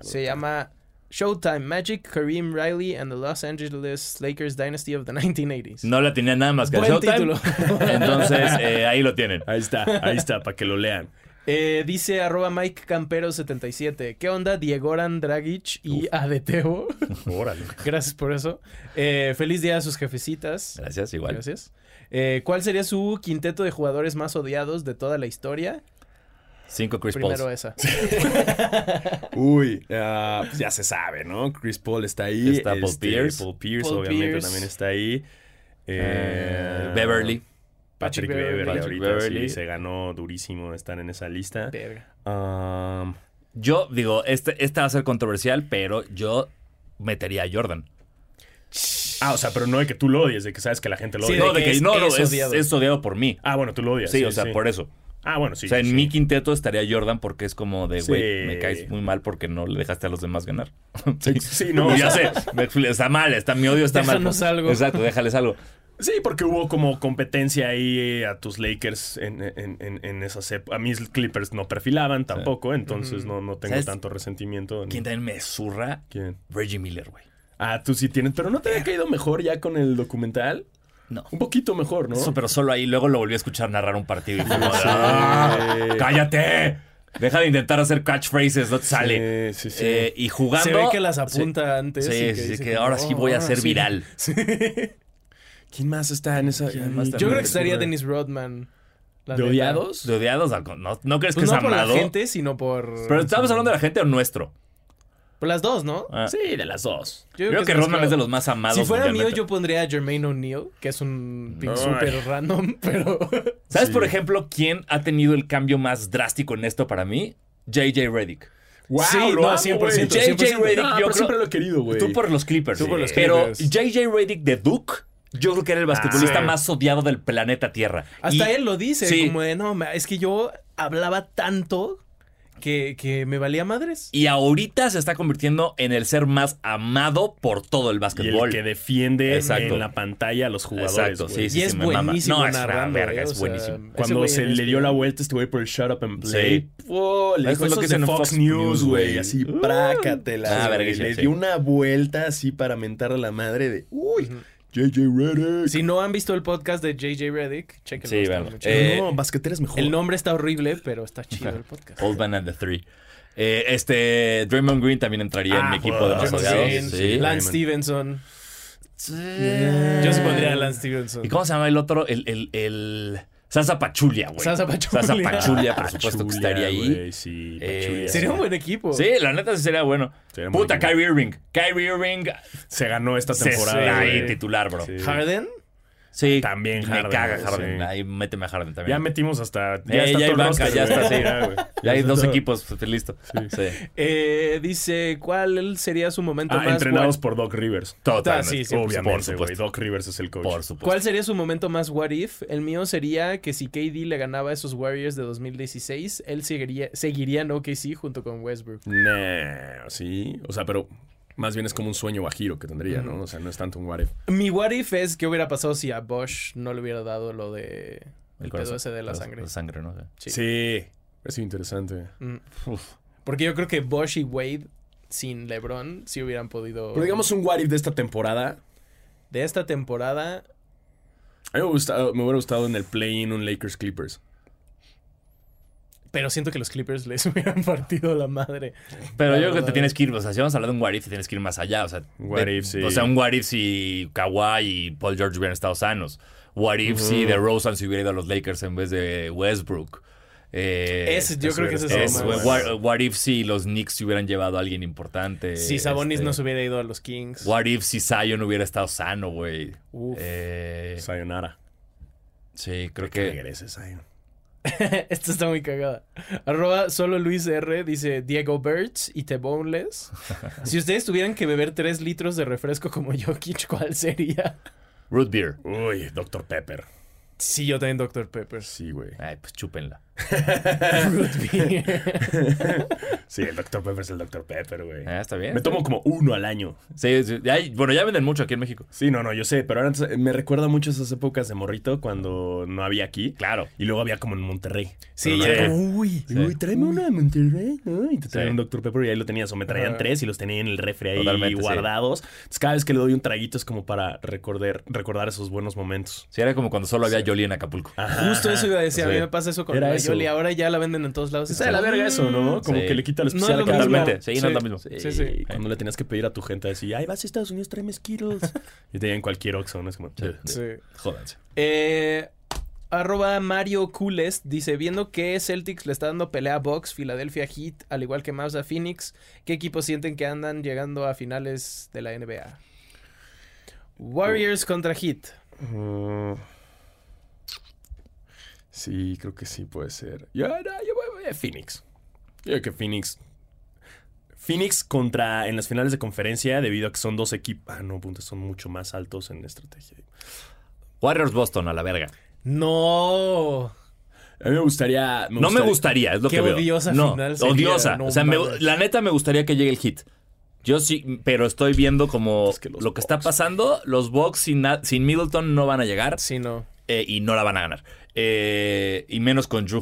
[SPEAKER 3] Se llama Showtime Magic, Kareem Riley and the Los Angeles Lakers Dynasty of the 1980s.
[SPEAKER 1] No la tenía nada más que
[SPEAKER 3] Buen
[SPEAKER 1] Showtime.
[SPEAKER 3] título.
[SPEAKER 1] Entonces, eh, ahí lo tienen.
[SPEAKER 2] Ahí está, ahí está, para que lo lean.
[SPEAKER 3] Eh, dice arroba Mike Campero 77. ¿Qué onda Diegoran Dragic y Adeteo?
[SPEAKER 2] Órale.
[SPEAKER 3] Gracias por eso. Eh, feliz día a sus jefecitas.
[SPEAKER 1] Gracias, igual.
[SPEAKER 3] Gracias. Eh, ¿Cuál sería su quinteto de jugadores más odiados de toda la historia?
[SPEAKER 1] Cinco Chris Pauls.
[SPEAKER 3] Primero esa.
[SPEAKER 2] Uy, ah, pues ya se sabe, ¿no? Chris Paul está ahí. este,
[SPEAKER 1] Está Paul Pierce.
[SPEAKER 2] Paul Pierce,
[SPEAKER 3] Paul
[SPEAKER 2] obviamente,
[SPEAKER 3] Pierce.
[SPEAKER 2] también está ahí. Eh,
[SPEAKER 1] Eh, Beverly.
[SPEAKER 2] Patrick,
[SPEAKER 3] Patrick
[SPEAKER 2] Beverly,
[SPEAKER 3] Beverly.
[SPEAKER 2] ahorita
[SPEAKER 1] Beverly.
[SPEAKER 2] sí, se ganó durísimo estar en esa lista.
[SPEAKER 3] Verga.
[SPEAKER 2] Um,
[SPEAKER 1] Yo digo, este, esta va a ser controversial, pero yo metería a Jordan.
[SPEAKER 2] ah, o sea, pero no de que tú lo odies, de que sabes que la gente lo
[SPEAKER 3] Sí,
[SPEAKER 2] odia.
[SPEAKER 1] no, de
[SPEAKER 3] que
[SPEAKER 1] que,
[SPEAKER 3] es-
[SPEAKER 1] no, no,
[SPEAKER 3] es
[SPEAKER 1] es,
[SPEAKER 3] odiado.
[SPEAKER 1] es odiado por mí.
[SPEAKER 2] Ah, bueno, tú lo odias.
[SPEAKER 1] Sí, o sea, por eso.
[SPEAKER 2] Ah, bueno, sí.
[SPEAKER 1] o sea, en
[SPEAKER 2] sí.
[SPEAKER 1] mi quinteto estaría Jordan porque es como de, güey,
[SPEAKER 2] Sí.
[SPEAKER 1] me caes muy mal porque no le dejaste a los demás ganar.
[SPEAKER 2] sí, no,
[SPEAKER 1] Y ya
[SPEAKER 2] o
[SPEAKER 1] sé, me expli- está mal, está mi odio, está
[SPEAKER 3] Déjanos
[SPEAKER 1] mal.
[SPEAKER 3] algo.
[SPEAKER 1] Exacto, déjales algo.
[SPEAKER 2] Sí, porque hubo como competencia ahí eh, a tus Lakers en, en, en, en esas épocas. A mis Clippers no perfilaban tampoco, entonces no, no tengo
[SPEAKER 1] ¿Sabes?
[SPEAKER 2] tanto resentimiento. ni-
[SPEAKER 1] ¿Quién también me zurra?
[SPEAKER 2] ¿Quién?
[SPEAKER 1] Reggie Miller, güey.
[SPEAKER 2] Ah, tú sí tienes, pero ¿no te había caído mejor ya con el documental?
[SPEAKER 1] No.
[SPEAKER 2] Un poquito mejor, ¿no?
[SPEAKER 1] Eso, pero solo ahí. Luego lo volví a escuchar narrar un partido y fue como,
[SPEAKER 2] Sí.
[SPEAKER 1] "Ah, ¡Cállate! Deja de intentar hacer catchphrases, no te
[SPEAKER 2] Sí,
[SPEAKER 1] sale.
[SPEAKER 2] Sí, sí.
[SPEAKER 1] Eh, y jugando.
[SPEAKER 3] Se ve que las
[SPEAKER 1] Sí.
[SPEAKER 3] apunta antes.
[SPEAKER 1] Sí,
[SPEAKER 3] y
[SPEAKER 1] sí,
[SPEAKER 3] dice
[SPEAKER 1] que
[SPEAKER 3] como,
[SPEAKER 1] ahora sí
[SPEAKER 3] "Oh,
[SPEAKER 1] voy a
[SPEAKER 3] ahora
[SPEAKER 1] ser
[SPEAKER 3] sí".
[SPEAKER 1] viral.
[SPEAKER 3] Sí.
[SPEAKER 2] ¿Quién más está en esa?
[SPEAKER 1] ¿Quién más está
[SPEAKER 3] Yo
[SPEAKER 1] Me
[SPEAKER 3] creo que estaría
[SPEAKER 2] ocurre.
[SPEAKER 3] Dennis Rodman. la
[SPEAKER 2] ¿De
[SPEAKER 3] neta.
[SPEAKER 2] odiados?
[SPEAKER 1] De odiados, al con- ¿no, ¿no crees
[SPEAKER 3] Pues
[SPEAKER 1] que
[SPEAKER 3] no
[SPEAKER 1] es
[SPEAKER 3] por la
[SPEAKER 1] amado?
[SPEAKER 3] gente, sino por...
[SPEAKER 1] Pero estamos hablando de la gente o nuestro.
[SPEAKER 3] por las dos, ¿no?
[SPEAKER 1] Ah.
[SPEAKER 2] Sí, de las dos.
[SPEAKER 1] Yo creo que,
[SPEAKER 3] más
[SPEAKER 1] Rodman
[SPEAKER 3] claro.
[SPEAKER 1] es de los más amados.
[SPEAKER 3] Si fuera mío,
[SPEAKER 1] mundialmente. eh.
[SPEAKER 3] yo pondría a Jermaine O'Neal, que es un pick
[SPEAKER 2] Ay.
[SPEAKER 3] súper random, pero...
[SPEAKER 1] ¿Sabes,
[SPEAKER 2] Sí.
[SPEAKER 1] por ejemplo, quién ha tenido el cambio más drástico en esto para mí? JJ Reddick.
[SPEAKER 2] Wow,
[SPEAKER 3] Sí,
[SPEAKER 2] lo
[SPEAKER 3] no,
[SPEAKER 2] amo,
[SPEAKER 3] 100%,
[SPEAKER 2] güey.
[SPEAKER 1] 100%.
[SPEAKER 2] JJ Redick, yo
[SPEAKER 1] No, pero
[SPEAKER 2] creo-
[SPEAKER 1] siempre
[SPEAKER 2] siempre lo he querido, güey.
[SPEAKER 1] Tú por los Clippers.
[SPEAKER 3] Tú por los
[SPEAKER 1] Pero
[SPEAKER 3] Clippers.
[SPEAKER 1] JJ Reddick de Duke, yo creo que era el basquetbolista
[SPEAKER 2] Ah, sí.
[SPEAKER 1] más odiado del planeta Tierra.
[SPEAKER 3] Hasta
[SPEAKER 1] Y-
[SPEAKER 3] él lo dice,
[SPEAKER 1] sí.
[SPEAKER 3] como de, no, ma- es que yo hablaba tanto que, que me valía madres.
[SPEAKER 1] Y ahorita se está convirtiendo en el ser más amado por todo
[SPEAKER 2] Y
[SPEAKER 1] el
[SPEAKER 2] el
[SPEAKER 1] basquetbol.
[SPEAKER 2] que defiende
[SPEAKER 1] Exacto.
[SPEAKER 2] en la pantalla a los jugadores.
[SPEAKER 1] Exacto,
[SPEAKER 2] güey.
[SPEAKER 1] sí, sí,
[SPEAKER 3] y es
[SPEAKER 1] me mama.
[SPEAKER 3] buenísimo
[SPEAKER 1] No, es una
[SPEAKER 3] narrando,
[SPEAKER 1] verga,
[SPEAKER 3] eh,
[SPEAKER 1] es
[SPEAKER 3] o sea,
[SPEAKER 1] buenísimo.
[SPEAKER 3] ese
[SPEAKER 2] Cuando
[SPEAKER 3] güey
[SPEAKER 2] se
[SPEAKER 3] es-
[SPEAKER 2] le dio la vuelta este güey por el Shut Up and Play. ¡pua! le dijo
[SPEAKER 1] Eso Ah, es lo
[SPEAKER 2] eso
[SPEAKER 1] que
[SPEAKER 2] es de
[SPEAKER 1] hacen en
[SPEAKER 2] Fox,
[SPEAKER 1] Fox News,
[SPEAKER 2] News, güey.
[SPEAKER 1] güey.
[SPEAKER 2] Así,
[SPEAKER 1] Uh.
[SPEAKER 2] prácatelas.
[SPEAKER 1] Ah,
[SPEAKER 2] güey.
[SPEAKER 1] verguísima,
[SPEAKER 2] le
[SPEAKER 1] sí.
[SPEAKER 2] dio una vuelta así para mentar a la madre de. ¡Uy! JJ Redick.
[SPEAKER 3] Si no han visto el podcast de JJ Reddick, chequenlo.
[SPEAKER 1] Sí,
[SPEAKER 3] está
[SPEAKER 1] véanlo.
[SPEAKER 3] muy chido.
[SPEAKER 1] Eh,
[SPEAKER 2] no, basquetera es mejor.
[SPEAKER 3] el nombre está horrible, pero está chido el podcast.
[SPEAKER 1] Old Man and the Three. Eh, este, Draymond Green también entraría en
[SPEAKER 2] Ah,
[SPEAKER 1] mi equipo
[SPEAKER 2] bueno,
[SPEAKER 1] de más
[SPEAKER 2] Draymond
[SPEAKER 1] odiados.
[SPEAKER 2] Green,
[SPEAKER 3] Lance
[SPEAKER 1] sí.
[SPEAKER 2] Raymond.
[SPEAKER 3] Stevenson.
[SPEAKER 1] Sí.
[SPEAKER 3] Yo sí pondría a Lance Stevenson.
[SPEAKER 1] ¿Y cómo se llama el otro? El, el, el... Salsa Pachulia, güey.
[SPEAKER 3] Salsa Pachulia.
[SPEAKER 1] Salsa Pachulia, por supuesto que estaría ahí.
[SPEAKER 2] Ah, güey, sí,
[SPEAKER 1] Eh,
[SPEAKER 2] Pachulia.
[SPEAKER 3] Sería un buen equipo.
[SPEAKER 1] Sí, la neta sí sería bueno.
[SPEAKER 2] Sería muy
[SPEAKER 1] Puta,
[SPEAKER 2] bueno.
[SPEAKER 1] Kyrie Irving. Kyrie Irving
[SPEAKER 2] Se ganó esta
[SPEAKER 1] se
[SPEAKER 2] temporada.
[SPEAKER 1] ahí
[SPEAKER 2] güey.
[SPEAKER 1] titular, bro.
[SPEAKER 2] Sí.
[SPEAKER 3] Harden.
[SPEAKER 1] Sí.
[SPEAKER 2] También
[SPEAKER 1] Me
[SPEAKER 2] Harden,
[SPEAKER 1] caga
[SPEAKER 2] güey,
[SPEAKER 1] Harden.
[SPEAKER 2] sí.
[SPEAKER 1] Ahí méteme a Harden también.
[SPEAKER 2] Ya metimos hasta.
[SPEAKER 1] Eh,
[SPEAKER 2] está
[SPEAKER 1] ya hay
[SPEAKER 2] todo el
[SPEAKER 1] banca,
[SPEAKER 2] roster,
[SPEAKER 1] ya
[SPEAKER 2] güey.
[SPEAKER 1] está, sí.
[SPEAKER 2] güey.
[SPEAKER 1] Ya hay
[SPEAKER 2] está
[SPEAKER 1] dos
[SPEAKER 2] todo.
[SPEAKER 1] equipos, pues, listo. Sí.
[SPEAKER 3] Eh, dice, ¿cuál sería su momento
[SPEAKER 2] Ah,
[SPEAKER 3] más
[SPEAKER 2] entrenados
[SPEAKER 3] what-
[SPEAKER 2] por Doc Rivers.
[SPEAKER 1] Totalmente.
[SPEAKER 3] sí, sí,
[SPEAKER 1] pues, por
[SPEAKER 2] Ah, Obviamente, güey.
[SPEAKER 1] supuesto.
[SPEAKER 2] Doc Rivers es el coach.
[SPEAKER 1] Por supuesto.
[SPEAKER 3] ¿Cuál sería su momento más what if? El mío sería que si KD le ganaba a esos Warriors de 2016, él seguiría, seguiría en OKC junto con Westbrook.
[SPEAKER 2] Nah, sí. O sea, pero más bien es como un sueño bajiro que tendría, ¿no? O sea, no es tanto un what if.
[SPEAKER 3] Mi what if es qué hubiera pasado si a Bosch no le hubiera dado lo de el pedo
[SPEAKER 1] corazón.
[SPEAKER 3] ese de la sangre.
[SPEAKER 1] La sangre, ¿no?
[SPEAKER 3] Sí.
[SPEAKER 1] Sí.
[SPEAKER 2] Sí. Es interesante.
[SPEAKER 3] Mm. Porque yo creo que Bosch y Wade sin LeBron sí hubieran podido.
[SPEAKER 2] Pero digamos un what if de esta temporada.
[SPEAKER 3] de esta temporada.
[SPEAKER 2] A mí me, gusta- me hubiera gustado en el play-in un Lakers Clippers.
[SPEAKER 3] Pero siento que los Clippers les hubieran partido la madre.
[SPEAKER 1] Pero
[SPEAKER 3] La
[SPEAKER 1] yo creo que
[SPEAKER 3] verdad.
[SPEAKER 1] te tienes que ir, o sea, si vamos a hablar de un what if, te tienes que ir más allá, o sea,
[SPEAKER 2] What
[SPEAKER 1] de-
[SPEAKER 2] if, sí.
[SPEAKER 1] o sea, un what if si Kawhi y Paul George hubieran estado sanos, what if si DeRozan se hubiera ido a los Lakers en vez de Westbrook, Eh,
[SPEAKER 3] Ese- yo
[SPEAKER 2] eso
[SPEAKER 3] creo que
[SPEAKER 2] hubiera
[SPEAKER 3] ese
[SPEAKER 2] estado
[SPEAKER 3] es
[SPEAKER 1] es,
[SPEAKER 3] el
[SPEAKER 2] muy
[SPEAKER 3] más-
[SPEAKER 2] bueno.
[SPEAKER 1] what, what if si los Knicks se hubieran llevado a alguien importante,
[SPEAKER 3] Si Sabonis
[SPEAKER 1] este,
[SPEAKER 3] no se hubiera ido a los Kings.
[SPEAKER 1] what if si Zion hubiera estado sano, güey,
[SPEAKER 3] Uf.
[SPEAKER 1] Eh,
[SPEAKER 2] Sayonara.
[SPEAKER 1] sí, creo
[SPEAKER 2] Que
[SPEAKER 1] que
[SPEAKER 2] regrese Zion.
[SPEAKER 3] Esta está muy cagada. Arroba solo Luis R dice Diego Birds y The Boneless. Si ustedes tuvieran que beber 3 litros de refresco como Jokic, ¿cuál sería?
[SPEAKER 1] root beer,
[SPEAKER 2] Uy, Dr. Pepper.
[SPEAKER 3] Sí, yo también Dr. Peppers.
[SPEAKER 2] Sí, güey.
[SPEAKER 1] Ay, pues chúpenla,
[SPEAKER 2] Sí, el Dr. Pepper es el Dr. Pepper, güey.
[SPEAKER 1] Ah, está bien,
[SPEAKER 2] Me tomo como uno al año.
[SPEAKER 1] Sí, sí. Ay, bueno, ya venden mucho aquí en México,
[SPEAKER 2] Sí, no, no, yo sé, pero antes eh, me recuerda mucho esas épocas de morrito cuando no había aquí.
[SPEAKER 1] claro,
[SPEAKER 2] Y luego había como en Monterrey.
[SPEAKER 3] Sí,
[SPEAKER 2] Pero no
[SPEAKER 3] ya
[SPEAKER 2] había-
[SPEAKER 3] como,
[SPEAKER 2] Uy,
[SPEAKER 1] Sí.
[SPEAKER 2] uy, tráeme una de Monterrey, ¿no? Y te traían
[SPEAKER 1] Sí.
[SPEAKER 2] un Dr. Pepper y ahí lo tenías. O me traían
[SPEAKER 3] Ajá.
[SPEAKER 2] tres y los tenía en el refri ahí
[SPEAKER 1] Totalmente, sí.
[SPEAKER 2] guardados. Entonces, cada vez que le doy un traguito es como para recordar, recordar esos buenos momentos.
[SPEAKER 1] sí, era como cuando solo había Jolie en Acapulco.
[SPEAKER 3] Justo eso iba a decir. A mí
[SPEAKER 1] Sí.
[SPEAKER 3] me pasa eso con
[SPEAKER 2] Era
[SPEAKER 3] la
[SPEAKER 2] eso.
[SPEAKER 3] Yoli. Ahora ya la venden en todos lados.
[SPEAKER 2] Está de la verga eso, ¿no? Como
[SPEAKER 1] Sí.
[SPEAKER 2] que le quita lo
[SPEAKER 3] No es
[SPEAKER 2] especial
[SPEAKER 3] lo
[SPEAKER 2] a cada
[SPEAKER 3] mismo.
[SPEAKER 2] uno.
[SPEAKER 1] Totalmente, sí, no es lo mismo.
[SPEAKER 3] Sí, sí.
[SPEAKER 2] Y Cuando le tenías que pedir a tu gente así, ay, vas a Estados Unidos, tráeme Skittles. y te en cualquier Oxxo, ¿no? Es como... "Ugh".
[SPEAKER 3] Sí.
[SPEAKER 1] Jódanse.
[SPEAKER 3] Eh, arroba Mario Coolest dice: Viendo que Celtics le está dando pelea a Bucks, Philadelphia Heat, al igual que Mavs a Phoenix, ¿qué equipos sienten que andan llegando a finales de la NBA? Warriors contra Heat.
[SPEAKER 2] Mm. Sí, creo que sí puede ser. Yo, no, yo voy, voy a Phoenix. Yo creo que Phoenix. Phoenix contra en las finales de conferencia, debido a que son dos equipos. Ah, no, punto, son mucho más altos en estrategia.
[SPEAKER 1] Warriors Boston a la verga.
[SPEAKER 3] No.
[SPEAKER 2] A mí me gustaría.
[SPEAKER 1] No me gustaría, es lo
[SPEAKER 3] Qué
[SPEAKER 1] que veo.
[SPEAKER 3] odiosa
[SPEAKER 1] no,
[SPEAKER 3] final sería,
[SPEAKER 1] odiosa.
[SPEAKER 3] no
[SPEAKER 1] o sea, me-
[SPEAKER 3] mames.
[SPEAKER 1] la neta me gustaría que llegue el hit. Yo sí, pero estoy viendo como
[SPEAKER 2] Es que los
[SPEAKER 1] lo que está
[SPEAKER 2] Bucks.
[SPEAKER 1] pasando. Los Bucks sin, na- sin Middleton no van a llegar
[SPEAKER 3] Sí, no.
[SPEAKER 1] eh, y no la van a ganar. Eh, y menos con Drew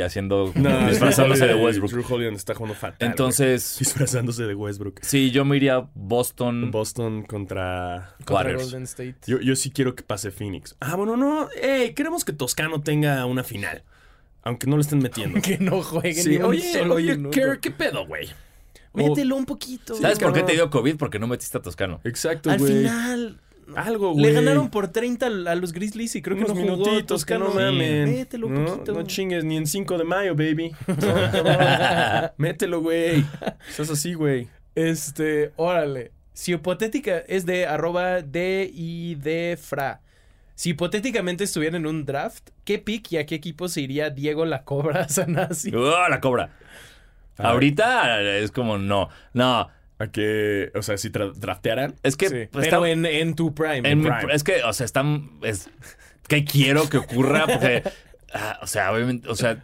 [SPEAKER 1] haciendo
[SPEAKER 2] No,
[SPEAKER 1] disfrazándose de
[SPEAKER 2] Drew Holiday-
[SPEAKER 1] Westbrook.
[SPEAKER 2] Drew Holiday está jugando fatal. güey.
[SPEAKER 1] Entonces,
[SPEAKER 2] Disfrazándose de Westbrook.
[SPEAKER 1] sí, yo me iría a Boston.
[SPEAKER 2] Boston contra.
[SPEAKER 3] Contra
[SPEAKER 1] Warriors.
[SPEAKER 3] Golden State.
[SPEAKER 2] Yo, yo sí quiero que pase Phoenix. Ah, bueno, no. Ey, queremos que Toscano tenga una final. Aunque no le estén metiendo.
[SPEAKER 3] que no jueguen
[SPEAKER 2] Sí,
[SPEAKER 3] ni un
[SPEAKER 2] oye,
[SPEAKER 3] solo
[SPEAKER 2] oye,
[SPEAKER 3] minuto. Oh,
[SPEAKER 2] Kerr, ¿qué pedo, güey?
[SPEAKER 3] Mételo un poquito.
[SPEAKER 1] ¿Sabes por qué te
[SPEAKER 3] cabrón.
[SPEAKER 1] dio COVID? Porque no metiste a Toscano.
[SPEAKER 2] Exacto,
[SPEAKER 3] Al
[SPEAKER 2] güey.
[SPEAKER 3] final.
[SPEAKER 2] Algo, güey.
[SPEAKER 3] Le ganaron por 30 a los Grizzlies y creo que
[SPEAKER 2] unos
[SPEAKER 3] no jugó
[SPEAKER 2] minutitos, que
[SPEAKER 3] Toscano.
[SPEAKER 2] no mamen.
[SPEAKER 3] Mételo un
[SPEAKER 2] no,
[SPEAKER 3] poquito.
[SPEAKER 2] No chingues, ni en 5 de mayo, baby. No, cabrón. Mételo, güey. Estás así, güey.
[SPEAKER 3] Este, órale. Si hipotética es de arroba D y de fra. Si hipotéticamente estuviera en un draft, ¿qué pick y a qué equipo se iría Diego la Cobra Sanasi?
[SPEAKER 1] ¡Ah, la cobra.
[SPEAKER 2] Ah.
[SPEAKER 1] Ahorita es como no. No.
[SPEAKER 2] A que, o sea, si tra- draftearan.
[SPEAKER 1] Es que
[SPEAKER 3] Sí,
[SPEAKER 1] pues,
[SPEAKER 3] pero
[SPEAKER 1] está-
[SPEAKER 3] en, en tu prime.
[SPEAKER 1] En mi
[SPEAKER 2] Prime.
[SPEAKER 1] pr- es que, o sea, están. Es, ¿Qué quiero que ocurra? Porque. ah, o sea, obviamente. O sea,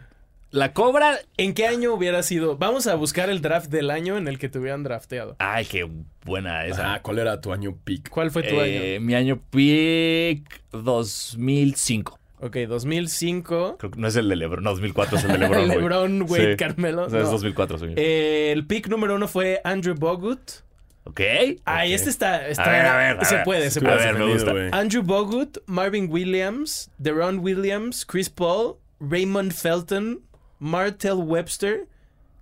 [SPEAKER 1] la cobra.
[SPEAKER 3] ¿En qué año hubiera sido? Vamos a buscar el draft del año en el que te hubieran drafteado.
[SPEAKER 1] Ay, qué buena esa.
[SPEAKER 2] Ah, ¿cuál era tu año pick?
[SPEAKER 3] ¿Cuál fue tu
[SPEAKER 1] Eh, mi año pick 2005.
[SPEAKER 3] año? Ok, 2005.
[SPEAKER 1] Creo que no es el de Lebron. No, 2004 es el de Lebron. güey.
[SPEAKER 3] LeBron, Wade,
[SPEAKER 1] Sí.
[SPEAKER 3] Carmelo.
[SPEAKER 1] O sea, es
[SPEAKER 3] no.
[SPEAKER 1] 2004, señor.
[SPEAKER 3] Eh, el pick número uno fue Andrew Bogut.
[SPEAKER 1] ok.
[SPEAKER 3] Ay, este está,
[SPEAKER 1] a
[SPEAKER 3] está-
[SPEAKER 1] ver, a ver. a
[SPEAKER 3] se
[SPEAKER 1] ver.
[SPEAKER 3] puede, se
[SPEAKER 1] A
[SPEAKER 3] puede.
[SPEAKER 1] ver, me
[SPEAKER 2] defendido,
[SPEAKER 1] gusta.
[SPEAKER 2] güey.
[SPEAKER 3] Andrew Bogut, Marvin Williams, Deron Williams, Chris Paul, Raymond Felton, Martell Webster,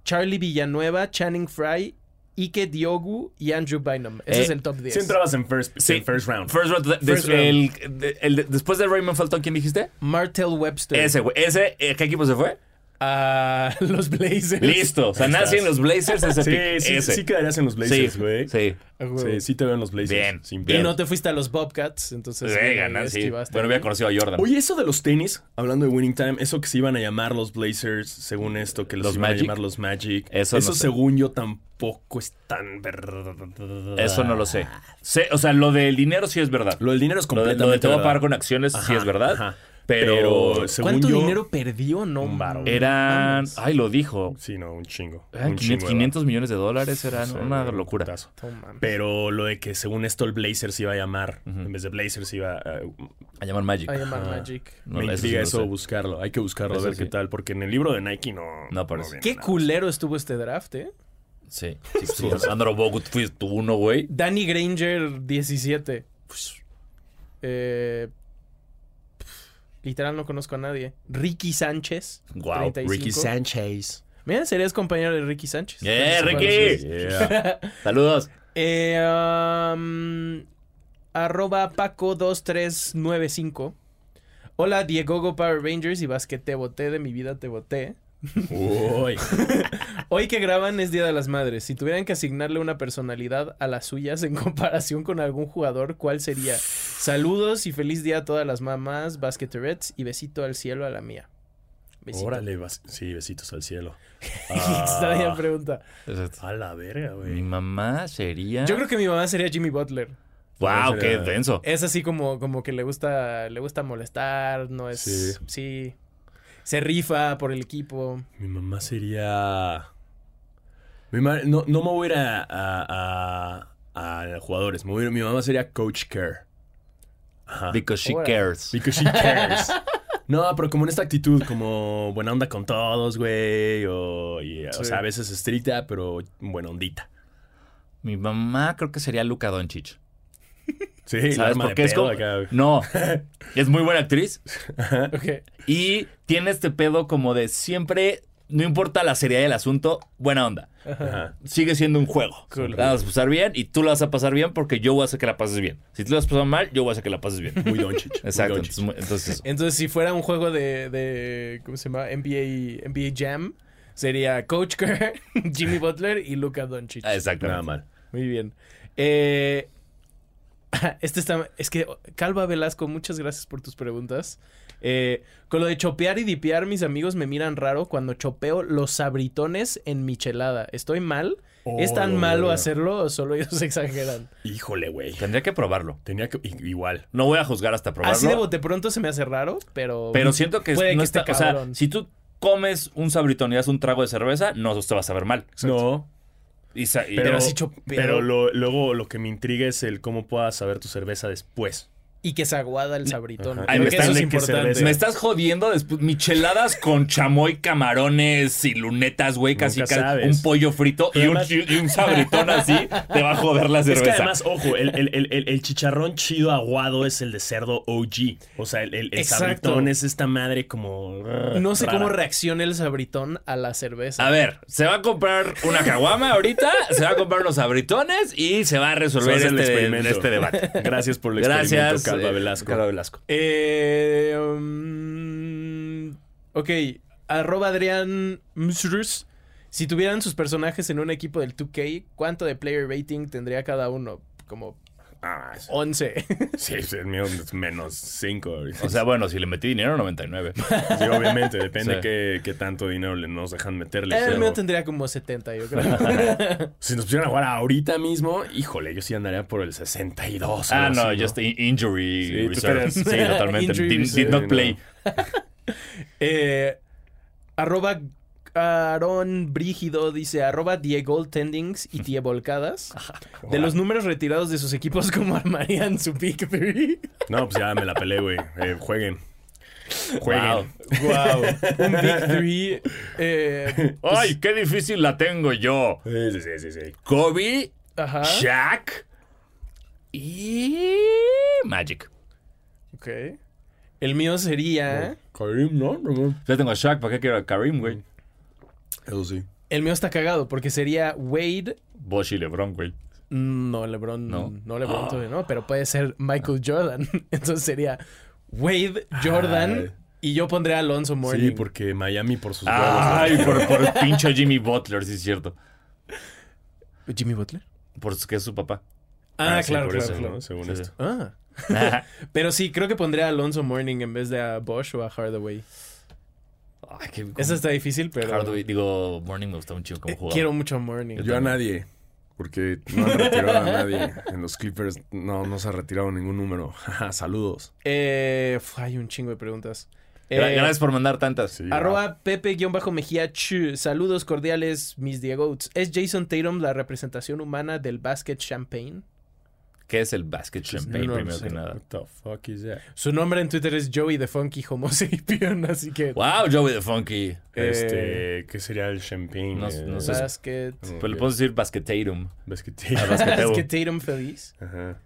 [SPEAKER 3] Charlie Villanueva, Channing Frye, Ike Diogu y Andrew Bynum. Ese
[SPEAKER 1] Eh,
[SPEAKER 3] es el top 10.
[SPEAKER 2] Si entrabas en first,
[SPEAKER 1] Sí.
[SPEAKER 2] en first round.
[SPEAKER 1] First round. de-
[SPEAKER 3] First
[SPEAKER 1] de- el- de- el de- después de Raymond Felton, ¿quién dijiste?
[SPEAKER 3] Martell Webster.
[SPEAKER 1] Ese, güey. Ese, eh, ¿qué equipo se fue?
[SPEAKER 3] a los Blazers.
[SPEAKER 1] Listo. O sea, nace en los Blazers ese
[SPEAKER 2] Sí,
[SPEAKER 1] pick.
[SPEAKER 2] sí,
[SPEAKER 1] Ese.
[SPEAKER 2] sí quedarías en los Blazers, güey. Sí,
[SPEAKER 1] Sí.
[SPEAKER 3] A huevo.
[SPEAKER 2] sí, te veo en los Blazers.
[SPEAKER 1] Bien.
[SPEAKER 2] Sin
[SPEAKER 3] Y
[SPEAKER 2] pedo.
[SPEAKER 3] no te fuiste a los Bobcats, entonces.
[SPEAKER 1] Ve,
[SPEAKER 3] mira,
[SPEAKER 1] ganas, sí.
[SPEAKER 3] esquivaste.
[SPEAKER 1] Bueno, había conocido a Jordan.
[SPEAKER 2] Oye, eso de los tenis, hablando de Winning Time, eso que se iban a llamar los Blazers, según esto, que los,
[SPEAKER 1] ¿Los
[SPEAKER 2] iban
[SPEAKER 1] Magic?
[SPEAKER 2] a llamar los Magic.
[SPEAKER 1] Eso
[SPEAKER 2] Eso,
[SPEAKER 1] no sé.
[SPEAKER 2] según yo, tampoco es tan verdad.
[SPEAKER 1] Eso no lo sé. Sé- O sea, lo del dinero sí es verdad.
[SPEAKER 2] Ah. Lo del dinero es
[SPEAKER 1] Lo de,
[SPEAKER 2] completamente
[SPEAKER 1] lo de te voy a
[SPEAKER 2] verdad.
[SPEAKER 1] pagar con acciones sí
[SPEAKER 2] Ajá,
[SPEAKER 1] es verdad.
[SPEAKER 2] ajá.
[SPEAKER 1] Pero,
[SPEAKER 2] Pero según
[SPEAKER 3] ¿Cuánto
[SPEAKER 2] yo-
[SPEAKER 3] dinero perdió? No, varo.
[SPEAKER 1] eran. Ay, lo dijo.
[SPEAKER 2] Sí, no, un chingo.
[SPEAKER 1] Eran
[SPEAKER 2] un chingo
[SPEAKER 1] 500,
[SPEAKER 2] de
[SPEAKER 1] 500 millones de dólares. Eran
[SPEAKER 2] Sí,
[SPEAKER 1] Ah, una
[SPEAKER 2] güey,
[SPEAKER 1] locura.
[SPEAKER 2] putazo.
[SPEAKER 3] Toma.
[SPEAKER 2] Pero lo de que según esto el Blazers iba a llamar, en vez de Blazers iba a... eh,
[SPEAKER 1] A llamar Magic.
[SPEAKER 3] A llamar Magic.
[SPEAKER 1] Ah. No,
[SPEAKER 2] me
[SPEAKER 1] eso sí
[SPEAKER 2] intriga
[SPEAKER 1] no
[SPEAKER 2] eso,
[SPEAKER 1] sé.
[SPEAKER 2] buscarlo. Hay que buscarlo,
[SPEAKER 1] Eso
[SPEAKER 2] a ver
[SPEAKER 1] sí.
[SPEAKER 2] qué tal, porque en el libro de Nike no...
[SPEAKER 1] No aparece.
[SPEAKER 2] viene
[SPEAKER 3] Qué
[SPEAKER 2] nada.
[SPEAKER 3] culero estuvo este draft, ¿eh?
[SPEAKER 1] Sí. sí, sí. Sandro Bogut fue tu uno, güey.
[SPEAKER 3] Danny Granger, 17. Eh, pf, literal, no conozco a nadie. Ricky Sánchez.
[SPEAKER 1] Guau,
[SPEAKER 3] 35.
[SPEAKER 4] Ricky Sanchez.
[SPEAKER 3] Mira, serías compañero de Ricky Sánchez.
[SPEAKER 1] ¡Eh,
[SPEAKER 3] Entonces,
[SPEAKER 1] Ricky!
[SPEAKER 2] Yeah.
[SPEAKER 1] Saludos.
[SPEAKER 3] Eh, am, arroba Paco2395. Hola, Diegogo Power Rangers y vas que te boté de mi vida, te boté.
[SPEAKER 2] Uy.
[SPEAKER 3] Hoy que graban es Día de las Madres. Si tuvieran que asignarle una personalidad a las suyas en comparación con algún jugador, ¿cuál sería? Saludos y feliz día a todas las mamás basqueterets y besito al cielo a la mía. Besito.
[SPEAKER 2] Órale, vas- sí, besitos al cielo.
[SPEAKER 3] Extraña
[SPEAKER 2] Ah,
[SPEAKER 3] pregunta.
[SPEAKER 2] a la verga,
[SPEAKER 1] Mi
[SPEAKER 2] güey.
[SPEAKER 1] mamá sería.
[SPEAKER 3] Yo creo que mi mamá sería Jimmy Butler.
[SPEAKER 1] ¡Wow!
[SPEAKER 2] Sería-
[SPEAKER 1] ¡Qué denso!
[SPEAKER 3] Es así como, como que le gusta, le gusta molestar, no es. Sí.
[SPEAKER 2] Sí.
[SPEAKER 3] Se rifa por el equipo.
[SPEAKER 2] Mi mamá sería... Mi ma- No, no me voy a ir a, a, a- a jugadores, me voy a ir- mi mamá sería Coach Care. Ajá.
[SPEAKER 1] Because she
[SPEAKER 3] Órale.
[SPEAKER 1] cares.
[SPEAKER 2] Because she cares. No, pero como en esta actitud, como buena onda con todos, güey. O, y, o
[SPEAKER 3] Sí.
[SPEAKER 2] sea, a veces estricta, pero buena ondita.
[SPEAKER 1] Mi mamá creo que sería Luca Doncic.
[SPEAKER 2] Sí, la
[SPEAKER 1] ¿Sabes
[SPEAKER 2] arma
[SPEAKER 1] por
[SPEAKER 2] de
[SPEAKER 1] qué es
[SPEAKER 2] pedo
[SPEAKER 1] como-
[SPEAKER 2] acá, güey.
[SPEAKER 1] No. Es muy buena actriz.
[SPEAKER 3] Ok.
[SPEAKER 1] Y tiene este pedo como de siempre, no importa la seriedad del asunto, buena onda.
[SPEAKER 2] Ajá.
[SPEAKER 1] Sigue siendo un juego.
[SPEAKER 3] Cool.
[SPEAKER 1] La vas a pasar bien y tú la vas a pasar bien porque yo voy a hacer que la pases bien. Si tú la vas a pasar mal, yo voy a hacer que la pases bien.
[SPEAKER 2] Muy donchich.
[SPEAKER 1] Exacto. Entonces, mu- entonces,
[SPEAKER 3] Entonces, si fuera un juego de, de ¿cómo se llama? NBA, NBA Jam, sería Coach Kerr, Jimmy Butler y Luka Doncic.
[SPEAKER 1] ah, exacto.
[SPEAKER 2] Nada mal.
[SPEAKER 3] Muy bien. Eh, este está, es que Calva Velasco, muchas gracias por tus preguntas. Eh, con lo de chopear y dipear, mis amigos me miran raro cuando chopeo los sabritones en michelada. ¿Estoy mal? ¿Es tan
[SPEAKER 2] Oh,
[SPEAKER 3] malo
[SPEAKER 2] la-
[SPEAKER 3] hacerlo o solo ellos exageran?
[SPEAKER 2] Híjole, güey.
[SPEAKER 1] Tendría que probarlo.
[SPEAKER 2] Tenía que. i- Igual.
[SPEAKER 1] No voy a juzgar hasta probarlo.
[SPEAKER 3] Así de bote pronto se me hace raro, pero...
[SPEAKER 1] Pero siento que
[SPEAKER 3] puede
[SPEAKER 1] no
[SPEAKER 3] que
[SPEAKER 1] está.
[SPEAKER 3] esté
[SPEAKER 1] O sea,
[SPEAKER 3] cabrón.
[SPEAKER 1] si tú comes un sabritón y das un trago de cerveza, no te va a saber mal.
[SPEAKER 2] No.
[SPEAKER 1] Y sa- y-
[SPEAKER 3] Pero así chopeo.
[SPEAKER 2] pero lo- luego lo que me intriga es el cómo puedas saber tu cerveza después.
[SPEAKER 3] Y que se aguada el sabritón.
[SPEAKER 2] Ajá.
[SPEAKER 1] Ay, me
[SPEAKER 3] Creo que
[SPEAKER 1] están
[SPEAKER 3] eso es
[SPEAKER 2] de que
[SPEAKER 3] importante.
[SPEAKER 2] cerveza.
[SPEAKER 1] Pues Me estás jodiendo después. Micheladas con chamoy, camarones y lunetas, güey. Casi,
[SPEAKER 2] Nunca
[SPEAKER 1] casi
[SPEAKER 2] sabes.
[SPEAKER 1] un pollo frito y
[SPEAKER 2] Pero
[SPEAKER 1] un,
[SPEAKER 2] además-
[SPEAKER 1] y un sabritón así te va a joder la cerveza.
[SPEAKER 2] Es que además, ojo, el, el- el- el- el chicharrón chido aguado es el de cerdo OG. O sea, el, el- el
[SPEAKER 3] Exacto.
[SPEAKER 2] sabritón es esta madre como. ah,
[SPEAKER 3] No sé cómo
[SPEAKER 2] rara. Ah,
[SPEAKER 3] reacciona el sabritón a la cerveza.
[SPEAKER 1] A ver, se va a comprar una caguama ahorita, se va a comprar los sabritones y se va a resolver
[SPEAKER 2] Ese es el
[SPEAKER 1] este,
[SPEAKER 2] experimento.
[SPEAKER 1] este debate.
[SPEAKER 2] Gracias por el
[SPEAKER 1] Gracias,
[SPEAKER 2] experimento, Calva
[SPEAKER 1] eh,
[SPEAKER 2] Velasco.
[SPEAKER 1] Calva Velasco.
[SPEAKER 3] Eh, um, ok, arroba Adrián Msrus. Si tuvieran sus personajes en un equipo del 2K, ¿cuánto de player rating tendría cada uno? Como
[SPEAKER 2] Ah, sí,
[SPEAKER 3] 11.
[SPEAKER 2] sí, sí, el mío es menos 5 ahorita.
[SPEAKER 1] O sea, bueno, si le metí dinero, 99.
[SPEAKER 2] Sí, obviamente, depende
[SPEAKER 1] Sí.
[SPEAKER 2] qué, qué tanto dinero le nos dejan meterle.
[SPEAKER 3] El
[SPEAKER 2] pero
[SPEAKER 3] mío tendría como 70, yo creo.
[SPEAKER 2] si nos pusieran a jugar ahorita mismo, híjole, yo sí andaría por el 62.
[SPEAKER 1] Ah,
[SPEAKER 2] algo
[SPEAKER 1] no,
[SPEAKER 2] así,
[SPEAKER 1] yo estoy injury
[SPEAKER 2] Sí, tú
[SPEAKER 1] reserve.
[SPEAKER 2] eres-
[SPEAKER 1] Sí, totalmente.
[SPEAKER 3] Injury
[SPEAKER 1] Did,
[SPEAKER 3] reserve.
[SPEAKER 1] did not play.
[SPEAKER 3] Eh, arroba Aarón Brígido dice arroba Diego Tendings y Die Volcadas. De los números retirados de sus equipos, como armarían su pick three?
[SPEAKER 2] No, pues ya me la pelé, güey. Eh, jueguen.
[SPEAKER 1] Wow.
[SPEAKER 2] Jueguen.
[SPEAKER 3] Wow. Un Big Three. eh, pues,
[SPEAKER 1] Ay, qué difícil la tengo yo.
[SPEAKER 2] Sí, sí, sí, sí, sí.
[SPEAKER 1] Kobe,
[SPEAKER 3] Ajá.
[SPEAKER 1] Shaq y Magic.
[SPEAKER 3] Ok. El mío sería.
[SPEAKER 2] Karim, ¿no? no.
[SPEAKER 1] Yo tengo a Shaq, ¿para qué quiero a Karim, güey?
[SPEAKER 2] Eso sí.
[SPEAKER 3] El mío está cagado porque sería Wade.
[SPEAKER 1] Bosch y LeBron, güey.
[SPEAKER 3] No, LeBron. No,
[SPEAKER 1] No.
[SPEAKER 3] LeBron
[SPEAKER 2] Ah.
[SPEAKER 3] todavía no, pero puede ser Michael Jordan. Entonces sería Wade, Jordan, Y yo pondré a Alonso Morning.
[SPEAKER 2] Ah. Sí, porque Miami por sus huevos.
[SPEAKER 1] Ay,
[SPEAKER 2] ¿no?
[SPEAKER 1] por, por el pinche Jimmy Butler, sí es cierto.
[SPEAKER 3] Jimmy Butler.
[SPEAKER 1] Por su- que es su papá.
[SPEAKER 3] Ah,
[SPEAKER 2] sí,
[SPEAKER 3] claro,
[SPEAKER 2] por
[SPEAKER 3] claro,
[SPEAKER 2] eso,
[SPEAKER 3] claro.
[SPEAKER 2] ¿no? Según
[SPEAKER 1] Sí, sí.
[SPEAKER 2] esto.
[SPEAKER 3] Ah. Pero sí, creo que pondré a Alonso Morning en vez de a Bosch o a Hardaway.
[SPEAKER 1] Ay, qué-
[SPEAKER 3] Esa está difícil, pero
[SPEAKER 1] Hardaway, digo, Morning me gusta un chico como
[SPEAKER 3] eh,
[SPEAKER 1] jugador.
[SPEAKER 3] quiero mucho a Morning.
[SPEAKER 2] Yo a nadie. Porque no han retirado a nadie. En los Clippers no, no se ha retirado ningún número. Jaja, Saludos.
[SPEAKER 3] Eh, uf, hay un chingo de preguntas.
[SPEAKER 1] Gra-
[SPEAKER 3] Eh,
[SPEAKER 1] Gracias por mandar tantas.
[SPEAKER 2] Sí,
[SPEAKER 3] Arroba Pepe-Mejía Chu. Saludos cordiales, mis Diegoats. ¿Es Jason Tatum la representación humana del basket champagne?
[SPEAKER 1] ¿Qué es el basket champagne,
[SPEAKER 3] no lo
[SPEAKER 1] primero
[SPEAKER 3] sé.
[SPEAKER 1] que
[SPEAKER 2] wow.
[SPEAKER 1] nada?
[SPEAKER 2] Ah, What the fuck is that?
[SPEAKER 3] Su nombre en Twitter es Joey the Funky Homo sapien, así que...
[SPEAKER 1] Wow, Joey the Funky.
[SPEAKER 3] Eh,
[SPEAKER 2] Este, ¿qué sería el champagne?
[SPEAKER 1] no-
[SPEAKER 2] Eh,
[SPEAKER 1] no sé. Ah,
[SPEAKER 3] Basket...
[SPEAKER 2] como
[SPEAKER 1] Pero le
[SPEAKER 2] que-
[SPEAKER 1] puedo decir basketatum.
[SPEAKER 2] basquetero.
[SPEAKER 1] basquetero.
[SPEAKER 3] Basket Tatum feliz.
[SPEAKER 2] Ajá.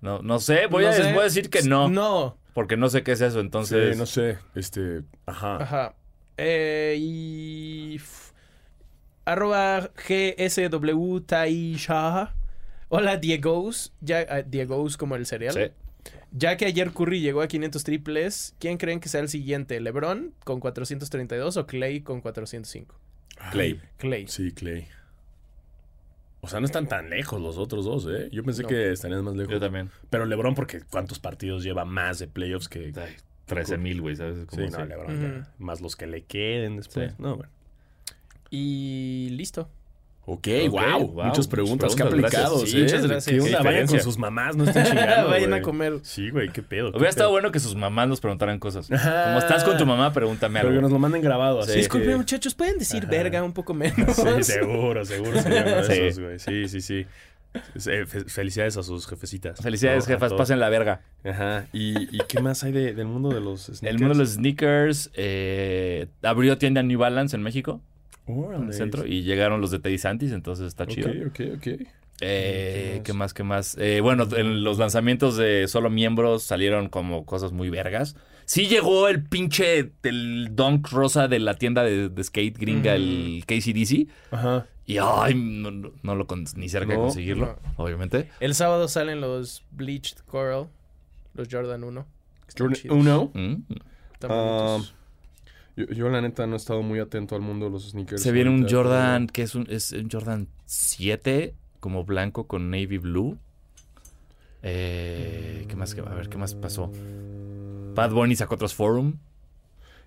[SPEAKER 1] No, no sé, voy,
[SPEAKER 3] No
[SPEAKER 1] a,
[SPEAKER 3] sé.
[SPEAKER 1] voy a decir que no,
[SPEAKER 3] No.
[SPEAKER 1] porque no sé qué es eso,
[SPEAKER 2] Sí,
[SPEAKER 1] entonces...
[SPEAKER 2] no sé. Este, ajá.
[SPEAKER 3] Ajá. Eh, y... f- Arroba GSW Taisha. Hola, Diegos. Ya, ah, Diegos como el cereal.
[SPEAKER 1] Sí.
[SPEAKER 3] Ya que ayer Curry llegó a 500 triples, ¿quién creen que sea el siguiente? ¿LeBron con 432 o Clay con 405?
[SPEAKER 2] Ah,
[SPEAKER 1] Clay.
[SPEAKER 3] Clay.
[SPEAKER 2] Sí, Clay. O sea, no están tan lejos los otros dos, ¿eh? Yo pensé
[SPEAKER 3] No.
[SPEAKER 2] que estarían más lejos.
[SPEAKER 1] Yo también.
[SPEAKER 2] Pero LeBron, porque ¿cuántos partidos lleva más de playoffs que...?
[SPEAKER 1] 13 mil, güey, ¿sabes? Es
[SPEAKER 2] Sí,
[SPEAKER 1] como
[SPEAKER 2] no,
[SPEAKER 1] así.
[SPEAKER 2] LeBron ya.
[SPEAKER 3] Ujú.
[SPEAKER 2] Más los que le queden después.
[SPEAKER 1] Sí.
[SPEAKER 2] No, bueno.
[SPEAKER 3] Y listo.
[SPEAKER 2] Ok, wow.
[SPEAKER 1] Ok, wow,
[SPEAKER 2] Muchas
[SPEAKER 1] muchas
[SPEAKER 2] preguntas.
[SPEAKER 1] preguntas,
[SPEAKER 2] Qué aplicados,
[SPEAKER 1] gracias.
[SPEAKER 3] Sí,
[SPEAKER 2] ¿eh?
[SPEAKER 3] muchas gracias.
[SPEAKER 2] ¿Qué
[SPEAKER 1] Qué
[SPEAKER 2] onda? Vayan con
[SPEAKER 1] diferencia.
[SPEAKER 2] sus mamás, no estén chingando,
[SPEAKER 3] Ah, Vayan
[SPEAKER 2] güey.
[SPEAKER 3] a comer.
[SPEAKER 2] Sí, güey, qué pedo. qué
[SPEAKER 1] Hubiera estado
[SPEAKER 2] pedo.
[SPEAKER 1] bueno que sus mamás nos preguntaran cosas.
[SPEAKER 2] Ajá.
[SPEAKER 1] Como estás con tu mamá, pregúntame
[SPEAKER 2] Pero Ah. que
[SPEAKER 1] algo.
[SPEAKER 2] nos lo manden grabado así.
[SPEAKER 1] Sí.
[SPEAKER 3] Disculpen,
[SPEAKER 2] que-
[SPEAKER 3] muchachos, ¿pueden decir
[SPEAKER 2] Ajá.
[SPEAKER 3] verga un poco menos?
[SPEAKER 2] Sí, seguro, seguro sería uno de
[SPEAKER 1] Sí.
[SPEAKER 2] esos, güey. Sí, sí, sí. Eh, fe- Felicidades a sus jefecitas.
[SPEAKER 1] Felicidades,
[SPEAKER 2] ¿no? A
[SPEAKER 1] jefas,
[SPEAKER 2] todos.
[SPEAKER 1] pasen la verga.
[SPEAKER 2] Ajá. ¿Y, y qué más hay de- del mundo de los sneakers?
[SPEAKER 1] El mundo de los sneakers eh, abrió tienda New Balance en México, en
[SPEAKER 2] Órale.
[SPEAKER 1] el centro, y llegaron los de Teddy Santis, entonces está chido.
[SPEAKER 2] Ok, ok, ok.
[SPEAKER 1] Eh, ¿Qué más? ¿Qué más? Eh, bueno, en los lanzamientos de solo miembros salieron como cosas muy vergas. Sí llegó el pinche del Dunk Rosa de la tienda de, de skate gringa, el
[SPEAKER 2] Mm.
[SPEAKER 1] KCDC.
[SPEAKER 2] Ajá.
[SPEAKER 1] Y ay, no, no- no lo con- ni cerca de
[SPEAKER 2] No,
[SPEAKER 1] conseguirlo, obviamente.
[SPEAKER 3] El sábado salen los Bleached Coral, los Jordan 1. que están
[SPEAKER 2] Jordan
[SPEAKER 3] chidos,
[SPEAKER 2] Uno.
[SPEAKER 1] Mm.
[SPEAKER 3] están
[SPEAKER 1] Ah,
[SPEAKER 3] bonitos.
[SPEAKER 2] Ah, Yo, yo, la neta, no he estado muy atento al mundo de los sneakers.
[SPEAKER 1] Se viene un
[SPEAKER 2] ahorita, pero-
[SPEAKER 1] Jordan, que es un, es un Jordan 7, como blanco con navy blue. Eh, ¿Qué más? que- A ver, ¿qué más pasó? Bad Bunny sacó otros forum.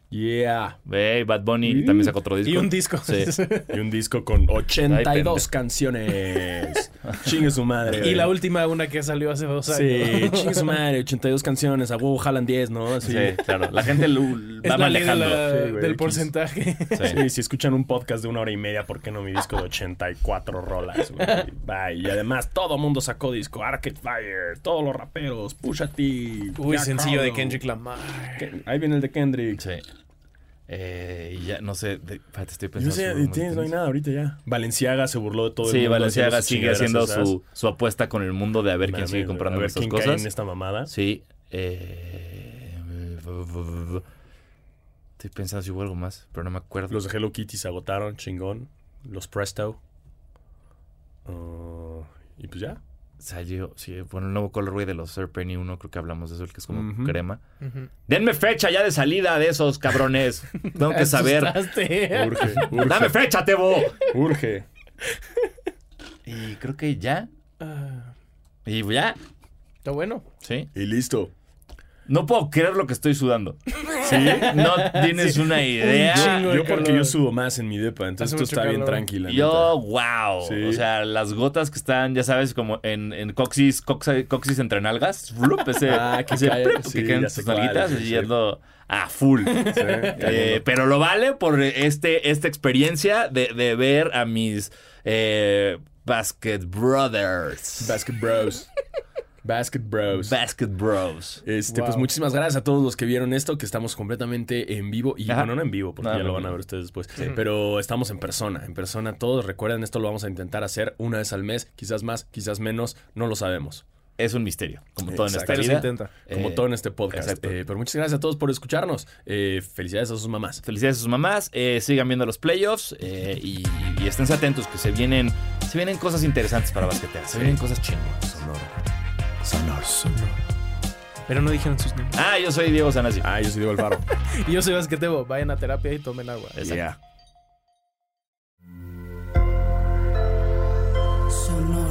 [SPEAKER 2] Yeah.
[SPEAKER 1] Ey, Bad Bunny también sacó otro disco.
[SPEAKER 3] Y un disco.
[SPEAKER 1] Sí.
[SPEAKER 2] Y un disco con 82
[SPEAKER 1] pendejo.
[SPEAKER 2] canciones. Chingue su madre.
[SPEAKER 3] y
[SPEAKER 1] Eh,
[SPEAKER 3] la última, una que salió hace dos años.
[SPEAKER 2] Sí, chingue su madre. 82 canciones. A huevo jalan 10, ¿no? Así.
[SPEAKER 1] Sí, claro. La gente lo,
[SPEAKER 3] Es
[SPEAKER 1] va
[SPEAKER 3] la ley de
[SPEAKER 1] manejando.
[SPEAKER 3] la-
[SPEAKER 2] Sí, güey,
[SPEAKER 3] del
[SPEAKER 2] X.
[SPEAKER 3] porcentaje.
[SPEAKER 1] Sí.
[SPEAKER 2] Sí, si escuchan un podcast de una hora y media, ¿por qué no mi disco de 84 rolas? güey? Bye. Y además, todo mundo sacó disco. Arcade Fire, todos los raperos, Pusha T.
[SPEAKER 3] Uy,
[SPEAKER 2] Jack
[SPEAKER 3] sencillo de
[SPEAKER 2] Harlow.
[SPEAKER 3] Kendrick Lamar.
[SPEAKER 2] Ken- Ahí viene el de Kendrick.
[SPEAKER 1] Sí. Eh, y ya, no sé. de- espérate, estoy
[SPEAKER 2] No
[SPEAKER 1] pensando.
[SPEAKER 2] sé,
[SPEAKER 1] sobre un
[SPEAKER 2] tienes, no hay
[SPEAKER 1] montón de-
[SPEAKER 2] nada ahorita ya. Valenciaga se burló de todo el
[SPEAKER 1] Sí,
[SPEAKER 2] mundo.
[SPEAKER 1] Valenciaga
[SPEAKER 2] sus
[SPEAKER 1] sigue
[SPEAKER 2] chingaderas
[SPEAKER 1] haciendo
[SPEAKER 2] esas.
[SPEAKER 1] su, su apuesta con el mundo de a ver quién
[SPEAKER 2] Mami,
[SPEAKER 1] sigue
[SPEAKER 2] güey, a
[SPEAKER 1] comprando
[SPEAKER 2] ver
[SPEAKER 1] estas
[SPEAKER 2] quién cae
[SPEAKER 1] cosas.
[SPEAKER 2] en esta mamada.
[SPEAKER 1] Sí. eh, Estoy pensando si hubo algo más, pero no me acuerdo.
[SPEAKER 2] Los de Hello Kitty se agotaron, chingón. Los Presto. Ah, y pues ya.
[SPEAKER 1] Salió, sí, bueno, el nuevo colorway de los Sir Penny 1, creo que hablamos de eso, el que es como
[SPEAKER 2] Ujú.
[SPEAKER 1] crema.
[SPEAKER 3] Ujú.
[SPEAKER 1] Denme fecha ya de salida de esos cabrones. Tengo que saber.
[SPEAKER 3] Asustaste.
[SPEAKER 2] Urge,
[SPEAKER 1] Dame
[SPEAKER 2] urge,
[SPEAKER 1] fecha, Tebo.
[SPEAKER 2] urge.
[SPEAKER 1] Y creo que ya.
[SPEAKER 3] Ah,
[SPEAKER 1] Y ya.
[SPEAKER 3] Está bueno.
[SPEAKER 1] Sí.
[SPEAKER 2] Y listo.
[SPEAKER 1] No puedo creer lo que estoy sudando. Sí. No tienes una idea.
[SPEAKER 3] chingo.
[SPEAKER 2] Yo porque
[SPEAKER 3] calor.
[SPEAKER 2] yo sudo más en mi depa, entonces
[SPEAKER 3] Hace
[SPEAKER 2] tú
[SPEAKER 3] mucho
[SPEAKER 2] está bien
[SPEAKER 3] calor.
[SPEAKER 2] tranquila.
[SPEAKER 1] Yo, wow.
[SPEAKER 2] Sí.
[SPEAKER 1] O sea, las gotas que están, ya sabes, como en, en coxis, coxa- coxis entre nalgas. Flup, ese,
[SPEAKER 2] Ah, que
[SPEAKER 1] ese
[SPEAKER 2] cae-
[SPEAKER 1] plup
[SPEAKER 2] sí,
[SPEAKER 1] que quedan
[SPEAKER 2] ya
[SPEAKER 1] tus
[SPEAKER 2] sé cuál,
[SPEAKER 1] nalguitas
[SPEAKER 2] sí,
[SPEAKER 1] y
[SPEAKER 2] sí.
[SPEAKER 1] yendo a full. Eh, pero lo vale por este, esta experiencia de, de ver a mis eh, Basket Brothers.
[SPEAKER 2] Basket Bros. Basket Bros.
[SPEAKER 1] Basket Bros.
[SPEAKER 2] Este,
[SPEAKER 3] Wow.
[SPEAKER 2] pues muchísimas gracias a todos los que vieron esto, que estamos completamente en vivo. Y
[SPEAKER 1] Ajá.
[SPEAKER 2] bueno, no en vivo, porque
[SPEAKER 1] No,
[SPEAKER 2] ya
[SPEAKER 1] no,
[SPEAKER 2] lo van a
[SPEAKER 1] no.
[SPEAKER 2] ver ustedes después. Pero estamos en persona, en persona todos. Recuerden, esto lo vamos a intentar hacer una vez al mes, quizás más, quizás menos, no lo sabemos.
[SPEAKER 1] Es un misterio, como todo en
[SPEAKER 2] Exacto.
[SPEAKER 1] esta
[SPEAKER 3] Pero se
[SPEAKER 1] vida.
[SPEAKER 3] intenta.
[SPEAKER 2] Como
[SPEAKER 1] Eh,
[SPEAKER 2] todo en este podcast.
[SPEAKER 1] exacto.
[SPEAKER 2] Eh, pero muchas gracias a todos por escucharnos. Eh, felicidades a sus mamás.
[SPEAKER 1] Felicidades a sus mamás, eh, sigan viendo los playoffs eh, y, y esténse atentos que se vienen, se vienen cosas interesantes para basquetear, se vienen cosas chingonas.
[SPEAKER 2] Sonoro. Sonoro.
[SPEAKER 3] Pero no dijeron sus nombres.
[SPEAKER 1] Ah, yo soy Diego Sanasi.
[SPEAKER 2] Ah, yo soy Diego Alfaro.
[SPEAKER 3] Y yo soy Basquetebo. Vayan a terapia y tomen agua.
[SPEAKER 1] Exacto.
[SPEAKER 2] Yeah.
[SPEAKER 5] Sonora.